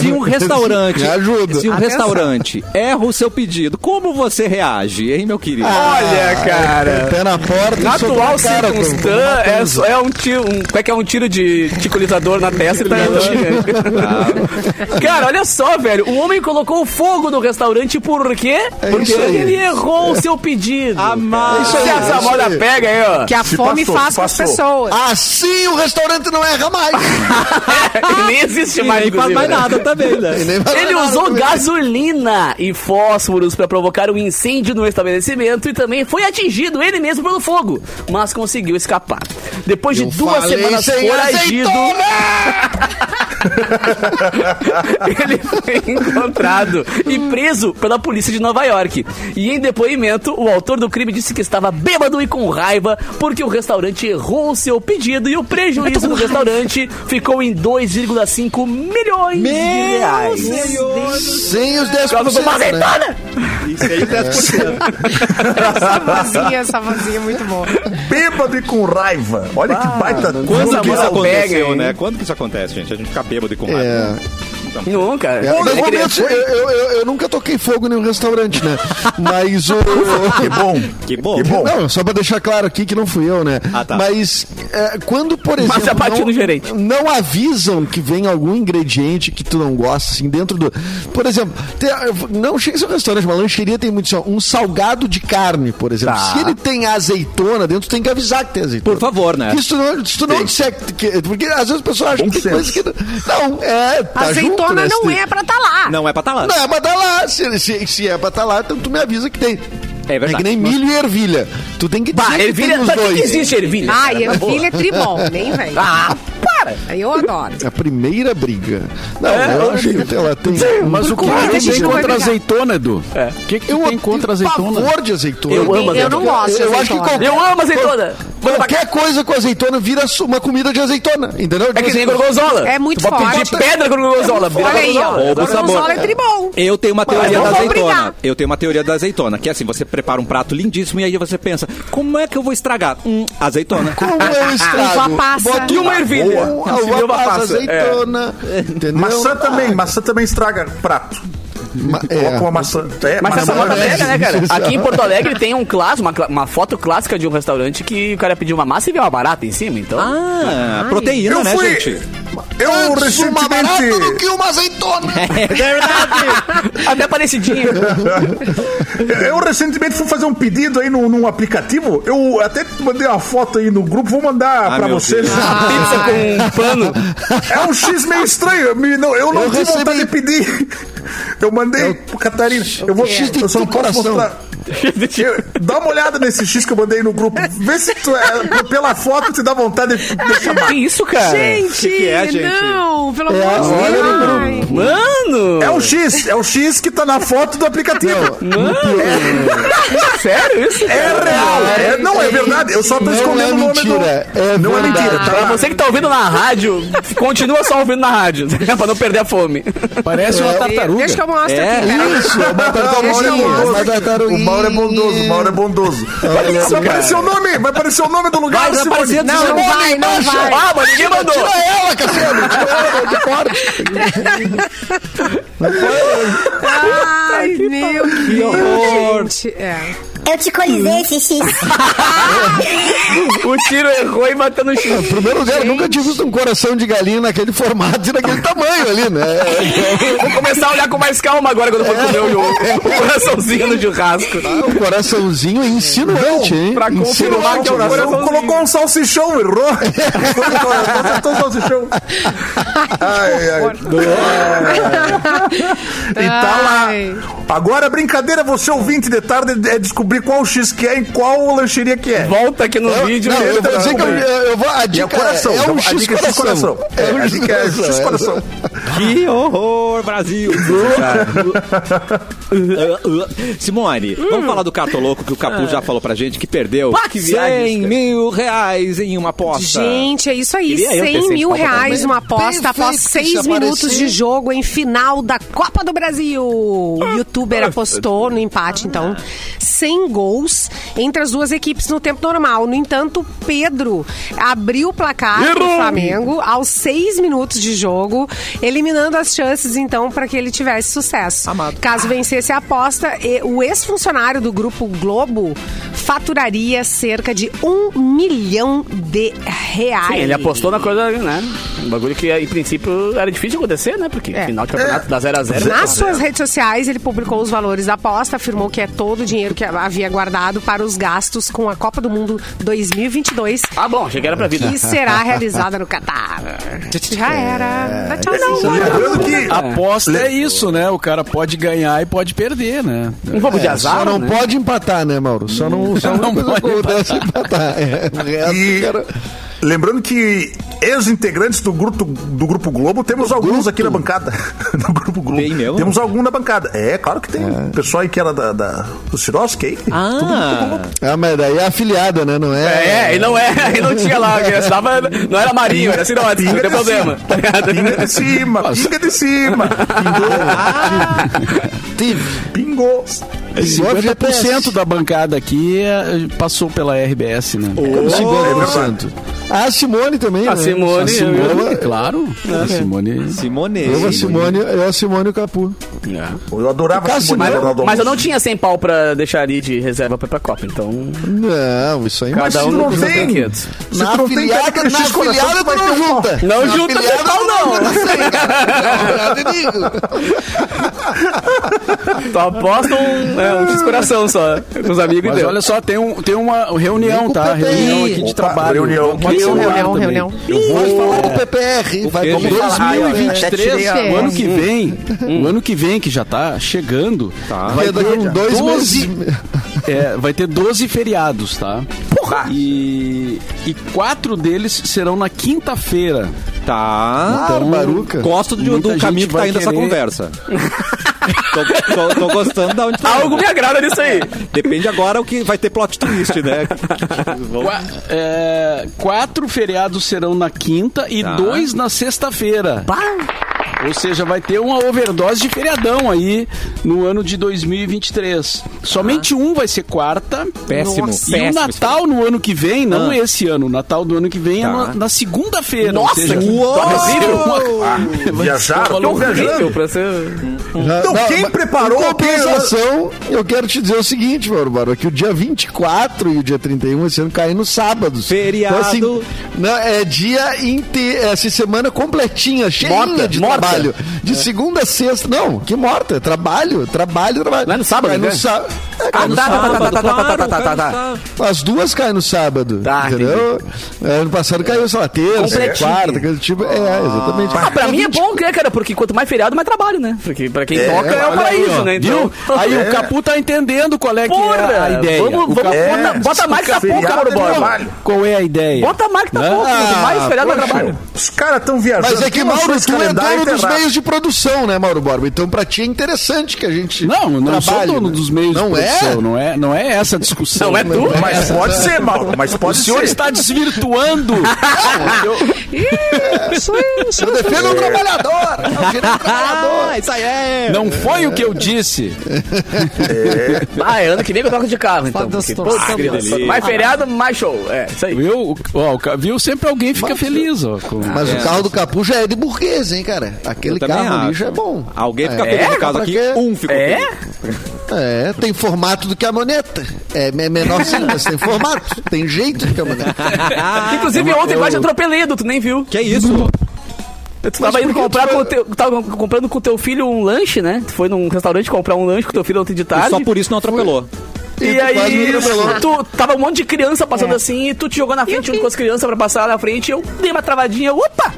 [SPEAKER 1] Se um restaurante,
[SPEAKER 5] Me ajuda.
[SPEAKER 1] se um
[SPEAKER 2] Atenção.
[SPEAKER 1] restaurante erra o seu pedido, como você reage, hein, meu querido?
[SPEAKER 6] Ah,
[SPEAKER 3] Olha, cara.
[SPEAKER 5] Pé na porta.
[SPEAKER 3] Na
[SPEAKER 5] soco
[SPEAKER 3] atual
[SPEAKER 5] cara,
[SPEAKER 3] circunstância, é só- é, um tiro. Um, como é que é um tiro de ticulizador na testa e tá indo. <laughs> Cara, olha só, velho. O homem colocou fogo no restaurante por quê? Porque
[SPEAKER 5] isso aí.
[SPEAKER 3] ele errou o seu pedido.
[SPEAKER 1] Amado.
[SPEAKER 3] Se
[SPEAKER 5] É isso
[SPEAKER 3] essa
[SPEAKER 5] aí.
[SPEAKER 3] moda pega aí, ó.
[SPEAKER 2] <laughs> Que a
[SPEAKER 7] Se
[SPEAKER 2] fome faz
[SPEAKER 7] passou, se
[SPEAKER 2] com as
[SPEAKER 7] passou.
[SPEAKER 6] <laughs>
[SPEAKER 2] pessoas.
[SPEAKER 5] Assim o restaurante não erra mais.
[SPEAKER 3] Ele nem existe
[SPEAKER 1] E
[SPEAKER 3] mais,
[SPEAKER 1] nem faz
[SPEAKER 3] inclusive,
[SPEAKER 1] mais
[SPEAKER 3] né?
[SPEAKER 1] nada também,
[SPEAKER 5] E
[SPEAKER 1] né?
[SPEAKER 5] nem vai
[SPEAKER 3] Ele
[SPEAKER 5] nada
[SPEAKER 3] usou
[SPEAKER 5] comigo.
[SPEAKER 3] gasolina e fósforos para provocar um incêndio no estabelecimento e também foi atingido ele mesmo pelo fogo, mas conseguiu escapar. Depois de
[SPEAKER 5] Eu
[SPEAKER 3] duas
[SPEAKER 5] falei
[SPEAKER 3] semanas
[SPEAKER 5] sem
[SPEAKER 3] foragido, <laughs> ele foi encontrado e preso pela polícia de Nova York. E em depoimento, o autor do crime disse que estava bêbado e com raiva porque o restaurante errou o seu pedido e o prejuízo do restaurante ficou em 2,5 milhões de reais.
[SPEAKER 5] Sem os
[SPEAKER 3] Por causa de uma
[SPEAKER 5] 10%. né?
[SPEAKER 3] azeitona!
[SPEAKER 2] Essa vazia, essa vazia é muito boa.
[SPEAKER 7] Bêbado e com raiva. Olha que baita
[SPEAKER 1] Quando
[SPEAKER 3] Nunca
[SPEAKER 1] que isso
[SPEAKER 3] mais pega,
[SPEAKER 1] aconteceu,
[SPEAKER 3] hein?
[SPEAKER 1] né? Quando que isso acontece, gente? A gente fica bêbado e com raiva.
[SPEAKER 5] É.
[SPEAKER 1] Não.
[SPEAKER 3] Nunca.
[SPEAKER 5] É,
[SPEAKER 3] Ele
[SPEAKER 5] mas,
[SPEAKER 3] é
[SPEAKER 5] Romeu,
[SPEAKER 3] criança.
[SPEAKER 5] eu, eu, eu, eu nunca toquei fogo em nenhum restaurante,
[SPEAKER 7] <laughs>
[SPEAKER 5] né? Mas o.
[SPEAKER 7] Que bom.
[SPEAKER 1] Que bom.
[SPEAKER 7] Que bom.
[SPEAKER 5] Não, só pra deixar claro aqui que não fui eu, né?
[SPEAKER 1] Ah, tá.
[SPEAKER 5] Mas é, quando, por exemplo.
[SPEAKER 3] a parte
[SPEAKER 5] não,
[SPEAKER 3] no gerente.
[SPEAKER 5] não avisam que vem algum ingrediente que tu não gosta, assim, dentro do. Por exemplo, tem- não chega em seu restaurante, uma lancheria tem muito assim, ó, um salgado de carne, por exemplo.
[SPEAKER 3] Tá.
[SPEAKER 5] Se ele tem azeitona dentro, tu tem que avisar que tem azeitona.
[SPEAKER 1] Por favor, né?
[SPEAKER 5] Que se tu não, se tu não disser que- que- Porque às vezes o pessoal acha
[SPEAKER 7] Bom
[SPEAKER 5] que tem
[SPEAKER 7] senso.
[SPEAKER 5] coisa que. Não, não, é. Tá
[SPEAKER 2] Azeitona
[SPEAKER 5] junto, né? Se
[SPEAKER 2] não
[SPEAKER 5] tem-
[SPEAKER 2] é pra estar lá.
[SPEAKER 1] Não é pra tá lá.
[SPEAKER 5] não, é pra tá lá. Se, se, se é pra tá lá, então tu me avisa que tem.
[SPEAKER 1] É verdade.
[SPEAKER 5] que nem milho e ervilha. Tu tem que dizer
[SPEAKER 3] Bah,
[SPEAKER 5] que tem
[SPEAKER 3] ervilha.
[SPEAKER 5] os
[SPEAKER 3] Pra que,
[SPEAKER 5] dois.
[SPEAKER 3] que existe ervilha?
[SPEAKER 2] Ah, e
[SPEAKER 3] cara? Na boa.
[SPEAKER 2] ervilha é tribom, nem vem.
[SPEAKER 3] Ah, para!
[SPEAKER 2] Eu adoro.
[SPEAKER 5] É A primeira briga. Não,
[SPEAKER 3] É,
[SPEAKER 5] eu
[SPEAKER 3] eu-
[SPEAKER 5] acho que ela tem.
[SPEAKER 6] Mas o que
[SPEAKER 2] comida
[SPEAKER 6] que
[SPEAKER 2] a
[SPEAKER 6] tu
[SPEAKER 2] gente
[SPEAKER 6] tem É.
[SPEAKER 2] não vai
[SPEAKER 6] contra
[SPEAKER 2] brigar.
[SPEAKER 6] azeitona, Edu? O que, que tu tem contra azeitona?
[SPEAKER 5] pavor de azeitona.
[SPEAKER 3] Eu amo
[SPEAKER 2] Eu não
[SPEAKER 3] azeitona.
[SPEAKER 2] gosto de
[SPEAKER 5] Eu acho que
[SPEAKER 2] azeitona.
[SPEAKER 5] qualquer,
[SPEAKER 3] Eu amo azeitona!
[SPEAKER 5] qualquer coisa com azeitona vira su- uma comida de azeitona, entendeu? Assim,
[SPEAKER 3] É que nem gorgonzola.
[SPEAKER 2] É muito
[SPEAKER 3] tu pode
[SPEAKER 2] forte.
[SPEAKER 3] pedir pedra com gorgonzola. vira
[SPEAKER 2] Olha aí,
[SPEAKER 3] gorgonzola.
[SPEAKER 2] ó.
[SPEAKER 1] Ou pro sabor.
[SPEAKER 2] Gorgonzola é tribom.
[SPEAKER 1] Eu tenho uma teoria
[SPEAKER 2] não
[SPEAKER 1] da
[SPEAKER 2] vou
[SPEAKER 1] azeitona.
[SPEAKER 2] brigar.
[SPEAKER 1] Eu tenho uma teoria da azeitona, que é assim, você prepara um prato lindíssimo e aí você pensa, como é que eu vou estragar? Hum, azeitona.
[SPEAKER 5] Como eu estrago?
[SPEAKER 2] Uva passa.
[SPEAKER 5] Boto
[SPEAKER 3] E uma ervilha.
[SPEAKER 5] Uva,
[SPEAKER 3] Se deu
[SPEAKER 5] uva
[SPEAKER 3] uma
[SPEAKER 5] passa,
[SPEAKER 3] passa, um é.
[SPEAKER 5] azeitona. Entendeu?
[SPEAKER 7] Maçã também, maçã também estraga prato.
[SPEAKER 5] Ma-
[SPEAKER 7] Coloca uma maçã. É,
[SPEAKER 3] Mas essa é uma
[SPEAKER 5] Mas é
[SPEAKER 3] pega, né, cara?
[SPEAKER 5] difícil.
[SPEAKER 3] Aqui em Porto Alegre tem um clássico, uma, cla- uma foto clássica de um restaurante que o cara pediu uma massa e veio uma barata em cima, então.
[SPEAKER 1] Ah, proteína,
[SPEAKER 7] Eu
[SPEAKER 1] né,
[SPEAKER 7] fui.
[SPEAKER 1] gente?
[SPEAKER 7] Eu
[SPEAKER 5] Antes uma barata do
[SPEAKER 7] recentemente.
[SPEAKER 5] É que uma azeitona.
[SPEAKER 3] É Até parecidinho.
[SPEAKER 7] Eu recentemente fui fazer um pedido aí num, num aplicativo. Eu até mandei uma foto aí no grupo, vou mandar
[SPEAKER 1] Ah,
[SPEAKER 7] pra
[SPEAKER 1] meu
[SPEAKER 7] vocês.
[SPEAKER 1] Deus.
[SPEAKER 3] Pizza com um pano.
[SPEAKER 7] <laughs> É um X meio estranho. me- não- Eu não
[SPEAKER 5] Eu
[SPEAKER 7] tive vontade de
[SPEAKER 5] recebi.
[SPEAKER 7] pedir. Eu mandei pro Catarina. Eu vou.
[SPEAKER 5] X tem
[SPEAKER 7] Eu só não
[SPEAKER 5] teu
[SPEAKER 7] posso
[SPEAKER 5] coração.
[SPEAKER 7] mostrar. Eu- Dá uma olhada nesse X que eu mandei no grupo. Vê se tu é- pela foto te dá vontade de, de chamar.
[SPEAKER 3] Que isso, cara?
[SPEAKER 2] Gente,
[SPEAKER 1] que que é, gente?
[SPEAKER 2] não, pelo
[SPEAKER 5] É,
[SPEAKER 2] amor de
[SPEAKER 5] olha
[SPEAKER 2] Deus.
[SPEAKER 5] no
[SPEAKER 2] Ai.
[SPEAKER 3] Mano!
[SPEAKER 7] É o X, é o X que tá na foto do aplicativo.
[SPEAKER 3] Sério isso?
[SPEAKER 7] É real. É, não, é verdade. Eu só tô
[SPEAKER 5] Não
[SPEAKER 7] escondendo
[SPEAKER 5] é
[SPEAKER 7] o nome do.
[SPEAKER 5] mentira, é
[SPEAKER 7] não é mentira. Tá
[SPEAKER 3] Pra
[SPEAKER 7] lá.
[SPEAKER 3] você que tá ouvindo na rádio, continua só ouvindo na rádio, <laughs> pra não perder a fome.
[SPEAKER 6] Parece
[SPEAKER 2] É.
[SPEAKER 6] uma tartaruga.
[SPEAKER 2] Deixa que eu mostro
[SPEAKER 1] É.
[SPEAKER 2] aqui, peraí.
[SPEAKER 5] Isso, uma
[SPEAKER 7] Não,
[SPEAKER 5] tartaruguinha.
[SPEAKER 7] o Mauro
[SPEAKER 5] Uma
[SPEAKER 7] é bondoso. O
[SPEAKER 5] tartaruguinha.
[SPEAKER 7] Mauro é bondoso. O Mauro é bondoso. Vai
[SPEAKER 5] isso, cara.
[SPEAKER 7] aparecer o nome. Vai aparecer o nome do lugar.
[SPEAKER 1] Vai
[SPEAKER 7] Simone.
[SPEAKER 1] aparecer
[SPEAKER 2] Não, não vai, não vai.
[SPEAKER 3] Ah, mas ninguém mandou!
[SPEAKER 5] Tira ela, Cassiano! Tira ela de fora!
[SPEAKER 2] Ai, meu Deus. Gente, é.
[SPEAKER 8] Eu te colisei esse X.
[SPEAKER 3] O tiro errou e matou no chão.
[SPEAKER 5] Em primeiro lugar, eu nunca tinha visto um coração de galinha naquele <laughs> formato e naquele tamanho ali, né?
[SPEAKER 3] Vou começar a olhar com mais calma agora quando for comer o, o coraçãozinho no churrasco.
[SPEAKER 5] Um coraçãozinho insinuante, hein?
[SPEAKER 3] pra
[SPEAKER 7] um
[SPEAKER 3] confirmar
[SPEAKER 5] Insinuante.
[SPEAKER 3] que é o
[SPEAKER 7] Agora
[SPEAKER 3] coração.
[SPEAKER 7] eu colocou um salsichão, errou. <laughs> Acertou o um salsichão. Ai, ai. E tá lá.
[SPEAKER 2] Ai.
[SPEAKER 7] Agora a brincadeira, você ouvinte de tarde, é descobrir qual X que é e qual lancheria que é.
[SPEAKER 3] Volta aqui no vídeo.
[SPEAKER 5] Não, eu
[SPEAKER 3] entra
[SPEAKER 5] vou
[SPEAKER 3] na
[SPEAKER 5] dizer que eu,
[SPEAKER 3] conversa.
[SPEAKER 5] eu vou. A
[SPEAKER 7] E é
[SPEAKER 5] dica
[SPEAKER 7] o coração.
[SPEAKER 5] é, um
[SPEAKER 7] a dica é X coração. É, a dica é X coração.
[SPEAKER 1] Que horror, Brasil! Simone, vamos falar do Cartoloco que o Capu já falou pra gente que perdeu
[SPEAKER 3] Pá, que viagem,
[SPEAKER 1] 100
[SPEAKER 3] cara.
[SPEAKER 1] mil reais em uma aposta.
[SPEAKER 2] Gente, é isso aí.
[SPEAKER 1] Queria eu ter
[SPEAKER 2] 100
[SPEAKER 1] esse
[SPEAKER 2] mil
[SPEAKER 1] papo
[SPEAKER 2] reais
[SPEAKER 5] também.
[SPEAKER 2] uma aposta
[SPEAKER 5] Perfeito,
[SPEAKER 2] após
[SPEAKER 5] se
[SPEAKER 2] seis
[SPEAKER 5] aparecer.
[SPEAKER 2] minutos de jogo em final da Copa do Brasil. O
[SPEAKER 1] Ah,
[SPEAKER 2] youtuber apostou no empate, então, 100 gols entre as duas equipes no tempo normal. No entanto, Pedro abriu o placar do Flamengo aos seis minutos de jogo, eliminando as chances, então, para que ele tivesse sucesso.
[SPEAKER 1] Amado.
[SPEAKER 2] Caso vencesse a aposta, e- o ex-funcionário do Grupo Globo faturaria cerca de um milhão de reais.
[SPEAKER 3] Sim, ele apostou na coisa, né? Um bagulho que, em princípio, era difícil de acontecer, né? Porque
[SPEAKER 2] É.
[SPEAKER 3] final de campeonato dá 0x0.
[SPEAKER 2] Nas suas redes sociais, ele publicou os valores da aposta, afirmou que é todo o dinheiro que havia guardado para os gastos com a Copa do Mundo 2022,
[SPEAKER 3] Ah, bom, achei que era pra vida. <laughs>
[SPEAKER 2] que será realizada no Catar. Já era. Tchau, não.
[SPEAKER 7] Lembrando que
[SPEAKER 6] Aposta é isso, né? O cara pode ganhar e pode perder, né?
[SPEAKER 3] Um pouco de azar,
[SPEAKER 5] Só não
[SPEAKER 3] né?
[SPEAKER 5] pode empatar, né, Mauro? Só não, só
[SPEAKER 6] Não
[SPEAKER 5] não coisa
[SPEAKER 6] pode
[SPEAKER 5] que acontece é empatar. É, o resto,
[SPEAKER 7] E
[SPEAKER 5] cara,
[SPEAKER 7] lembrando que ex-integrantes do grupo, do grupo Globo, temos alguns aqui na bancada. <laughs> do Grupo Globo.
[SPEAKER 1] Tem mesmo?
[SPEAKER 7] Temos algum na bancada. É, claro que tem. Pessoal aí que era da, da- do Siroski aí.
[SPEAKER 1] Ah,
[SPEAKER 5] Ah, mas daí é afiliada, né? Não é?
[SPEAKER 3] É, <laughs> e não é, e não tinha lá, que tava, não era marinho, era sinótico, não
[SPEAKER 7] Pinga
[SPEAKER 3] tem
[SPEAKER 7] de
[SPEAKER 3] problema,
[SPEAKER 7] cima.
[SPEAKER 3] tá ligado?
[SPEAKER 7] Pinga de cima, pinga de cima.
[SPEAKER 5] Tive.
[SPEAKER 7] Pingou.
[SPEAKER 5] Igual FPS.
[SPEAKER 7] É,
[SPEAKER 6] 50% da bancada aqui eh, passou pela RBS, né?
[SPEAKER 5] Como 50%? Ah, A Simone também.
[SPEAKER 3] A
[SPEAKER 5] né?
[SPEAKER 3] Simone,
[SPEAKER 5] A Simone.
[SPEAKER 6] claro. A Simone.
[SPEAKER 1] Simone.
[SPEAKER 5] Eu, a Simone, eu, a Simone e o Capu.
[SPEAKER 7] Eu adorava
[SPEAKER 5] Cássio,
[SPEAKER 7] Simone
[SPEAKER 5] mas-
[SPEAKER 7] Ronaldo
[SPEAKER 3] Mas eu não
[SPEAKER 7] Alonso.
[SPEAKER 3] tinha 100 pau pra deixar ali de reserva pra ir pra Copa, então.
[SPEAKER 5] Não, isso aí
[SPEAKER 3] Cada um
[SPEAKER 7] não
[SPEAKER 3] com seus
[SPEAKER 7] tem.
[SPEAKER 3] brinquedos.
[SPEAKER 7] Se tu não tem cara que
[SPEAKER 5] na
[SPEAKER 7] X coração,
[SPEAKER 5] filiada
[SPEAKER 7] tu vai
[SPEAKER 5] tu
[SPEAKER 7] ter
[SPEAKER 5] não
[SPEAKER 7] um
[SPEAKER 5] junta.
[SPEAKER 3] Não junta
[SPEAKER 5] filiada
[SPEAKER 3] total,
[SPEAKER 5] tu
[SPEAKER 3] não.
[SPEAKER 5] junta cem, cara. Eu te digo.
[SPEAKER 3] Tu aposta um, é, um X-Coração só. Com os amigos e
[SPEAKER 6] Mas
[SPEAKER 3] deu.
[SPEAKER 6] olha só, tem, um, tem uma reunião,
[SPEAKER 5] Vem com
[SPEAKER 6] tá?
[SPEAKER 5] o Pepe.
[SPEAKER 6] Reunião aqui de
[SPEAKER 7] Opa,
[SPEAKER 6] trabalho.
[SPEAKER 7] reunião.
[SPEAKER 6] Pode ser um
[SPEAKER 2] Reunião,
[SPEAKER 6] horário também.
[SPEAKER 2] reunião.
[SPEAKER 5] Eu vou falar com o PPR. Vai
[SPEAKER 1] quê,
[SPEAKER 5] com
[SPEAKER 1] gente?
[SPEAKER 5] dois mil.
[SPEAKER 6] 2023,
[SPEAKER 2] tirei a-
[SPEAKER 6] o ano que vem, o ano que vem que já tá chegando, vai
[SPEAKER 5] Vai daqui
[SPEAKER 6] ter
[SPEAKER 5] um dois
[SPEAKER 6] 12,
[SPEAKER 5] meses.
[SPEAKER 6] é, vai ter 12 feriados, tá? Porra! E, e quatro deles serão na quinta-feira.
[SPEAKER 1] Tá.
[SPEAKER 5] Então, Baruca.
[SPEAKER 1] Gosto do,
[SPEAKER 6] Muita
[SPEAKER 1] do caminho
[SPEAKER 6] gente
[SPEAKER 1] que tá
[SPEAKER 6] vai
[SPEAKER 1] indo essa
[SPEAKER 6] querer.
[SPEAKER 1] conversa. <laughs> tô, tô- tô gostando da onde tá.
[SPEAKER 3] Algo me agrada nisso aí.
[SPEAKER 1] Depende agora o que vai ter plot twist, né? Vamos-
[SPEAKER 6] Qua- é, quatro feriados serão na quinta e
[SPEAKER 1] Tá.
[SPEAKER 6] dois na sexta-feira. Ou seja, vai ter uma overdose de feriadão aí no ano de 2023. Somente
[SPEAKER 3] Tá.
[SPEAKER 6] um vai ser quarta.
[SPEAKER 1] <laughs> Péssimo. Péssimo
[SPEAKER 6] E o
[SPEAKER 1] esse
[SPEAKER 6] Natal no ano que vem, não
[SPEAKER 1] Ah.
[SPEAKER 6] esse ano, o Natal do ano que vem é
[SPEAKER 1] Tá.
[SPEAKER 6] na, na segunda-feira.
[SPEAKER 3] Nossa,
[SPEAKER 6] ou seja, assim,
[SPEAKER 3] que
[SPEAKER 6] vai ser uma-
[SPEAKER 7] Ah,
[SPEAKER 3] é
[SPEAKER 7] viajaram? Estão viajando?
[SPEAKER 3] Horrível pra ser.
[SPEAKER 7] Então, quem preparou
[SPEAKER 5] Em
[SPEAKER 7] o que-
[SPEAKER 5] compensação, eu quero te dizer o seguinte, Mauro Barba, que o dia 24 e o dia 31 esse ano caem no sábado.
[SPEAKER 1] Feriado.
[SPEAKER 5] não, é dia inteiro, essa semana completinha, cheia
[SPEAKER 3] Morta,
[SPEAKER 5] de
[SPEAKER 3] morta. É.
[SPEAKER 5] trabalho. De segunda a sexta, não, que morta, trabalho, trabalho, trabalho.
[SPEAKER 3] Não é no sábado,
[SPEAKER 5] Cai
[SPEAKER 3] né?
[SPEAKER 5] no sá- é, cai no
[SPEAKER 3] tá,
[SPEAKER 5] sábado.
[SPEAKER 3] tá, tá, tá, tá, tá, tá, tá, tá.
[SPEAKER 1] Claro,
[SPEAKER 5] As duas caem no sábado,
[SPEAKER 3] Tá,
[SPEAKER 5] entendeu? É, ano passado caiu, sei lá, terça,
[SPEAKER 3] Completinho.
[SPEAKER 5] quarta, coisa do tipo, é, exatamente.
[SPEAKER 3] Ah, pra mim é bom, né, cara? Porque quanto mais feriado, mais trabalho, né? Porque pra quem toca é o
[SPEAKER 6] Olha aí,
[SPEAKER 3] paraíso,
[SPEAKER 6] ó,
[SPEAKER 3] né? Então,
[SPEAKER 6] viu? Aí o Capu tá entendendo qual é, que é
[SPEAKER 3] Porra,
[SPEAKER 6] a ideia.
[SPEAKER 3] vamos-
[SPEAKER 6] O
[SPEAKER 3] vamos-
[SPEAKER 6] Capu- é,
[SPEAKER 3] bota- bota mais
[SPEAKER 7] fica
[SPEAKER 3] capô,
[SPEAKER 7] feriado,
[SPEAKER 3] Mauro
[SPEAKER 7] é
[SPEAKER 3] Borba.
[SPEAKER 7] trabalho.
[SPEAKER 6] Qual é a ideia?
[SPEAKER 3] bota a marca na
[SPEAKER 6] Né?
[SPEAKER 3] boca, quanto mais
[SPEAKER 6] Ah,
[SPEAKER 3] feriado, mais
[SPEAKER 7] Poxa,
[SPEAKER 3] trabalho.
[SPEAKER 7] Os caras estão viajando.
[SPEAKER 5] Mas é que,
[SPEAKER 7] Tem umas
[SPEAKER 5] Mauro,
[SPEAKER 7] coisas
[SPEAKER 5] tu é
[SPEAKER 7] calendário
[SPEAKER 5] dono dos
[SPEAKER 7] ferrado.
[SPEAKER 5] meios de produção, né, Mauro Borba? Então, pra ti é interessante que a gente.
[SPEAKER 6] Não, eu não sou
[SPEAKER 5] trabalhe,
[SPEAKER 6] dono
[SPEAKER 5] né?
[SPEAKER 6] dos meios
[SPEAKER 5] Não
[SPEAKER 6] de produção,
[SPEAKER 5] é?
[SPEAKER 6] não é, não é essa a discussão.
[SPEAKER 3] Não é tu?
[SPEAKER 7] Mas pode ser, Mauro. Mas
[SPEAKER 6] O
[SPEAKER 7] pode
[SPEAKER 6] senhor
[SPEAKER 7] ser.
[SPEAKER 6] está desvirtuando.
[SPEAKER 5] Eu defendo o trabalhador! Eu defendo o trabalhador!
[SPEAKER 1] isso aí é.
[SPEAKER 6] Não foi o que eu disse.
[SPEAKER 3] Ah, é ano que vem que eu toco de carro, então.
[SPEAKER 2] Foda-se,
[SPEAKER 3] porque,
[SPEAKER 2] todos
[SPEAKER 3] pá,
[SPEAKER 2] são
[SPEAKER 3] que
[SPEAKER 2] bons.
[SPEAKER 3] delícia. mais feriado, mais show. É, isso aí.
[SPEAKER 6] Viu? O- ó, o ca- viu? Sempre alguém fica feliz. Ó, com-
[SPEAKER 5] Mas o carro do Capu já é de burguês, hein, cara? Aquele
[SPEAKER 1] Eu também
[SPEAKER 5] carro ali
[SPEAKER 1] acho.
[SPEAKER 5] já é bom.
[SPEAKER 1] Alguém fica
[SPEAKER 5] É,
[SPEAKER 1] feliz no caso
[SPEAKER 5] pra
[SPEAKER 1] aqui,
[SPEAKER 5] quê?
[SPEAKER 1] um ficou
[SPEAKER 3] É?
[SPEAKER 1] feliz.
[SPEAKER 5] É, tem formato do que a moneta. É me- menorzinho, mas tem formato. Tem jeito de caminhoneta.
[SPEAKER 3] Inclusive, ontem quase atropelei, Edu, tu nem viu.
[SPEAKER 1] Que é isso?
[SPEAKER 3] Tu tava indo comprar com o teu, tava comprando com o teu filho um lanche, né? Tu foi num restaurante comprar um lanche com teu filho ontem de
[SPEAKER 1] E
[SPEAKER 3] tarde.
[SPEAKER 1] só por isso não atropelou.
[SPEAKER 3] E,
[SPEAKER 5] E tu quase
[SPEAKER 3] aí,
[SPEAKER 5] me atropelou.
[SPEAKER 3] tu tava um monte de criança passando assim e tu te jogou na frente junto com as crianças pra passar lá na frente. Eu dei uma travadinha, opa!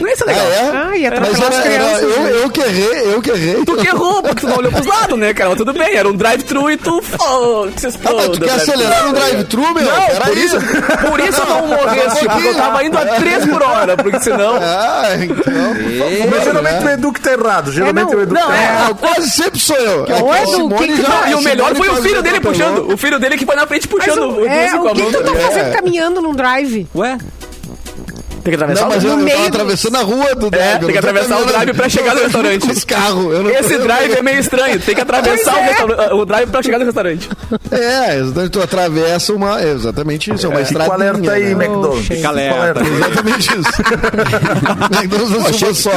[SPEAKER 3] Não é isso legal.
[SPEAKER 5] Ah, é?
[SPEAKER 2] Ai,
[SPEAKER 5] Mas
[SPEAKER 2] atropelar
[SPEAKER 5] era,
[SPEAKER 2] as
[SPEAKER 5] era-
[SPEAKER 2] crianças.
[SPEAKER 5] eu, eu que errei, eu que errei.
[SPEAKER 3] Tu que errou, porque tu não olhou pros lados, né, cara? Mas tudo bem, era um drive-thru e tu. Foda-se,
[SPEAKER 5] Ah, mas tu quer acelerar no drive-thru, meu?
[SPEAKER 3] Não, por
[SPEAKER 5] Peraí.
[SPEAKER 3] isso, né? por isso eu não morresse,
[SPEAKER 5] Não,
[SPEAKER 3] porque eu tava indo a 3 por hora, porque senão. né?
[SPEAKER 5] Ah, então.
[SPEAKER 7] Mas geralmente o Edu que tá errado. Geralmente
[SPEAKER 2] não.
[SPEAKER 7] o Edu que
[SPEAKER 3] É, Não,
[SPEAKER 7] tá
[SPEAKER 3] é.
[SPEAKER 7] errado.
[SPEAKER 5] Ah, quase sempre sou eu. É que
[SPEAKER 2] horror,
[SPEAKER 5] a
[SPEAKER 2] Edu,
[SPEAKER 5] Simone
[SPEAKER 2] que que
[SPEAKER 5] já-
[SPEAKER 2] não,
[SPEAKER 3] tá?
[SPEAKER 5] a
[SPEAKER 3] E o
[SPEAKER 5] Simone
[SPEAKER 3] melhor foi o
[SPEAKER 5] faz
[SPEAKER 3] filho dele
[SPEAKER 5] outra
[SPEAKER 3] puxando.
[SPEAKER 5] mão.
[SPEAKER 3] O filho dele que foi na frente
[SPEAKER 2] Mas
[SPEAKER 3] puxando
[SPEAKER 2] o,
[SPEAKER 3] o
[SPEAKER 2] é,
[SPEAKER 3] Edu com
[SPEAKER 2] o
[SPEAKER 3] a
[SPEAKER 2] que,
[SPEAKER 3] mão.
[SPEAKER 2] que tu tá
[SPEAKER 5] É.
[SPEAKER 2] fazendo caminhando num drive?
[SPEAKER 1] Ué?
[SPEAKER 3] Tem que atravessar
[SPEAKER 5] Não,
[SPEAKER 3] o
[SPEAKER 5] mas eu,
[SPEAKER 2] No
[SPEAKER 5] eu
[SPEAKER 2] meio
[SPEAKER 5] tava
[SPEAKER 2] do-
[SPEAKER 5] atravessando a rua do drive. eu
[SPEAKER 3] É, tem
[SPEAKER 5] não
[SPEAKER 3] que
[SPEAKER 5] tô
[SPEAKER 3] atravessar o
[SPEAKER 5] caminhando-
[SPEAKER 3] drive pra
[SPEAKER 5] <laughs>
[SPEAKER 3] chegar no
[SPEAKER 5] eu tô junto
[SPEAKER 3] restaurante.
[SPEAKER 5] Com os carros. eu não tô-
[SPEAKER 3] Esse drive é meio estranho, tem que atravessar o,
[SPEAKER 2] Pois é.
[SPEAKER 3] restaura- o drive pra chegar no restaurante.
[SPEAKER 5] É, exatamente, tu atravessa uma... é Exatamente isso, é uma
[SPEAKER 7] Fica o
[SPEAKER 5] estrada.
[SPEAKER 7] alerta aí,
[SPEAKER 5] né?
[SPEAKER 7] McDonald's.
[SPEAKER 1] Fica
[SPEAKER 7] Fica
[SPEAKER 1] alerta.
[SPEAKER 5] Exatamente
[SPEAKER 3] <laughs>
[SPEAKER 5] isso. McDonald's não sou só.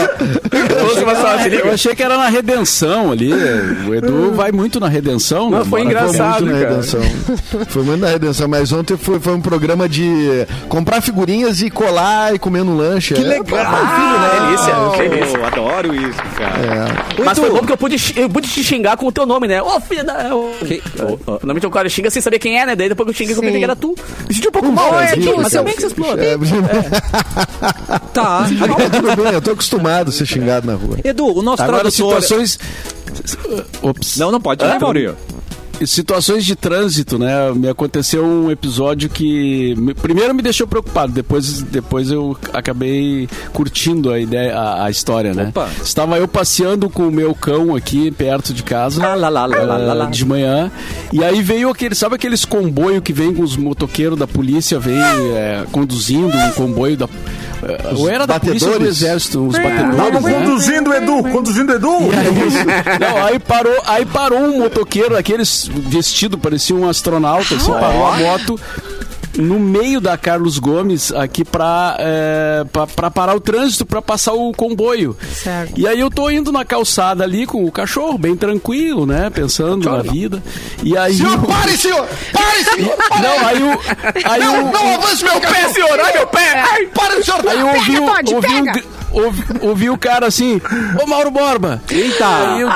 [SPEAKER 3] Ouça uma só, se
[SPEAKER 6] Ah, Eu
[SPEAKER 3] liga.
[SPEAKER 6] achei que era na redenção ali. O Edu vai muito na redenção.
[SPEAKER 3] Não,
[SPEAKER 6] né?
[SPEAKER 3] foi
[SPEAKER 6] Bora,
[SPEAKER 3] engraçado. Sabe,
[SPEAKER 6] vamos.
[SPEAKER 5] Foi muito na
[SPEAKER 3] cara.
[SPEAKER 5] redenção. Foi muito na redenção, mas ontem foi, foi um programa de comprar figurinhas e colar e comendo um lanche. Que
[SPEAKER 3] Ah, delícia, delícia.
[SPEAKER 1] é Eu adoro isso, cara.
[SPEAKER 3] Mas foi bom porque eu pude, xi- eu pude te xingar com o teu nome, né? Ô, filha da. ô. É, Normalmente o cara xinga sem saber quem é, né? Daí depois que eu xinguei, eu pensei que era tu. Me senti um pouco mal, né?
[SPEAKER 5] Brasil,
[SPEAKER 3] Mas
[SPEAKER 5] é cara. É,
[SPEAKER 3] eu bem que você né? explora.
[SPEAKER 1] Tá.
[SPEAKER 3] um
[SPEAKER 5] Tudo bem, eu tô acostumado a ser xingado na rua.
[SPEAKER 1] Edu, o nosso
[SPEAKER 6] Agora,
[SPEAKER 1] tradutor.
[SPEAKER 6] situações... Ops.
[SPEAKER 1] Não, não pode, né, Maurinho?
[SPEAKER 6] situações de trânsito, né? Me aconteceu um episódio que me- primeiro me deixou preocupado, depois, depois eu acabei curtindo a ideia, a, a história, né?
[SPEAKER 1] Opa.
[SPEAKER 6] Estava eu passeando com o meu cão aqui perto de casa.
[SPEAKER 1] Ah, lá, lá, lá, lá, lá, lá.
[SPEAKER 6] eh, De manhã. E aí veio aquele, sabe aqueles comboio que vem com os motoqueiros da polícia, vem eh, conduzindo um comboio da eh, ou era da polícia ou do
[SPEAKER 5] batedores.
[SPEAKER 6] exército, os batedores.
[SPEAKER 7] Estavam
[SPEAKER 6] né?
[SPEAKER 7] conduzindo o Edu. Conduzindo o Edu.
[SPEAKER 6] Não, aí parou, aí parou um motoqueiro, aqueles vestido, parecia um astronauta, assim, parou a moto. no meio da Carlos Gomes aqui pra, é, pra, pra parar o trânsito, pra passar o comboio.
[SPEAKER 2] Certo.
[SPEAKER 6] E aí eu tô indo na calçada ali com o cachorro, bem tranquilo, né? Pensando na vida. E aí.
[SPEAKER 5] Senhor, pare, senhor! Pare, senhor!
[SPEAKER 6] Não, aí o. Aí
[SPEAKER 5] Não,
[SPEAKER 6] o-
[SPEAKER 5] não avance meu
[SPEAKER 3] Pé,
[SPEAKER 5] carro!
[SPEAKER 3] senhor! Ai, meu pé! Ai,
[SPEAKER 5] Para, senhor!
[SPEAKER 6] Aí eu ouvi, o-
[SPEAKER 2] Pega, Todd,
[SPEAKER 6] ouvi, o
[SPEAKER 2] pega!
[SPEAKER 6] gr- ouvi, ouvi o cara assim, ô Mauro Borba.
[SPEAKER 1] Eita!
[SPEAKER 6] Aí eu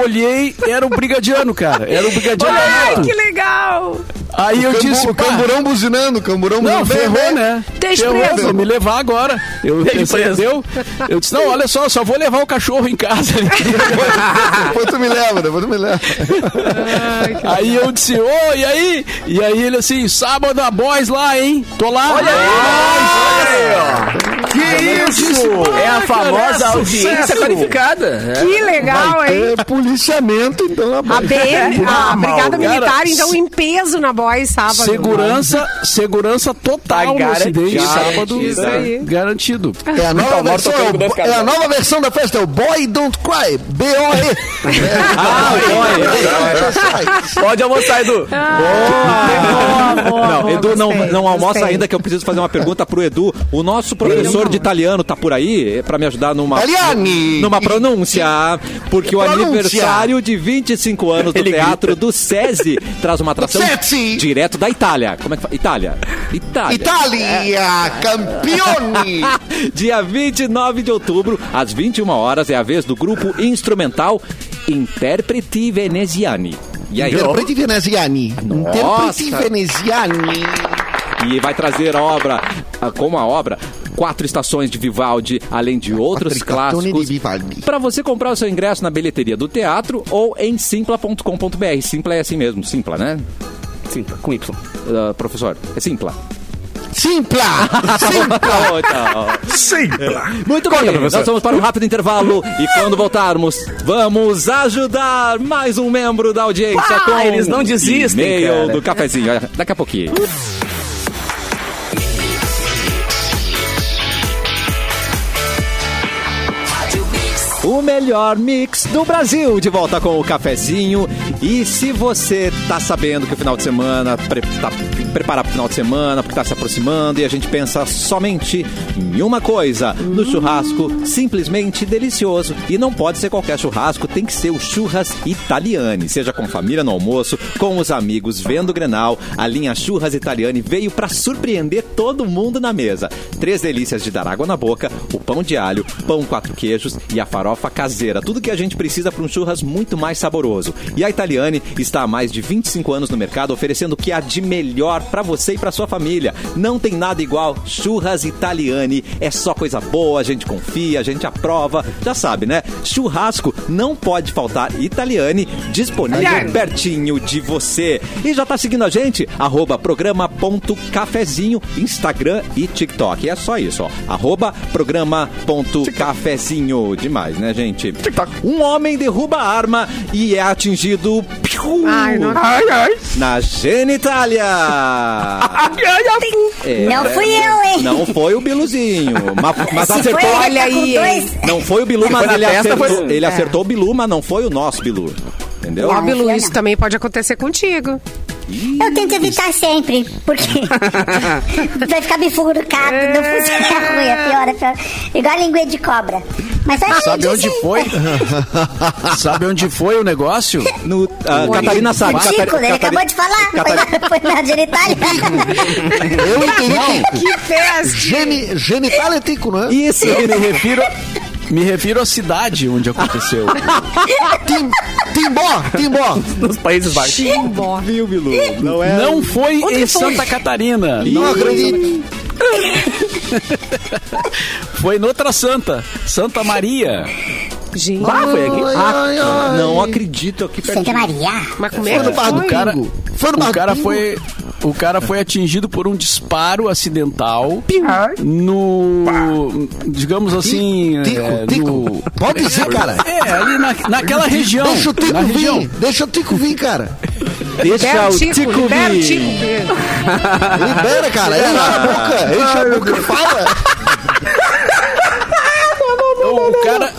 [SPEAKER 6] olhei, era o brigadiano, cara. Era o brigadiano.
[SPEAKER 2] Ai,
[SPEAKER 6] Neto.
[SPEAKER 2] que legal!
[SPEAKER 6] Aí eu
[SPEAKER 5] Cambu-
[SPEAKER 6] disse,
[SPEAKER 5] o
[SPEAKER 6] "Pá,
[SPEAKER 5] camburão buzinando, o camburão
[SPEAKER 6] não,
[SPEAKER 5] buzinando.
[SPEAKER 6] ferrou, né?
[SPEAKER 2] Deixa
[SPEAKER 6] ferrou,
[SPEAKER 2] preso.
[SPEAKER 6] vou me levar agora. Eu
[SPEAKER 3] Deixa
[SPEAKER 6] pensei,
[SPEAKER 3] preso.
[SPEAKER 6] deu? Eu disse, não, olha só, só vou levar o cachorro em
[SPEAKER 5] <laughs>
[SPEAKER 6] casa.
[SPEAKER 5] Depois tu me leva, depois tu me leva.
[SPEAKER 6] aí eu disse, ô, e aí? E aí ele assim, sábado a boys lá, hein? Tô lá. Olha
[SPEAKER 7] Que isso?
[SPEAKER 3] É a
[SPEAKER 6] cara,
[SPEAKER 3] famosa audiência
[SPEAKER 7] sucesso!
[SPEAKER 3] é qualificada. É.
[SPEAKER 2] Que legal, hein?
[SPEAKER 5] É policiamento, então, a
[SPEAKER 2] A BM, a
[SPEAKER 7] Ah, Mauro,
[SPEAKER 2] Brigada
[SPEAKER 6] cara,
[SPEAKER 2] Militar, então,
[SPEAKER 6] se-
[SPEAKER 2] em peso na Boys sábado.
[SPEAKER 6] Segurança, segurança total
[SPEAKER 3] Tá
[SPEAKER 6] no acidente
[SPEAKER 3] garantido.
[SPEAKER 6] sábado. né?
[SPEAKER 2] Isso aí.
[SPEAKER 6] Garantido.
[SPEAKER 5] É a, nova
[SPEAKER 3] Então, Mauro
[SPEAKER 5] versão,
[SPEAKER 3] tocando com dois
[SPEAKER 5] é,
[SPEAKER 3] cabelos.
[SPEAKER 5] a nova versão da festa, é o Boy Don't Cry,
[SPEAKER 6] <laughs>
[SPEAKER 5] B-O-E.
[SPEAKER 6] Ah,
[SPEAKER 5] É.
[SPEAKER 3] Pode almoçar, Edu.
[SPEAKER 1] não, Edu, não,
[SPEAKER 2] gostei,
[SPEAKER 1] não almoça
[SPEAKER 2] gostei.
[SPEAKER 1] ainda que eu preciso fazer uma pergunta pro Edu. O nosso professor de italiano tá por aí é, pra me ajudar numa
[SPEAKER 5] Italiani!
[SPEAKER 1] numa pronúncia, porque o
[SPEAKER 5] Pronúncia.
[SPEAKER 1] aniversário de 25 anos do
[SPEAKER 3] Ele
[SPEAKER 1] Teatro do SESI traz uma atração
[SPEAKER 5] SESI.
[SPEAKER 1] direto da Itália. Como é que fala? Itália. Itália.
[SPEAKER 5] Itália, campione.
[SPEAKER 1] Dia 29 de outubro, às 21 horas, é a vez do grupo instrumental Interpreti Veneziani. E aí,
[SPEAKER 5] Interpreti veneziani. Interpreti veneziani.
[SPEAKER 1] E vai trazer a obra, ah, como a obra, quatro estações de Vivaldi, além de outros
[SPEAKER 5] Quattricatone
[SPEAKER 1] clássicos.
[SPEAKER 5] di Vivaldi.
[SPEAKER 1] Para você comprar o seu ingresso na bilheteria do teatro ou em simpla.com.br. Simpla é assim mesmo, Simpla, né?
[SPEAKER 3] Sim, com Y.
[SPEAKER 1] Ah, professor, é Simpla.
[SPEAKER 5] Simpla.
[SPEAKER 1] Então, então.
[SPEAKER 7] Sim.
[SPEAKER 1] <laughs> Muito bem, nós vamos para um rápido intervalo e quando voltarmos, vamos ajudar mais um membro da audiência
[SPEAKER 3] Ah,
[SPEAKER 1] com
[SPEAKER 3] eles não desistem,
[SPEAKER 1] e-mail
[SPEAKER 3] cara.
[SPEAKER 1] do cafezinho.
[SPEAKER 3] <laughs>
[SPEAKER 1] Olha, Daqui a pouquinho. O melhor mix do Brasil, de volta com o cafezinho. E se você tá sabendo que o final de semana, pre tá preparar pro final de semana, porque tá se aproximando e a gente pensa somente em uma coisa, no churrasco simplesmente delicioso. E não pode ser qualquer churrasco, tem que ser o Churras Italiani, seja com família no almoço, com os amigos vendo o Grenal, a linha Churras Italiani veio para surpreender todo mundo na mesa. Três delícias de dar água na boca, o pão de alho, pão quatro queijos e a farofa caseira. Tudo que a gente precisa para um churras muito mais saboroso. E a Italiane está há mais de 25 anos no mercado oferecendo o que há de melhor para você e para sua família. Não tem nada igual Churras Italiane. É só coisa boa, a gente confia, a gente aprova. Já sabe, né? Churrasco não pode faltar Italiane disponível
[SPEAKER 2] Italiane.
[SPEAKER 1] pertinho de você. E já tá seguindo a gente? Arroba programa.cafezinho, Instagram e TikTok. É só isso, ó. Arroba programa.cafezinho. Demais, né, gente? Um homem derruba a arma e é atingido piu,
[SPEAKER 2] Ai, não
[SPEAKER 3] Ai, ai.
[SPEAKER 1] na genitália.
[SPEAKER 3] Ai, ai, ai.
[SPEAKER 1] É,
[SPEAKER 8] Não fui eu, hein?
[SPEAKER 1] Não foi o Biluzinho, mas, mas
[SPEAKER 8] Se foi,
[SPEAKER 1] acertou.
[SPEAKER 8] ele
[SPEAKER 2] olha
[SPEAKER 8] tá com
[SPEAKER 2] aí,
[SPEAKER 8] dois.
[SPEAKER 1] Não foi o Bilu, mas
[SPEAKER 3] na
[SPEAKER 1] ele, É.
[SPEAKER 3] testa,
[SPEAKER 1] acertou,
[SPEAKER 3] foi-
[SPEAKER 1] ele acertou o Bilu, mas não foi o nosso Bilu. Entendeu?
[SPEAKER 2] Ó, Bilu,
[SPEAKER 8] Fiona.
[SPEAKER 2] isso também pode acontecer contigo.
[SPEAKER 8] Eu tento evitar sempre, porque vai ficar bifurcado, não funciona ruim, é pior, é pior. Igual a linguinha de cobra. Mas olha,
[SPEAKER 6] Sabe
[SPEAKER 8] eu
[SPEAKER 6] onde
[SPEAKER 8] disse-
[SPEAKER 5] <laughs>
[SPEAKER 6] foi? Sabe onde foi o negócio?
[SPEAKER 1] No, ah,
[SPEAKER 2] Oi.
[SPEAKER 1] Catarina Saga.
[SPEAKER 8] É Ridículo,
[SPEAKER 1] Catari-
[SPEAKER 8] ele acabou
[SPEAKER 1] Catari-
[SPEAKER 8] de falar, foi, na, foi na genitália.
[SPEAKER 5] Eu entendi.
[SPEAKER 2] Que festa!
[SPEAKER 5] Geni, genital etíquico, não é?
[SPEAKER 1] Isso,
[SPEAKER 6] Eu me refiro, me refiro à cidade onde aconteceu.
[SPEAKER 5] Tim, timbó, timbó.
[SPEAKER 3] Nos Países Baixos.
[SPEAKER 1] viu, Bilu? Não é.
[SPEAKER 6] Não foi
[SPEAKER 2] Onde
[SPEAKER 6] em
[SPEAKER 2] foi?
[SPEAKER 6] Santa Catarina.
[SPEAKER 5] Não
[SPEAKER 6] Não,
[SPEAKER 5] <laughs> acredito.
[SPEAKER 6] foi noutra santa, Santa Maria.
[SPEAKER 2] <laughs> Gente,
[SPEAKER 3] Ah, foi aqui.
[SPEAKER 5] Ai, ai, ai.
[SPEAKER 1] Não acredito aqui perto.
[SPEAKER 8] Santa Maria.
[SPEAKER 2] mas como é
[SPEAKER 5] Foi no
[SPEAKER 2] que
[SPEAKER 5] Barra do
[SPEAKER 2] foi?
[SPEAKER 5] Cara. Foi
[SPEAKER 6] O
[SPEAKER 5] no Barra do
[SPEAKER 6] cara
[SPEAKER 5] Pingo.
[SPEAKER 6] foi, o cara foi atingido por um disparo acidental
[SPEAKER 3] Ai.
[SPEAKER 6] no, digamos assim, é,
[SPEAKER 5] Tico,
[SPEAKER 6] no-
[SPEAKER 5] tico. Pode dizer, cara.
[SPEAKER 6] É, ali na, naquela região.
[SPEAKER 5] Deixa o
[SPEAKER 6] na
[SPEAKER 5] Tico
[SPEAKER 6] região.
[SPEAKER 5] vir. Deixa o Tico vir, cara.
[SPEAKER 1] Deixa
[SPEAKER 2] Belo
[SPEAKER 1] o
[SPEAKER 2] Tico,
[SPEAKER 1] Tico
[SPEAKER 2] belo
[SPEAKER 1] vir.
[SPEAKER 2] Tico. Pedro.
[SPEAKER 5] Libera, cara. Enche a boca. Enche a boca. Fala.
[SPEAKER 6] Então, o cara,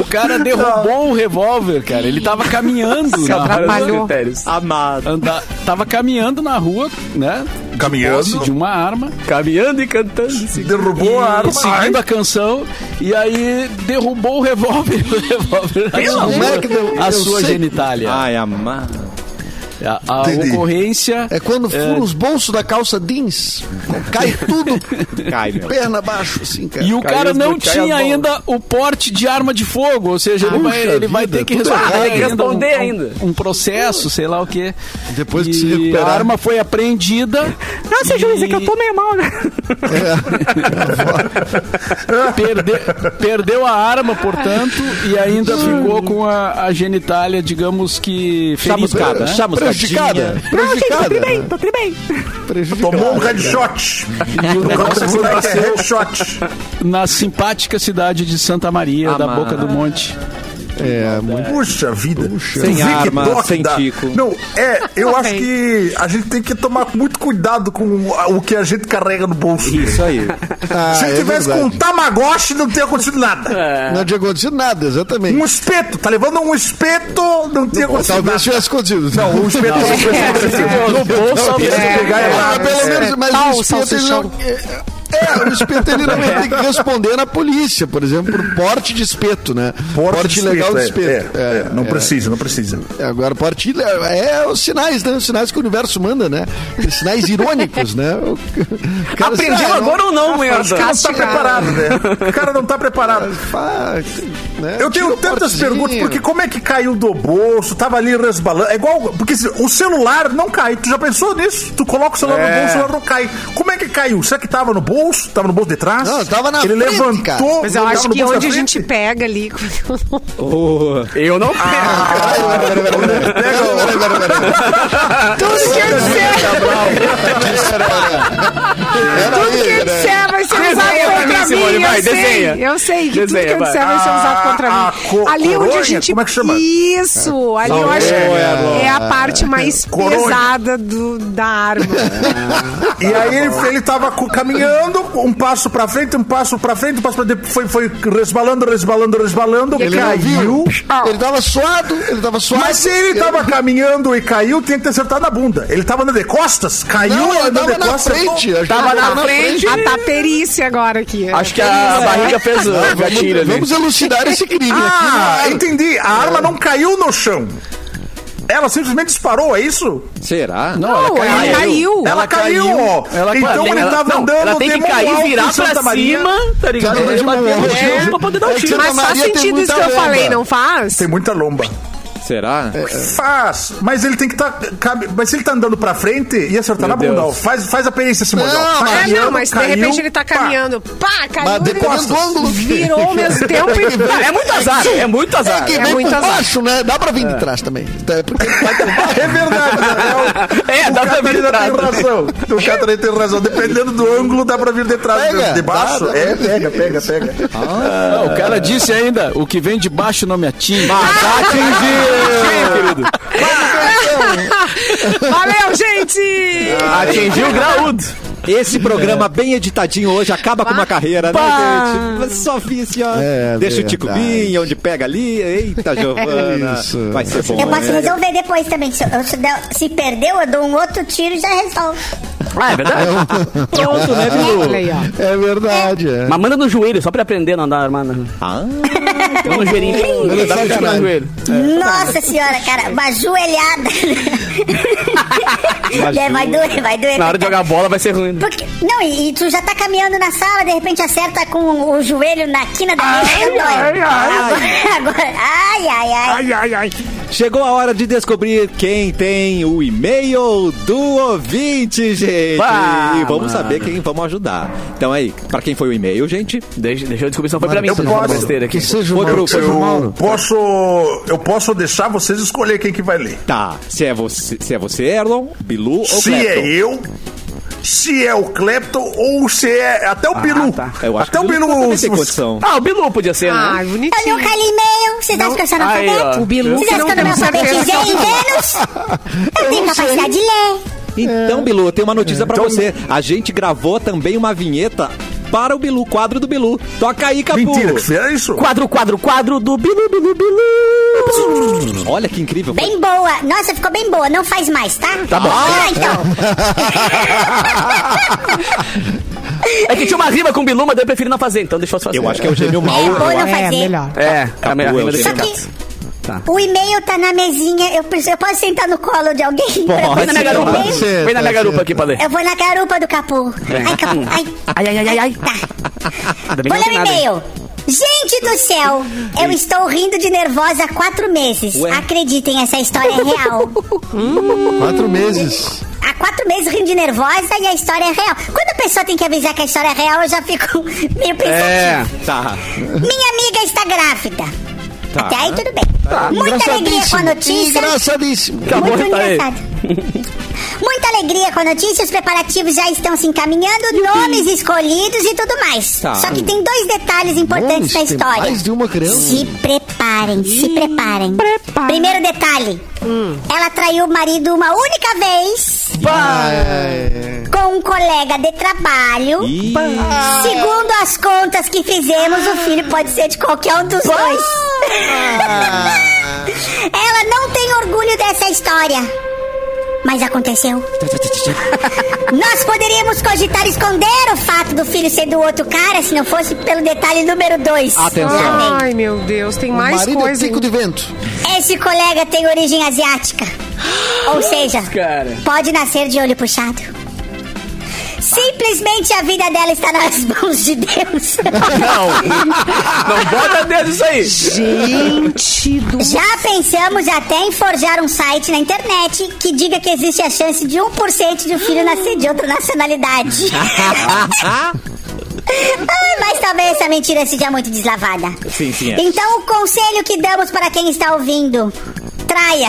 [SPEAKER 6] O cara derrubou o revólver, cara. Ele tava caminhando.
[SPEAKER 2] Se
[SPEAKER 6] na rua.
[SPEAKER 2] atrapalhou.
[SPEAKER 3] Critérios.
[SPEAKER 1] Amado.
[SPEAKER 6] Anda- tava caminhando na rua, né? de
[SPEAKER 7] Caminhando.
[SPEAKER 6] posse De um- uma arma.
[SPEAKER 3] Caminhando e cantando. assim.
[SPEAKER 7] Derrubou a
[SPEAKER 6] e
[SPEAKER 7] arma.
[SPEAKER 6] Seguindo a canção. E aí derrubou o revólver. <laughs> O revólver
[SPEAKER 3] Pelo
[SPEAKER 6] atingiu
[SPEAKER 5] amor de Deus,
[SPEAKER 6] a
[SPEAKER 5] eu
[SPEAKER 6] sua
[SPEAKER 5] sei. Ah,
[SPEAKER 6] genitália.
[SPEAKER 1] Ai, amado.
[SPEAKER 6] A, a
[SPEAKER 5] Entendi.
[SPEAKER 6] ocorrência.
[SPEAKER 5] É quando fura os bolsos da calça jeans, <laughs> cai tudo,
[SPEAKER 1] Cai, meu.
[SPEAKER 5] perna abaixo, assim, cara.
[SPEAKER 6] E o
[SPEAKER 3] Caiu
[SPEAKER 6] cara
[SPEAKER 3] as
[SPEAKER 6] não
[SPEAKER 3] bochechas
[SPEAKER 6] tinha
[SPEAKER 3] bolas.
[SPEAKER 6] ainda o porte de arma de fogo, ou seja, ele,
[SPEAKER 5] Puxa
[SPEAKER 6] vai, ele vai
[SPEAKER 5] vida,
[SPEAKER 6] ter que
[SPEAKER 5] tudo
[SPEAKER 6] responder,
[SPEAKER 5] errado.
[SPEAKER 3] Tem que responder
[SPEAKER 6] um, um-
[SPEAKER 3] ainda.
[SPEAKER 6] um processo, sei lá o quê.
[SPEAKER 5] Depois que
[SPEAKER 6] E
[SPEAKER 5] se recuperar.
[SPEAKER 6] A arma foi apreendida.
[SPEAKER 3] Nossa, juiz, é que eu tô meio mal.
[SPEAKER 6] É. Perde, perdeu a arma, portanto, e ainda ficou com a, a genitália, digamos que
[SPEAKER 1] Chamuscada,
[SPEAKER 6] ferida. né?
[SPEAKER 1] chamuscadinha.
[SPEAKER 5] prejudicada. Prejudicada. né?
[SPEAKER 3] tô tudo bem.
[SPEAKER 5] Prejudicada.
[SPEAKER 7] Tomou um headshot.
[SPEAKER 6] E o negócio
[SPEAKER 7] Moleque é
[SPEAKER 6] aconteceu
[SPEAKER 7] headshot.
[SPEAKER 6] na simpática cidade de Santa Maria, da
[SPEAKER 1] Amado.
[SPEAKER 6] Boca do Monte.
[SPEAKER 5] É, muito
[SPEAKER 7] Puxa vida.
[SPEAKER 1] Sem
[SPEAKER 7] Vic
[SPEAKER 1] arma,
[SPEAKER 7] Doc
[SPEAKER 1] sem tico.
[SPEAKER 7] Não, é, eu acho
[SPEAKER 2] sei.
[SPEAKER 7] que a gente tem que tomar muito cuidado com o que a gente carrega no bolso.
[SPEAKER 1] Isso aí.
[SPEAKER 5] Ah,
[SPEAKER 7] Se
[SPEAKER 5] é
[SPEAKER 7] tivesse com um
[SPEAKER 5] verdade.
[SPEAKER 7] Tamagotchi, não teria acontecido nada.
[SPEAKER 5] Não tinha acontecido nada,
[SPEAKER 7] Um
[SPEAKER 5] exatamente.
[SPEAKER 7] espeto, tá levando um espeto, não teria acontecido
[SPEAKER 5] Talvez um
[SPEAKER 7] nada.
[SPEAKER 5] tivesse acontecido. <laughs>
[SPEAKER 7] Não, o espeto não foi
[SPEAKER 2] É.
[SPEAKER 3] No bolso,
[SPEAKER 7] é, pegar é,
[SPEAKER 5] Ah, pelo menos, mas
[SPEAKER 2] Tal
[SPEAKER 5] o espeto ele
[SPEAKER 2] salsichão.
[SPEAKER 5] não. É, é, o espeto ele não vai ter que responder na polícia, por exemplo, por porte de espeto, né? Porte, legal de
[SPEAKER 7] é,
[SPEAKER 5] espeto.
[SPEAKER 7] é, é, não
[SPEAKER 5] é.
[SPEAKER 7] precisa, não precisa.
[SPEAKER 5] É, Agora, porte le- é os sinais, né? Os sinais que o universo manda, né? Os sinais irônicos, né? O cara-
[SPEAKER 3] Aprendeu
[SPEAKER 5] Ah,
[SPEAKER 3] agora ou não, merda?
[SPEAKER 7] Não tá preparado, né? O cara não tá preparado.
[SPEAKER 5] Pá, "Ah, né?
[SPEAKER 7] Eu
[SPEAKER 5] Tira
[SPEAKER 7] tenho
[SPEAKER 5] o
[SPEAKER 7] tantas
[SPEAKER 5] portezinho.
[SPEAKER 7] perguntas, porque como é que caiu do bolso? Tava ali resbalando. É igual. Porque se- o celular não cai. Tu já pensou nisso? Tu coloca o celular no bolso, o celular não cai. Como é que caiu? Será que tava no bolso? Tava no bolso de trás?
[SPEAKER 5] Não, tava na
[SPEAKER 7] Ele
[SPEAKER 5] frente,
[SPEAKER 7] levantou.
[SPEAKER 5] cara.
[SPEAKER 2] Mas eu
[SPEAKER 7] tava
[SPEAKER 2] acho
[SPEAKER 7] no
[SPEAKER 2] que
[SPEAKER 7] bolso da
[SPEAKER 2] onde a
[SPEAKER 7] frente?
[SPEAKER 2] gente pega ali. <laughs>
[SPEAKER 1] Oh,
[SPEAKER 3] Eu não pego.
[SPEAKER 5] Pera, pera, pera, pera.
[SPEAKER 2] Tudo que eu disser,
[SPEAKER 5] Pera
[SPEAKER 2] tudo que eu
[SPEAKER 5] aí, né?
[SPEAKER 2] disser vai ser
[SPEAKER 3] Desenha
[SPEAKER 2] usado
[SPEAKER 3] pra
[SPEAKER 2] contra
[SPEAKER 3] mim,
[SPEAKER 2] mim.
[SPEAKER 3] Simone,
[SPEAKER 2] eu
[SPEAKER 3] vai,
[SPEAKER 2] sei,
[SPEAKER 3] desenha.
[SPEAKER 2] Eu sei que
[SPEAKER 3] Desenha,
[SPEAKER 2] tudo que eu
[SPEAKER 3] vai. Ah,
[SPEAKER 2] disser vai ser usado contra mim.
[SPEAKER 7] a co-
[SPEAKER 2] ali onde a
[SPEAKER 7] coronha?
[SPEAKER 2] gente.
[SPEAKER 7] Como é que chama?
[SPEAKER 2] Isso! Ali eu acho
[SPEAKER 1] Coronha.
[SPEAKER 2] é a parte mais
[SPEAKER 7] Coronha.
[SPEAKER 2] pesada do, da arma.
[SPEAKER 7] E aí ele, ele tava co- caminhando, um passo pra frente, um passo pra frente, um passo pra frente. Foi, foi resbalando, resbalando, resbalando,
[SPEAKER 5] Ele não
[SPEAKER 7] caiu.
[SPEAKER 5] viu. Ele tava suado, ele tava suado.
[SPEAKER 7] Mas se ele tava caminhando e caiu, tinha que ter acertado na bunda. Ele tava andando de costas, caiu,
[SPEAKER 5] Não, ele
[SPEAKER 7] andando
[SPEAKER 5] tava
[SPEAKER 7] de
[SPEAKER 5] na
[SPEAKER 7] costas.
[SPEAKER 5] frente. acho que
[SPEAKER 3] Tava
[SPEAKER 5] ele
[SPEAKER 3] na frente.
[SPEAKER 2] A taperícia agora aqui.
[SPEAKER 3] Acho que a barriga fez o gatilho ali.
[SPEAKER 5] É Vamos elucidar esse crime.
[SPEAKER 7] Ah,
[SPEAKER 5] aqui,
[SPEAKER 7] entendi. A arma não caiu no chão. Ela simplesmente disparou, é isso?
[SPEAKER 1] será?
[SPEAKER 2] Não, ela caiu.
[SPEAKER 7] Ela caiu, ó.
[SPEAKER 6] Ela
[SPEAKER 7] então
[SPEAKER 3] Ela-
[SPEAKER 7] ele
[SPEAKER 3] ela-
[SPEAKER 7] tava
[SPEAKER 3] não,
[SPEAKER 7] andando
[SPEAKER 3] Ela tem que
[SPEAKER 7] de mão
[SPEAKER 3] cair,
[SPEAKER 7] alta em
[SPEAKER 3] virar
[SPEAKER 7] Santa
[SPEAKER 3] pra
[SPEAKER 7] Maria.
[SPEAKER 3] cima, tá ligado?
[SPEAKER 5] Cara,
[SPEAKER 3] Ela
[SPEAKER 5] de
[SPEAKER 3] bater
[SPEAKER 5] mão
[SPEAKER 3] no
[SPEAKER 5] alta.
[SPEAKER 3] chão pra poder dar um
[SPEAKER 5] É que
[SPEAKER 3] tiro.
[SPEAKER 2] Mas faz
[SPEAKER 5] Maria tem
[SPEAKER 2] sentido isso
[SPEAKER 5] muita
[SPEAKER 2] que eu
[SPEAKER 5] lenda.
[SPEAKER 2] falei, né? não faz?
[SPEAKER 7] Tem muita lomba. É,
[SPEAKER 1] Será?
[SPEAKER 7] Faz, mas ele tem que estar. mas se ele tá andando pra frente e acertar na bunda, ó. Faz, faz a perícia, Simone. ó.
[SPEAKER 5] Não,
[SPEAKER 7] Tá
[SPEAKER 5] mas-
[SPEAKER 2] Ah,
[SPEAKER 7] caminhando,
[SPEAKER 2] não, mas de
[SPEAKER 7] caiu,
[SPEAKER 2] repente ele tá
[SPEAKER 7] pá.
[SPEAKER 2] caminhando. Pá, caiu.
[SPEAKER 5] Mas dependendo do ângulo.
[SPEAKER 2] Virou ao mesmo tempo e.
[SPEAKER 3] Ah, É muito azar, é muito azar.
[SPEAKER 5] Que
[SPEAKER 2] É
[SPEAKER 5] vem
[SPEAKER 2] muito
[SPEAKER 5] por
[SPEAKER 2] azar.
[SPEAKER 5] baixo, né? Dá pra vir de trás também. Então, é porque ele vai por baixo.
[SPEAKER 7] É verdade, né?
[SPEAKER 3] É,
[SPEAKER 7] o
[SPEAKER 3] dá pra vir de
[SPEAKER 7] Catarina
[SPEAKER 3] trás.
[SPEAKER 7] tem razão. O Catarina tem razão. Dependendo do ângulo, dá pra vir de trás.
[SPEAKER 5] Pega,
[SPEAKER 7] de baixo?
[SPEAKER 5] dá, dá.
[SPEAKER 7] é, pega, pega, pega.
[SPEAKER 6] Não, o cara disse ainda: o que vem de baixo não me atinge.
[SPEAKER 3] Atingiu, querido.
[SPEAKER 2] Valeu, gente!
[SPEAKER 6] Ah,
[SPEAKER 3] Atingiu o graúdo.
[SPEAKER 1] Esse
[SPEAKER 6] É.
[SPEAKER 1] programa bem editadinho hoje acaba com uma carreira, né, gente? Só vi assim, ó.
[SPEAKER 5] É
[SPEAKER 1] Deixa o
[SPEAKER 5] verdade.
[SPEAKER 1] Tico vir, onde pega ali. Eita, Giovana.
[SPEAKER 5] Isso.
[SPEAKER 1] Vai ser bom.
[SPEAKER 8] Eu posso
[SPEAKER 1] né?
[SPEAKER 8] resolver depois também. Se, eu- se der- se perdeu, eu dou um outro tiro e já resolvo.
[SPEAKER 3] Ah, é verdade?
[SPEAKER 1] Pronto, né, Bilu?
[SPEAKER 2] Olha aí, ó.
[SPEAKER 5] É verdade, é.
[SPEAKER 3] Mas manda no joelho, só pra aprender a não andar armada.
[SPEAKER 1] Ah,
[SPEAKER 3] Tem um joelhinho. Dá pra tirar no joelho.
[SPEAKER 8] Nossa senhora, cara, uma joelhada. né? É, vai doer, vai doer.
[SPEAKER 3] Na hora de jogar bola vai ser ruim.
[SPEAKER 8] Porque- não, e, e tu já tá caminhando na sala, de repente acerta com o joelho na quina da mesa. dói. Agora, agora- ai, ai, ai.
[SPEAKER 1] chegou a hora de descobrir quem tem o e-mail do ouvinte, gente.
[SPEAKER 3] Bah,
[SPEAKER 1] e vamos
[SPEAKER 3] mano.
[SPEAKER 1] saber quem vamos ajudar. Então aí, pra quem foi o e-mail, gente,
[SPEAKER 3] Deixa, deixa eu descobrir se não foi pra mim.
[SPEAKER 7] eu
[SPEAKER 3] se não foi uma
[SPEAKER 7] posso.
[SPEAKER 3] besteira aqui.
[SPEAKER 5] Que seja
[SPEAKER 1] Foi
[SPEAKER 5] o
[SPEAKER 1] pro-
[SPEAKER 5] Mauro,
[SPEAKER 1] foi
[SPEAKER 5] seja
[SPEAKER 1] pro
[SPEAKER 5] o
[SPEAKER 7] Eu
[SPEAKER 5] Mauro.
[SPEAKER 7] posso, eu posso deixar vocês escolher quem que vai ler.
[SPEAKER 1] tá. Se é você, se é você Erlon, Bilu ou
[SPEAKER 7] se
[SPEAKER 1] Clepton?
[SPEAKER 7] é eu, se é o Clepton ou se é até o Bilu.
[SPEAKER 3] tá.
[SPEAKER 1] Ah, Eu acho
[SPEAKER 7] até
[SPEAKER 1] que
[SPEAKER 7] o Então, Bilu.
[SPEAKER 1] também
[SPEAKER 7] se
[SPEAKER 1] tem
[SPEAKER 7] você-
[SPEAKER 1] condição.
[SPEAKER 3] Ah, o Bilu podia ser, <laughs> né?
[SPEAKER 2] Ai,
[SPEAKER 8] Eu
[SPEAKER 2] bonitinho.
[SPEAKER 8] nunca li e-mail. Vocês acham que eu sou
[SPEAKER 3] Aí, ó.
[SPEAKER 8] analfabeta?
[SPEAKER 2] O Bilu
[SPEAKER 8] Vocês
[SPEAKER 2] que
[SPEAKER 8] acham
[SPEAKER 2] não
[SPEAKER 8] que eu me
[SPEAKER 2] deve saber.
[SPEAKER 8] alfabetizei em Vênus? Eu tenho capacidade de ler.
[SPEAKER 1] Então, Bilu, eu tenho uma notícia pra você. A gente gravou também uma vinheta para o Bilu, quadro do Bilu. Toca aí, Capu.
[SPEAKER 7] Mentira, que fizeram isso?
[SPEAKER 3] Quadro, quadro, quadro do Bilu, Bilu, Bilu.
[SPEAKER 1] Olha que incrível.
[SPEAKER 8] Bem boa. Nossa, ficou bem boa. Não faz mais, tá? Tá
[SPEAKER 3] bom.
[SPEAKER 8] Ah, então.
[SPEAKER 3] É que tinha uma rima com Bilu, mas daí eu prefiro não fazer, então deixa eu fazer.
[SPEAKER 1] Eu acho que é o gêmeo mau.
[SPEAKER 8] É bom não fazer.
[SPEAKER 2] É, melhor.
[SPEAKER 3] É,
[SPEAKER 5] Tá
[SPEAKER 3] a minha
[SPEAKER 1] Capu, é o
[SPEAKER 3] rima desse
[SPEAKER 8] Só
[SPEAKER 1] gêmeo.
[SPEAKER 3] gato.
[SPEAKER 8] que o e-mail tá na mesinha. Eu, preciso- eu posso sentar no colo de alguém?
[SPEAKER 3] Vem na minha garupa.
[SPEAKER 5] Pode ser,
[SPEAKER 3] Vem na minha
[SPEAKER 5] pode
[SPEAKER 3] garupa
[SPEAKER 5] ser.
[SPEAKER 3] aqui pra ler.
[SPEAKER 8] Eu vou na garupa do Capu. Ai, Capu. Ai.
[SPEAKER 3] É.
[SPEAKER 8] Tá.
[SPEAKER 3] Ai, ai, ai, ai, ai. Ainda bem
[SPEAKER 8] Vou
[SPEAKER 3] que não tem
[SPEAKER 8] ler o
[SPEAKER 3] nada, hein?
[SPEAKER 8] e-mail. Gente do céu, eu estou rindo de nervosa há quatro meses.
[SPEAKER 1] Ué.
[SPEAKER 8] Acreditem, essa história é real.
[SPEAKER 5] Quatro meses.
[SPEAKER 8] Há quatro meses rindo de nervosa e a história é real. Quando a pessoa tem que avisar que a história é real, eu já fico <laughs> meio pensativa.
[SPEAKER 1] Tá,
[SPEAKER 8] Minha amiga está grávida.
[SPEAKER 1] tá.
[SPEAKER 8] Até aí tudo bem. Muita alegria com a notícia.
[SPEAKER 5] Engraçadíssimo.
[SPEAKER 3] Acabou,
[SPEAKER 8] Muito
[SPEAKER 3] tá aí.
[SPEAKER 8] engraçado. Muita alegria com a notícia, os preparativos já estão se encaminhando, nomes escolhidos e tudo mais.
[SPEAKER 1] Tá.
[SPEAKER 8] Só que tem dois detalhes
[SPEAKER 5] Nomes,
[SPEAKER 8] importantes na
[SPEAKER 5] tem
[SPEAKER 8] história.
[SPEAKER 5] mais de uma criança.
[SPEAKER 8] Se preparem, se preparem.
[SPEAKER 2] prepara.
[SPEAKER 8] Primeiro detalhe. Ela traiu o marido uma única vez com um colega de trabalho.
[SPEAKER 1] Ih,
[SPEAKER 8] Segundo as contas que fizemos, o filho pode ser de qualquer um dos dois. Ela não tem orgulho dessa história. Mas aconteceu. Nós poderíamos cogitar esconder o fato do filho ser do outro cara se não fosse pelo detalhe número 2.
[SPEAKER 1] Atenção.
[SPEAKER 2] Ai, meu Deus, tem mais
[SPEAKER 5] Marido é
[SPEAKER 2] coisa.
[SPEAKER 5] tico
[SPEAKER 2] hein?
[SPEAKER 5] de vento.
[SPEAKER 8] Esse colega tem origem asiática. Ou seja,
[SPEAKER 3] cara.
[SPEAKER 8] pode nascer de olho puxado. Simplesmente a vida dela está nas <laughs> mãos de Deus.
[SPEAKER 3] Não bota dedo isso aí.
[SPEAKER 2] Gente do
[SPEAKER 8] Já pensamos até em forjar um site na internet que diga que existe a chance de 1% de um filho nascer de outra nacionalidade. <laughs> Ai, mas talvez essa mentira seja muito deslavada.
[SPEAKER 1] Sim, sim, é.
[SPEAKER 8] Então, o conselho que damos para quem está ouvindo. Traia.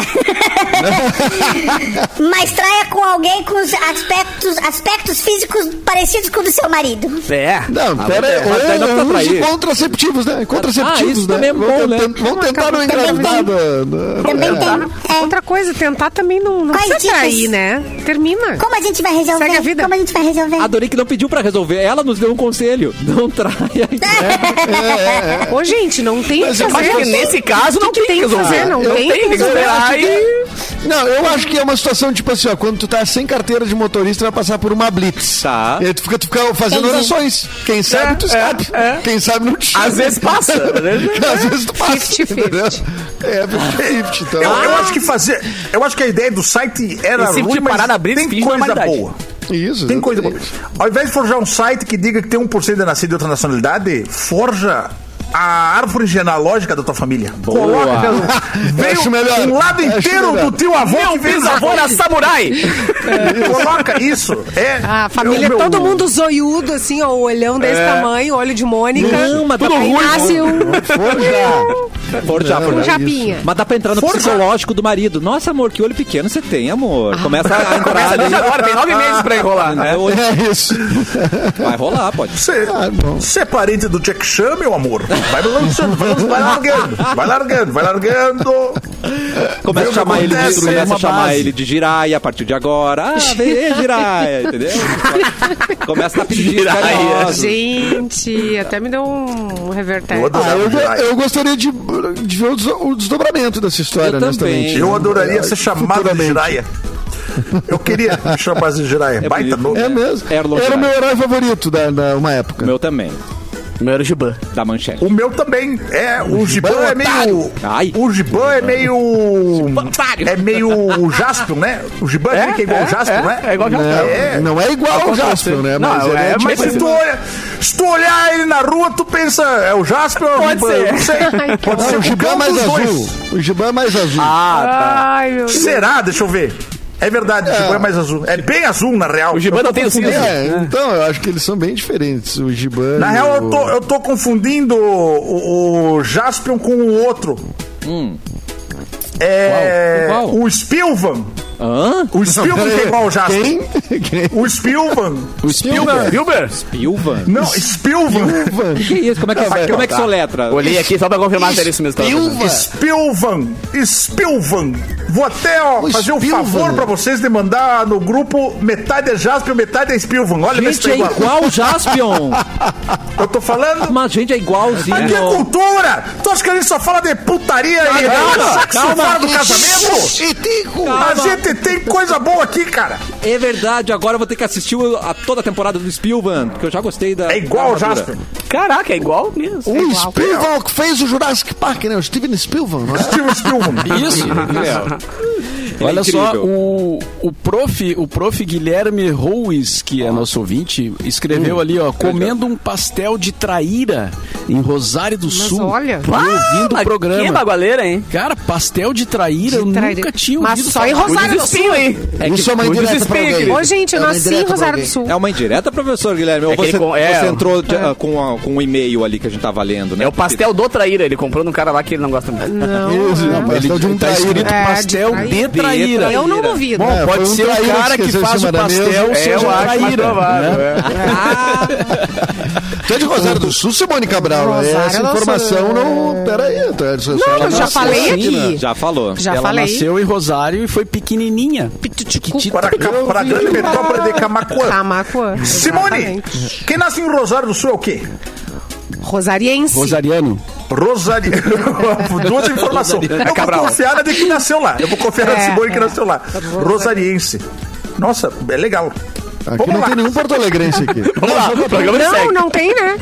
[SPEAKER 8] Mas traia com alguém com os aspectos, aspectos físicos parecidos com o do seu marido.
[SPEAKER 3] É.
[SPEAKER 5] Não, pera aí.
[SPEAKER 1] mas daí dá
[SPEAKER 3] tá
[SPEAKER 1] pra
[SPEAKER 5] Ou-
[SPEAKER 1] trair.
[SPEAKER 5] Use contraceptivos, né? Contraceptivos,
[SPEAKER 1] isso
[SPEAKER 5] né?
[SPEAKER 1] também é
[SPEAKER 5] Vão
[SPEAKER 1] bom, né?
[SPEAKER 5] tentar- Vão tentar não engravidar. né?
[SPEAKER 8] Também tem. É.
[SPEAKER 2] Outra coisa, tentar também não, não
[SPEAKER 8] Quais
[SPEAKER 2] precisa
[SPEAKER 8] dicas?
[SPEAKER 2] trair, né? Termina.
[SPEAKER 8] é, Como a gente vai resolver?
[SPEAKER 2] Segue a vida.
[SPEAKER 8] Como a gente vai resolver?
[SPEAKER 1] Adorei que não pediu pra resolver. Ela nos deu um conselho. Não traia.
[SPEAKER 8] Tá.
[SPEAKER 2] Ô, gente, não tem o que
[SPEAKER 5] Mas eu
[SPEAKER 2] fazer.
[SPEAKER 3] Acho que nesse caso não
[SPEAKER 2] que
[SPEAKER 3] tem
[SPEAKER 2] tem que
[SPEAKER 3] resolver.
[SPEAKER 2] fazer? Não
[SPEAKER 5] Eu
[SPEAKER 2] tem
[SPEAKER 3] Tem
[SPEAKER 2] que
[SPEAKER 3] que
[SPEAKER 2] resolver.
[SPEAKER 3] esperar e...
[SPEAKER 5] Não, eu acho que é uma situação tipo assim, ó. Quando tu tá sem carteira de motorista, vai passar por uma blitz.
[SPEAKER 1] Tá.
[SPEAKER 5] E aí tu fica, tu fica fazendo
[SPEAKER 8] Entendi.
[SPEAKER 5] orações. Quem sabe, tu sabe. Quem sabe, não te chama.
[SPEAKER 3] Às vezes passa. né?
[SPEAKER 5] <laughs> Às vezes tu passa.
[SPEAKER 2] 50-50.
[SPEAKER 5] entendeu? É, 50-50. Então.
[SPEAKER 7] Eu, eu acho que fazer. Eu acho que a ideia do site era
[SPEAKER 3] E se
[SPEAKER 7] ruim,
[SPEAKER 3] te parar
[SPEAKER 7] mas
[SPEAKER 3] na briga,
[SPEAKER 7] tem
[SPEAKER 3] finge
[SPEAKER 7] coisa
[SPEAKER 3] normalidade.
[SPEAKER 7] boa.
[SPEAKER 5] É Isso.
[SPEAKER 7] Tem coisa boa.
[SPEAKER 5] exatamente.
[SPEAKER 7] Ao invés de forjar um site que diga que tem 1% de nascido de outra nacionalidade, forja a árvore genealógica da tua família. Coloca.
[SPEAKER 5] Acho melhor.
[SPEAKER 7] Veio um lado
[SPEAKER 5] Acho
[SPEAKER 7] inteiro
[SPEAKER 5] melhor.
[SPEAKER 7] do teu avô que
[SPEAKER 3] Meu
[SPEAKER 7] fez a
[SPEAKER 3] bisavô era samurai.
[SPEAKER 7] Coloca isso. É,
[SPEAKER 2] A família,
[SPEAKER 7] é o meu-
[SPEAKER 2] todo mundo zoiudo, assim, ó, o olhão desse tamanho, olho de Mônica.
[SPEAKER 1] Não, mas
[SPEAKER 2] Tudo
[SPEAKER 1] tá
[SPEAKER 2] ruim.
[SPEAKER 1] bem.
[SPEAKER 2] Nasce um,
[SPEAKER 5] Forja.
[SPEAKER 1] Forjar,
[SPEAKER 5] Não,
[SPEAKER 2] um
[SPEAKER 5] é
[SPEAKER 1] forjar.
[SPEAKER 2] japinha.
[SPEAKER 1] Mas dá pra entrar no
[SPEAKER 7] Forjar.
[SPEAKER 1] psicológico do marido. Nossa, amor, que olho pequeno você tem, amor. Começa a entrar
[SPEAKER 3] Começa
[SPEAKER 1] ali.
[SPEAKER 3] desde agora, tem nove meses pra enrolar, né?
[SPEAKER 1] Olho-
[SPEAKER 5] É isso.
[SPEAKER 1] Vai rolar, pode.
[SPEAKER 7] Você,
[SPEAKER 5] Ah, bom.
[SPEAKER 7] você é parente do Jack Chan, meu amor? Vai lançando, vai, lançando, vai largando, vai largando, vai largando.
[SPEAKER 1] Começa a
[SPEAKER 7] Vê o que
[SPEAKER 1] chamar ele de,
[SPEAKER 7] acontece, é
[SPEAKER 1] começa a
[SPEAKER 7] uma
[SPEAKER 1] chamar
[SPEAKER 7] base.
[SPEAKER 1] ele de Jiraya a partir de agora. Ah, vem
[SPEAKER 3] <laughs>
[SPEAKER 1] Jiraya, entendeu? Começa a pedir é
[SPEAKER 3] Jiraya.
[SPEAKER 1] carinhosos.
[SPEAKER 2] Gente, até me deu um reverter.
[SPEAKER 7] Eu
[SPEAKER 5] Ah,
[SPEAKER 7] adorava
[SPEAKER 5] eu,
[SPEAKER 7] Jirai.
[SPEAKER 5] eu gostaria de, de ver o des- o desdobramento dessa história,
[SPEAKER 1] Eu
[SPEAKER 5] honestamente.
[SPEAKER 1] também.
[SPEAKER 7] Eu adoraria ser chamado de
[SPEAKER 5] Futuramente.
[SPEAKER 7] Jiraya. Eu queria me chamar de Jiraya. Baita
[SPEAKER 1] bonito,
[SPEAKER 7] nome.
[SPEAKER 5] É mesmo.
[SPEAKER 1] Erlon
[SPEAKER 5] Era
[SPEAKER 1] Jirai.
[SPEAKER 5] o meu herói favorito da, da uma
[SPEAKER 1] O
[SPEAKER 5] época.
[SPEAKER 1] meu também,
[SPEAKER 3] Meu era o Giban.
[SPEAKER 1] da manchete.
[SPEAKER 7] O meu também. É, o Giban é meio.
[SPEAKER 1] Ai.
[SPEAKER 7] O Giban é meio.
[SPEAKER 3] otário.
[SPEAKER 7] É meio o Jaspion, né? O Giban é, meio que é igual ao Jaspion, né?
[SPEAKER 3] É igual o Jaspion.
[SPEAKER 5] Não,
[SPEAKER 7] É.
[SPEAKER 5] não é igual ao Jasper, né?
[SPEAKER 3] Não,
[SPEAKER 5] Mas ele
[SPEAKER 3] é,
[SPEAKER 5] é, tipo
[SPEAKER 7] Mas se tu, olha, se tu olhar ele na rua, tu pensa, é o Jaspion ou é o
[SPEAKER 3] Pode
[SPEAKER 7] Giban?
[SPEAKER 3] ser.
[SPEAKER 7] Eu Não sei. Pode
[SPEAKER 5] Não,
[SPEAKER 7] ser
[SPEAKER 5] o Gibão é
[SPEAKER 7] qualquer um
[SPEAKER 5] mais
[SPEAKER 7] dos
[SPEAKER 5] azul.
[SPEAKER 7] dois.
[SPEAKER 5] O Gibão é mais azul.
[SPEAKER 2] Ai, meu Deus.
[SPEAKER 7] Será? Deixa eu ver. É verdade, o Giban é mais azul. É bem azul, na real.
[SPEAKER 3] O Giban não tem o cinza.
[SPEAKER 5] É, então eu acho que eles são bem diferentes. O Gibão.
[SPEAKER 7] Na
[SPEAKER 5] e
[SPEAKER 7] real,
[SPEAKER 5] o- <laughs>
[SPEAKER 7] eu tô, eu tô confundindo o, o Jaspion com o outro. É.
[SPEAKER 1] Hum. Qual? Qual?
[SPEAKER 7] O É, Spilvan
[SPEAKER 1] Hã?
[SPEAKER 7] O Spielman que é igual o Jasper. O Spielman.
[SPEAKER 6] O Spielberg.
[SPEAKER 3] Wilber?
[SPEAKER 1] Pilva?
[SPEAKER 7] Não, Spielman.
[SPEAKER 1] Que isso? Como é que,
[SPEAKER 7] Vai
[SPEAKER 1] como é que
[SPEAKER 7] contar.
[SPEAKER 1] soletra?
[SPEAKER 3] tá? Olhei aqui só pra confirmar se era isso mesmo. que eu tava fazendo.
[SPEAKER 7] Spielvan. Spielvan. Vou até ó,
[SPEAKER 5] O
[SPEAKER 7] fazer um
[SPEAKER 5] Spielvan.
[SPEAKER 7] favor pra vocês de mandar no grupo metade é Jasper, metade é Spielvan. Olha, vê se
[SPEAKER 1] Gente,
[SPEAKER 7] tá
[SPEAKER 1] é
[SPEAKER 7] igual.
[SPEAKER 1] igual o Jaspion.
[SPEAKER 7] Eu tô falando.
[SPEAKER 1] Mas, gente, é
[SPEAKER 7] Aqui é
[SPEAKER 1] igualzinho.
[SPEAKER 7] cultura! Tu acha que a gente só fala de putaria e
[SPEAKER 1] calma,
[SPEAKER 7] sexo
[SPEAKER 5] Tá,
[SPEAKER 1] calma.
[SPEAKER 7] fora do casamento? A gente tem coisa boa aqui, cara.
[SPEAKER 1] É verdade, agora eu vou ter que assistir o- a toda a temporada do Spielman, porque eu já gostei da.
[SPEAKER 7] É igual o
[SPEAKER 1] da armadura.
[SPEAKER 7] Jasper.
[SPEAKER 3] Caraca, é igual mesmo.
[SPEAKER 5] O Spielberg que fez o Jurassic Park, né? O Steven Spielberg. né?
[SPEAKER 7] Steven
[SPEAKER 1] Tá
[SPEAKER 2] <laughs>
[SPEAKER 7] Spielman.
[SPEAKER 6] Isso.
[SPEAKER 1] é
[SPEAKER 6] Olha só,
[SPEAKER 1] incrível.
[SPEAKER 6] o, o, prof, o prof Guilherme Ruiz, que é nosso ouvinte, escreveu ali, ó, comendo um pastel de traíra em Rosário do Sul.
[SPEAKER 2] olha.
[SPEAKER 1] Ah,
[SPEAKER 6] e ouvindo o
[SPEAKER 3] Mas Que
[SPEAKER 6] programa.
[SPEAKER 3] bagualeira, hein?
[SPEAKER 6] Cara, pastel de traíra, eu
[SPEAKER 2] Traíra.
[SPEAKER 6] nunca tinha ouvido
[SPEAKER 2] Mas só em
[SPEAKER 6] falar.
[SPEAKER 2] Rosário do Sul.
[SPEAKER 3] Espinho, hein?
[SPEAKER 5] Isso é uma
[SPEAKER 3] o
[SPEAKER 5] indireta pra
[SPEAKER 3] desespero,
[SPEAKER 5] alguém.
[SPEAKER 3] querido.
[SPEAKER 2] Ô, gente, eu
[SPEAKER 5] É uma
[SPEAKER 2] nasci em
[SPEAKER 5] indireta pra
[SPEAKER 2] Rosário do
[SPEAKER 5] alguém.
[SPEAKER 2] Sul.
[SPEAKER 1] É uma indireta, professor Guilherme? Ou
[SPEAKER 3] É que ele
[SPEAKER 1] você,
[SPEAKER 3] com- é,
[SPEAKER 1] você
[SPEAKER 3] ó.
[SPEAKER 1] entrou de- ah, com, a- com um e-mail ali que a gente tá valendo, né?
[SPEAKER 3] É o pastel do traíra. Ele comprou num cara lá que ele não gosta muito.
[SPEAKER 5] Isso, não, mas
[SPEAKER 6] Ele
[SPEAKER 5] tá de um
[SPEAKER 6] tá
[SPEAKER 5] traído.
[SPEAKER 6] escrito
[SPEAKER 2] É, de
[SPEAKER 6] pastel de
[SPEAKER 2] traíra.
[SPEAKER 6] traíra.
[SPEAKER 1] traíra.
[SPEAKER 2] Eu não duvido.
[SPEAKER 5] É,
[SPEAKER 6] Pode
[SPEAKER 5] foi um
[SPEAKER 6] ser o
[SPEAKER 5] traíra
[SPEAKER 6] cara
[SPEAKER 5] que
[SPEAKER 6] que
[SPEAKER 5] esqueceu
[SPEAKER 6] faz
[SPEAKER 5] de
[SPEAKER 6] o
[SPEAKER 5] mandar
[SPEAKER 6] pastel
[SPEAKER 5] mesmo.
[SPEAKER 6] seja traíra. né?
[SPEAKER 5] Tu é de Rosário do Sul, Simone Cabral.
[SPEAKER 2] Rosário,
[SPEAKER 5] essa
[SPEAKER 2] nossa-
[SPEAKER 5] informação não. Peraí, tá, isso é só
[SPEAKER 2] Não,
[SPEAKER 5] ela
[SPEAKER 2] eu já
[SPEAKER 5] nasceu
[SPEAKER 2] falei
[SPEAKER 5] assim,
[SPEAKER 2] aqui.
[SPEAKER 1] Já falou.
[SPEAKER 2] Já
[SPEAKER 6] Ela
[SPEAKER 2] falei.
[SPEAKER 6] nasceu em Rosário e foi pequenininha.
[SPEAKER 7] Para,
[SPEAKER 2] tá
[SPEAKER 7] cá- para a grande metrópole de Camacuã.
[SPEAKER 2] Camacuã.
[SPEAKER 7] Simone,
[SPEAKER 2] Exatamente.
[SPEAKER 7] quem nasce em Rosário do Sul é o quê?
[SPEAKER 2] Rosariense.
[SPEAKER 6] Rosariano.
[SPEAKER 2] <laughs>
[SPEAKER 7] Rosário. Duas informações. Eu vou confiar na de que nasceu lá. Eu vou confiar na
[SPEAKER 2] É,
[SPEAKER 7] de Simone que
[SPEAKER 2] é.
[SPEAKER 7] nasceu lá. Rosariense. Nossa, é legal.
[SPEAKER 5] Aqui
[SPEAKER 7] Vamos
[SPEAKER 5] não
[SPEAKER 7] lá.
[SPEAKER 5] tem nenhum porto alegrense aqui.
[SPEAKER 7] <laughs>
[SPEAKER 3] Vamos lá, o programa
[SPEAKER 2] Não,
[SPEAKER 3] segue.
[SPEAKER 2] Então, não tem, né?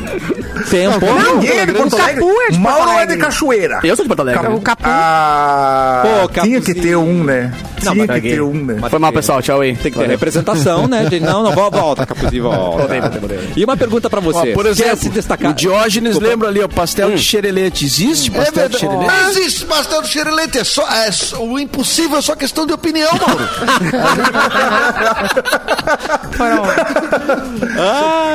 [SPEAKER 1] Tempo.
[SPEAKER 7] Ninguém é de Porto
[SPEAKER 2] Capu
[SPEAKER 7] Alegre.
[SPEAKER 2] é de Porto
[SPEAKER 7] Mauro é
[SPEAKER 2] Alegre.
[SPEAKER 7] de Cachoeira.
[SPEAKER 3] Eu sou de Porto Alegre.
[SPEAKER 2] O Capu.
[SPEAKER 7] Ah,
[SPEAKER 1] Pô,
[SPEAKER 7] tinha
[SPEAKER 1] Capuzinho.
[SPEAKER 7] que ter um, né?
[SPEAKER 1] Não,
[SPEAKER 7] tinha
[SPEAKER 1] mas
[SPEAKER 7] que ter um, né?
[SPEAKER 1] Mas
[SPEAKER 3] Foi mal, pessoal. Tchau aí.
[SPEAKER 1] Tem que ter representação, né? gente? Não, não, volta, volta, Capuzinho, volta. E uma pergunta pra você.
[SPEAKER 6] Ó, Ah, por
[SPEAKER 1] Quer se
[SPEAKER 6] exemplo,
[SPEAKER 1] destacar?
[SPEAKER 6] o Diógenes lembra ali, ó, pastel
[SPEAKER 3] Hum.
[SPEAKER 6] de xerelete. Existe
[SPEAKER 5] É
[SPEAKER 6] pastel de
[SPEAKER 5] verdade.
[SPEAKER 6] xerelete?
[SPEAKER 5] Não existe pastel de xerelete. É só, é só- o impossível é só questão de opinião, Mauro.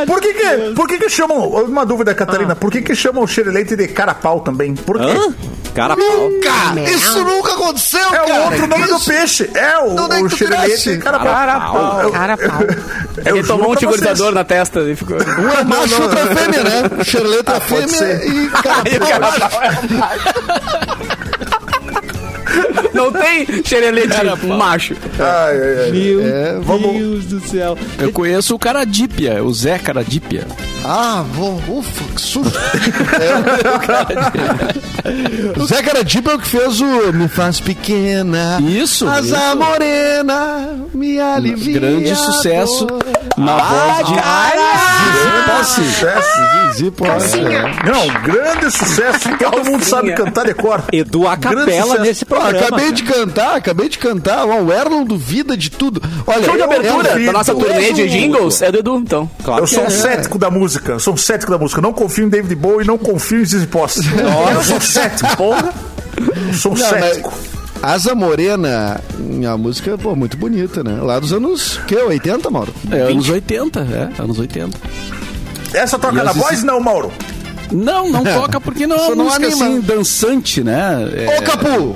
[SPEAKER 7] Por que que, por que que chamam... Uma dúvida, Catarina. Por que que chamam o xereleite de carapau também? Por quê?
[SPEAKER 1] Hã? Cara, pau.
[SPEAKER 5] Cara, isso nunca aconteceu,
[SPEAKER 7] É
[SPEAKER 5] cara.
[SPEAKER 7] o outro nome do
[SPEAKER 5] Isso-
[SPEAKER 7] peixe. É o,
[SPEAKER 5] Não, daí
[SPEAKER 7] o
[SPEAKER 5] tu
[SPEAKER 7] xereleite
[SPEAKER 5] cresce.
[SPEAKER 7] de carapau.
[SPEAKER 1] Carapau.
[SPEAKER 7] Eu-
[SPEAKER 2] Carapau.
[SPEAKER 7] eu
[SPEAKER 3] Ah, Ele
[SPEAKER 7] juro
[SPEAKER 3] tomou um
[SPEAKER 7] pra
[SPEAKER 3] tiburizador
[SPEAKER 7] vocês.
[SPEAKER 3] na testa e ficou...
[SPEAKER 5] Um é macho, outro é fêmea, né? Xerelete é
[SPEAKER 7] pode
[SPEAKER 5] fêmea
[SPEAKER 7] ser.
[SPEAKER 5] e carapau.
[SPEAKER 3] Não tem xerelete macho.
[SPEAKER 7] Ai, ai, ai.
[SPEAKER 1] Meu
[SPEAKER 7] vamos-
[SPEAKER 1] Deus do céu.
[SPEAKER 6] Eu conheço o Caradípia, o Zé Caradípia.
[SPEAKER 5] Ah, vou, ufa, que susto. É. o Zé Caradipa é o que fez o Me Faz Pequena.
[SPEAKER 6] Isso,
[SPEAKER 5] Asa
[SPEAKER 6] isso.
[SPEAKER 5] Morena me alivia.
[SPEAKER 6] Grande sucesso na voz de...
[SPEAKER 7] Grande sucesso.
[SPEAKER 5] Zizi, pô, é.
[SPEAKER 7] Não, grande sucesso. Todo mundo sabe cantar de cor.
[SPEAKER 1] Edu a
[SPEAKER 7] Grande
[SPEAKER 1] capela
[SPEAKER 7] sucesso.
[SPEAKER 1] nesse
[SPEAKER 5] Pô,
[SPEAKER 1] programa.
[SPEAKER 5] acabei
[SPEAKER 1] cara.
[SPEAKER 5] de cantar, acabei de cantar. Ó, O Erlon duvida de tudo. Olha,
[SPEAKER 3] Show de
[SPEAKER 5] eu-
[SPEAKER 3] abertura
[SPEAKER 5] Erlon,
[SPEAKER 3] da nossa
[SPEAKER 5] tu
[SPEAKER 3] turnê
[SPEAKER 5] és
[SPEAKER 3] de
[SPEAKER 5] um-
[SPEAKER 3] jingles é do Edu, então.
[SPEAKER 1] Claro
[SPEAKER 7] eu
[SPEAKER 1] que
[SPEAKER 7] sou
[SPEAKER 1] é.
[SPEAKER 7] um cético da música. Eu sou um cético da música. Não confio em David Bowie, não confio em Zizi Posse. Eu sou cético. Porra. Eu Sou um
[SPEAKER 5] Não, mas
[SPEAKER 7] cético.
[SPEAKER 5] Asa Morena, a música, pô, muito bonita, né? Lá dos anos, que, 80, Mauro?
[SPEAKER 6] É, anos 80, é, anos 80.
[SPEAKER 7] Essa toca na
[SPEAKER 6] às vezes-
[SPEAKER 7] voz, não, Mauro.
[SPEAKER 6] Não, não toca porque não é
[SPEAKER 5] Só
[SPEAKER 6] uma
[SPEAKER 5] não
[SPEAKER 6] música
[SPEAKER 5] anima.
[SPEAKER 6] assim, dançante, né? É,
[SPEAKER 5] Ô, Capu!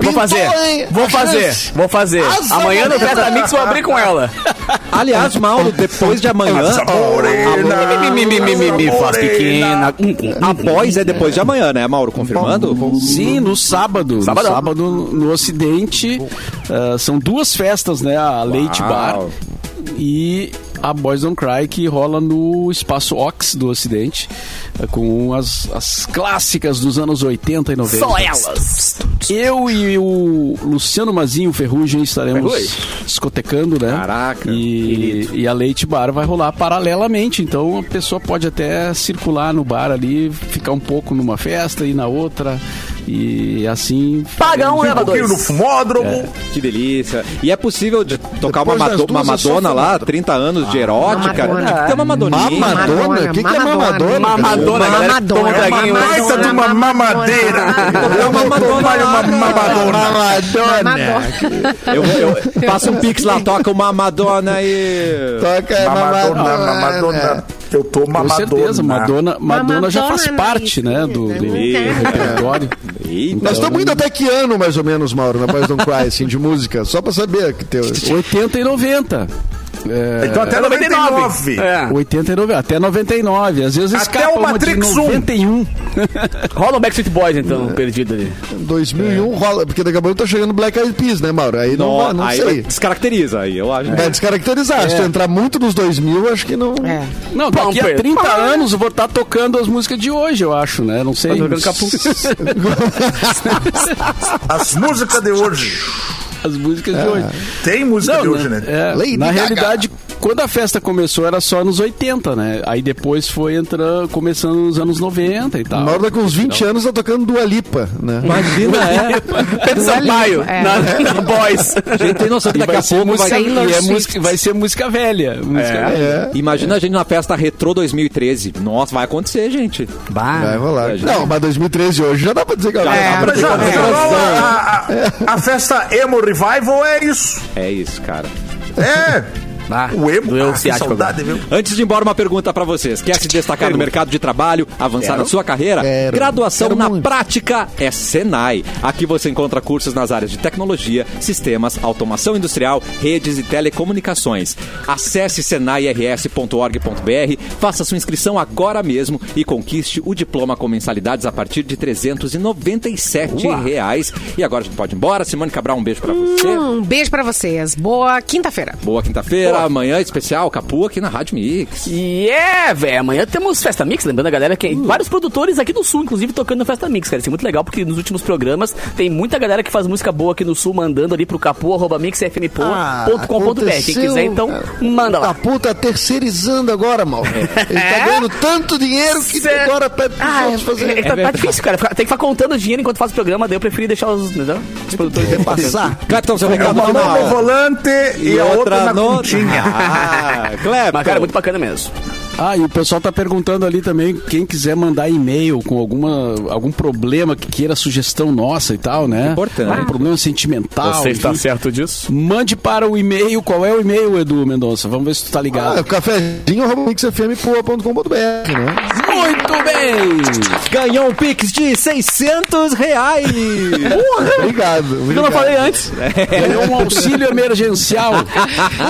[SPEAKER 3] Vou
[SPEAKER 5] pintou,
[SPEAKER 3] fazer,
[SPEAKER 5] hein,
[SPEAKER 3] vou
[SPEAKER 5] a
[SPEAKER 3] fazer,
[SPEAKER 5] chance.
[SPEAKER 3] vou fazer.
[SPEAKER 5] Asa
[SPEAKER 3] Amanhã no
[SPEAKER 5] Morena.
[SPEAKER 3] Festa Mix vou abrir com ela.
[SPEAKER 1] Aliás, Mauro, depois de amanhã.
[SPEAKER 7] Asa morena,
[SPEAKER 3] Me, me, me, me, me,
[SPEAKER 7] asa
[SPEAKER 3] faz
[SPEAKER 7] morena.
[SPEAKER 3] pequena. Hum, hum.
[SPEAKER 1] Após é depois de amanhã, né, Mauro? Confirmando?
[SPEAKER 6] Sim, no sábado.
[SPEAKER 3] Sábado.
[SPEAKER 6] No sábado, no Ocidente. ah, são duas festas, né? A Leite Bar e a Boys Don't Cry, que rola no Espaço Ox do Ocidente, ah, com as, as clássicas dos anos 80 e 90.
[SPEAKER 3] Só é elas.
[SPEAKER 6] Eu e o Luciano Mazinho Ferrugem estaremos
[SPEAKER 3] Ferrugem.
[SPEAKER 6] discotecando, né?
[SPEAKER 1] Caraca,
[SPEAKER 6] E, e a Leite Bar vai rolar paralelamente. Então a pessoa pode até circular no bar ali, ficar um pouco numa festa e na outra. E assim.
[SPEAKER 3] Paga um,
[SPEAKER 6] faremos-
[SPEAKER 3] leva
[SPEAKER 7] Um pouquinho no
[SPEAKER 3] dois.
[SPEAKER 7] fumódromo.
[SPEAKER 1] Que delícia. E é possível de tocar uma,
[SPEAKER 5] Depois das
[SPEAKER 1] Mado- uma
[SPEAKER 5] duas é só
[SPEAKER 1] Madonna lá,
[SPEAKER 5] formato.
[SPEAKER 1] 30 anos
[SPEAKER 5] Ah,
[SPEAKER 1] de erótica.
[SPEAKER 2] Mamadona.
[SPEAKER 1] Tinha que ter uma Madoninha.
[SPEAKER 5] Mamadona? O que, que é
[SPEAKER 2] Mamadona.
[SPEAKER 5] mamadona?
[SPEAKER 3] Mamadona, galera.
[SPEAKER 2] Mamadona.
[SPEAKER 3] Toma um traguinho.
[SPEAKER 2] Mamadona.
[SPEAKER 7] Baita de é uma mamadeira.
[SPEAKER 2] né,
[SPEAKER 1] É uma
[SPEAKER 7] Olha uma mamadona.
[SPEAKER 2] Mamadona.
[SPEAKER 1] Eu, eu- passa um pix lá, toca uma Madonna e.
[SPEAKER 7] é
[SPEAKER 5] Toca
[SPEAKER 7] Mamadona,
[SPEAKER 5] mamadona.
[SPEAKER 7] mamadona. Eu tô
[SPEAKER 6] Com
[SPEAKER 7] mamadona.
[SPEAKER 2] é
[SPEAKER 6] certeza, Madonna, Madonna já faz
[SPEAKER 2] Mamadona,
[SPEAKER 6] parte, né? Do, do
[SPEAKER 2] né?
[SPEAKER 6] repertório.
[SPEAKER 1] Eita.
[SPEAKER 5] Nós estamos indo até que ano, mais ou menos, Mauro, na Boys Don't Cry, assim, de música? Só pra saber que teu.
[SPEAKER 6] 80 e 90. É,
[SPEAKER 7] Então até 99.
[SPEAKER 3] 99. É.
[SPEAKER 6] 80 e 90, até 99. Às vezes
[SPEAKER 7] Até
[SPEAKER 6] escapa
[SPEAKER 7] o
[SPEAKER 6] uma de
[SPEAKER 7] Matrix 1.
[SPEAKER 6] 91.
[SPEAKER 3] Rola o Backstreet Boys, então, perdido ali.
[SPEAKER 5] 2001 rola, porque daqui a pouco tá chegando Black Eyed Peas, né, Mauro? Aí É. não, vai- não
[SPEAKER 1] aí
[SPEAKER 5] sei.
[SPEAKER 1] descaracteriza aí, eu acho.
[SPEAKER 5] Vai descaracterizar. Se tu entrar muito nos 2000, acho que não.
[SPEAKER 2] É.
[SPEAKER 6] Não, daqui a
[SPEAKER 3] Pumper.
[SPEAKER 6] 30 anos eu vou estar tocando as músicas de hoje, eu acho, né? Não sei.
[SPEAKER 3] Jogando capuz.
[SPEAKER 7] As músicas de hoje.
[SPEAKER 6] <laughs> As músicas de hoje.
[SPEAKER 7] Tem música de hoje, né?
[SPEAKER 6] É,
[SPEAKER 5] Lady
[SPEAKER 6] na
[SPEAKER 5] Gaga.
[SPEAKER 6] realidade, quando a festa começou era só nos 80, né? Aí depois foi entrando, começando nos anos 90 e tal.
[SPEAKER 5] Mauro tá com uns 20 anos, tá tocando Dua Lipa, né?
[SPEAKER 1] Imagina, é.
[SPEAKER 3] Pedro Sampaio,
[SPEAKER 2] é.
[SPEAKER 3] na, na Boys.
[SPEAKER 1] Gente, tem noção que
[SPEAKER 6] E
[SPEAKER 1] daqui
[SPEAKER 6] vai,
[SPEAKER 1] a
[SPEAKER 6] ser
[SPEAKER 1] pouco
[SPEAKER 6] música,
[SPEAKER 1] vai...
[SPEAKER 2] sair- Taylor
[SPEAKER 6] e é
[SPEAKER 2] Swift.
[SPEAKER 6] música- vai ser música velha. Música velha.
[SPEAKER 5] É.
[SPEAKER 1] Imagina a gente na festa Retro 2013. Nossa, vai acontecer, gente.
[SPEAKER 3] Ah.
[SPEAKER 5] Vai rolar.
[SPEAKER 1] É, já-
[SPEAKER 5] Não, mas 2013 hoje já dá pra dizer que
[SPEAKER 1] dá
[SPEAKER 5] é.
[SPEAKER 1] pra
[SPEAKER 7] Mas, ó,
[SPEAKER 1] É.
[SPEAKER 7] pessoal, a, a- a festa Emo Revival é isso.
[SPEAKER 1] É isso, cara.
[SPEAKER 7] É.
[SPEAKER 3] Ah,
[SPEAKER 7] O Emo.
[SPEAKER 3] doeu
[SPEAKER 7] Ah,
[SPEAKER 3] o
[SPEAKER 7] que
[SPEAKER 3] ciático agora.
[SPEAKER 7] saudade, viu?
[SPEAKER 1] Antes de ir embora, uma pergunta pra vocês. Quer se destacar no mercado de trabalho, avançar na sua carreira?
[SPEAKER 5] Quero.
[SPEAKER 1] Graduação
[SPEAKER 5] Quero
[SPEAKER 1] na
[SPEAKER 5] muito.
[SPEAKER 1] prática é Senai. Aqui você encontra cursos nas áreas de tecnologia, sistemas, automação industrial, redes e telecomunicações. Acesse senairs.org.br, faça sua inscrição agora mesmo e conquiste o diploma com mensalidades a partir de R$ 397 reais. E agora a gente pode ir embora. Simone Cabral, um beijo pra você.
[SPEAKER 2] Um beijo pra vocês. Boa quinta-feira.
[SPEAKER 1] Boa quinta-feira, amanhã especial, Capu aqui na Rádio Mix.
[SPEAKER 3] E é, velho, amanhã temos Festa Mix, lembrando a galera que vários produtores aqui do Sul, inclusive, tocando na Festa Mix, cara. Isso é muito legal, porque nos últimos programas tem muita galera que faz música boa aqui no Sul, mandando ali pro capu, arroba
[SPEAKER 5] Ah,
[SPEAKER 3] mixfmpo.com.br. Quem
[SPEAKER 5] aconteceu,
[SPEAKER 3] quiser, então,
[SPEAKER 5] cara.
[SPEAKER 3] manda
[SPEAKER 5] A
[SPEAKER 3] lá.
[SPEAKER 5] puta tá terceirizando agora, Mauro.
[SPEAKER 1] É.
[SPEAKER 5] Ele tá ganhando tanto dinheiro que
[SPEAKER 3] É? Cê-
[SPEAKER 5] agora pede pros
[SPEAKER 3] Ah,
[SPEAKER 5] outros
[SPEAKER 3] é,
[SPEAKER 5] fazerem.
[SPEAKER 3] tá- tá, difícil, cara. Fica- Tem que ficar contando dinheiro enquanto faz o programa, daí eu preferi deixar os, entendeu? os <laughs> produtores
[SPEAKER 5] Passar.
[SPEAKER 1] Clepton, então, seu recado
[SPEAKER 7] Uma mão
[SPEAKER 1] final.
[SPEAKER 7] no volante e, a outra, na
[SPEAKER 1] no- <laughs>
[SPEAKER 7] continha.
[SPEAKER 1] Ah, Clepton.
[SPEAKER 3] Mas, cara, é muito bacana mesmo.
[SPEAKER 6] Ah, e o pessoal tá perguntando ali também, quem quiser mandar e-mail com alguma, algum problema que queira sugestão nossa e tal, né?
[SPEAKER 1] Importante.
[SPEAKER 6] Um problema sentimental. enfim.
[SPEAKER 3] certo disso?
[SPEAKER 6] Mande para o e-mail, qual é o e-mail, Edu Mendonça? Vamos ver se tu tá
[SPEAKER 5] Ah, o
[SPEAKER 6] ligado.
[SPEAKER 5] cafezinho arroba mixfmpoa.com.br, né?
[SPEAKER 6] Muito bem!
[SPEAKER 1] Ganhou um Pix de 600 reais.
[SPEAKER 5] Obrigado. obrigado.
[SPEAKER 3] Eu não falei antes.
[SPEAKER 6] Ganhou um auxílio
[SPEAKER 5] <laughs>
[SPEAKER 6] emergencial.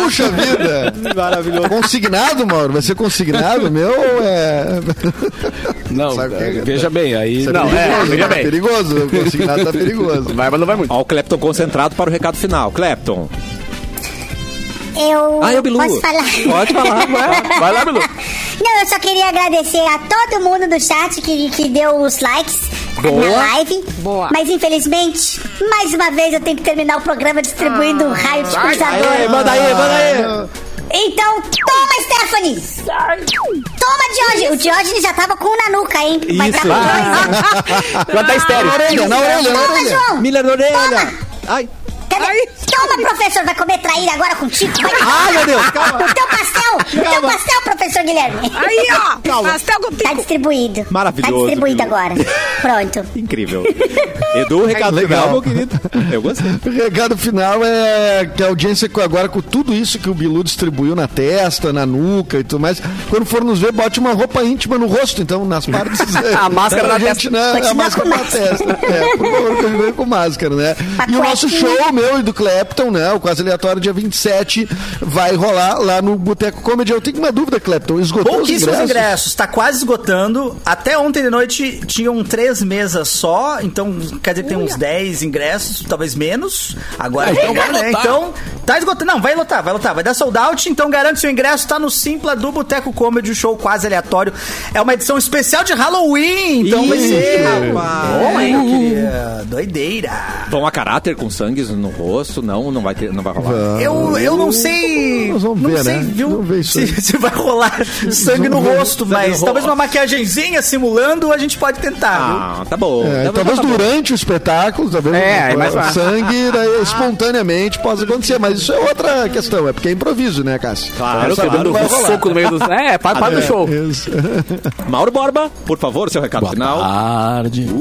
[SPEAKER 5] Puxa vida! Maravilhoso. Consignado, Mauro? Vai
[SPEAKER 3] <laughs>
[SPEAKER 5] ser consignado, meu? ou É...
[SPEAKER 6] Não,
[SPEAKER 5] Sabe o que é?
[SPEAKER 6] veja bem, aí...
[SPEAKER 5] Isso
[SPEAKER 6] Não,
[SPEAKER 3] é,
[SPEAKER 5] perigoso,
[SPEAKER 3] veja
[SPEAKER 5] tá
[SPEAKER 3] bem.
[SPEAKER 5] perigoso. O consignado tá perigoso.
[SPEAKER 3] Vai, mas não vai muito.
[SPEAKER 1] Ó, o Clepton concentrado para o recado final. Clepton.
[SPEAKER 8] Eu.
[SPEAKER 1] Ah, eu Bilu.
[SPEAKER 8] Posso falar?
[SPEAKER 1] Pode falar. vai.
[SPEAKER 3] Vai lá, Bilu.
[SPEAKER 8] Não, eu só queria agradecer a todo mundo do chat que, que deu os likes
[SPEAKER 1] Boa.
[SPEAKER 8] na live.
[SPEAKER 2] Boa.
[SPEAKER 8] Mas infelizmente, mais uma vez eu tenho que terminar o programa distribuindo
[SPEAKER 2] Ah.
[SPEAKER 8] um raio de
[SPEAKER 1] Aê,
[SPEAKER 8] cruzador.
[SPEAKER 1] manda aí, manda aí.
[SPEAKER 8] Então, toma, Stephanie! Toma, Diógenes! O Diógenes já tava com um na nuca, hein? Vai
[SPEAKER 1] Isso. Ah,
[SPEAKER 8] tá com dois, hein?
[SPEAKER 3] Agora tá estéreo.
[SPEAKER 5] Na orelha, na
[SPEAKER 8] Toma,
[SPEAKER 5] orelha.
[SPEAKER 8] João!
[SPEAKER 1] Miller na orelha. Ai.
[SPEAKER 8] Cadê? Toma, professor! Vai comer traíra agora contigo? Vai.
[SPEAKER 1] Ai, meu Deus, calma.
[SPEAKER 8] No teu pastel! No teu pastel, professor Guilherme!
[SPEAKER 2] Aí, ó.
[SPEAKER 1] Calma.
[SPEAKER 2] <laughs> Pastel com
[SPEAKER 8] Tá
[SPEAKER 2] pico.
[SPEAKER 8] distribuído.
[SPEAKER 1] Maravilhoso,
[SPEAKER 8] Tá distribuído
[SPEAKER 1] Bilu.
[SPEAKER 8] agora. Pronto.
[SPEAKER 3] <laughs>
[SPEAKER 1] Incrível. Edu, recado
[SPEAKER 5] Legal.
[SPEAKER 1] final, meu querido. Eu gostei.
[SPEAKER 5] O recado final é que a audiência com- agora com tudo isso que o Bilu distribuiu na testa, na nuca e tudo mais, quando for nos ver, bote uma roupa íntima no rosto, então, nas partes.
[SPEAKER 3] <laughs> A máscara
[SPEAKER 5] pra
[SPEAKER 3] na
[SPEAKER 5] gente, né,
[SPEAKER 8] Continua
[SPEAKER 5] a máscara
[SPEAKER 8] com
[SPEAKER 5] na
[SPEAKER 8] máscara.
[SPEAKER 5] testa. É, por favor, continue com máscara, né?
[SPEAKER 3] Tá
[SPEAKER 5] E o nosso show, meu e do Clapton, né? O quase aleatório, dia 27, vai rolar lá no Boteco Comedy. Eu tenho uma dúvida, Clapton. Esgotou os
[SPEAKER 4] Pouquíssimos
[SPEAKER 5] ingressos?
[SPEAKER 4] ingressos, tá quase esgotando. Até ontem de noite tinham três mesas só, então quer dizer, tem uns 10 ingressos, talvez menos. Agora
[SPEAKER 6] Ah, então
[SPEAKER 4] tem,
[SPEAKER 6] vai
[SPEAKER 4] né?
[SPEAKER 6] lotar.
[SPEAKER 4] Então, tá esgotando. Não, vai lotar, vai lotar, vai dar sold out, então garante seu ingresso, tá no Simpla do Boteco Comedy, um show quase aleatório. É uma edição especial de Halloween, então vai ser. Bom, hein? querida? Doideira.
[SPEAKER 1] Vão a caráter com sangue no rosto? Não, não vai ter, não vai rolar.
[SPEAKER 4] Eu, eu não sei.
[SPEAKER 5] Nós vamos
[SPEAKER 4] não
[SPEAKER 5] ver,
[SPEAKER 4] sei,
[SPEAKER 5] né?
[SPEAKER 4] viu?
[SPEAKER 5] Vamos ver isso
[SPEAKER 4] se,
[SPEAKER 5] aí.
[SPEAKER 4] se vai rolar sangue no
[SPEAKER 5] Vamos ver.
[SPEAKER 4] rosto, mas talvez uma maquiagenzinha simulando a gente pode tentar.
[SPEAKER 1] Ah, tá bom.
[SPEAKER 5] É,
[SPEAKER 1] Tá-
[SPEAKER 5] talvez
[SPEAKER 1] tá bom.
[SPEAKER 5] durante o espetáculo, talvez
[SPEAKER 3] É,
[SPEAKER 5] o-
[SPEAKER 3] é mais fácil.
[SPEAKER 5] sangue daí, espontaneamente possa acontecer, mas isso é outra questão, é porque é improviso, né, Cássio?
[SPEAKER 1] Claro,
[SPEAKER 3] Tô dando
[SPEAKER 1] claro.
[SPEAKER 3] um soco no meio do... É, para, para do show.
[SPEAKER 5] Isso.
[SPEAKER 1] Mauro Borba, por favor, seu recado final.
[SPEAKER 6] Tarde.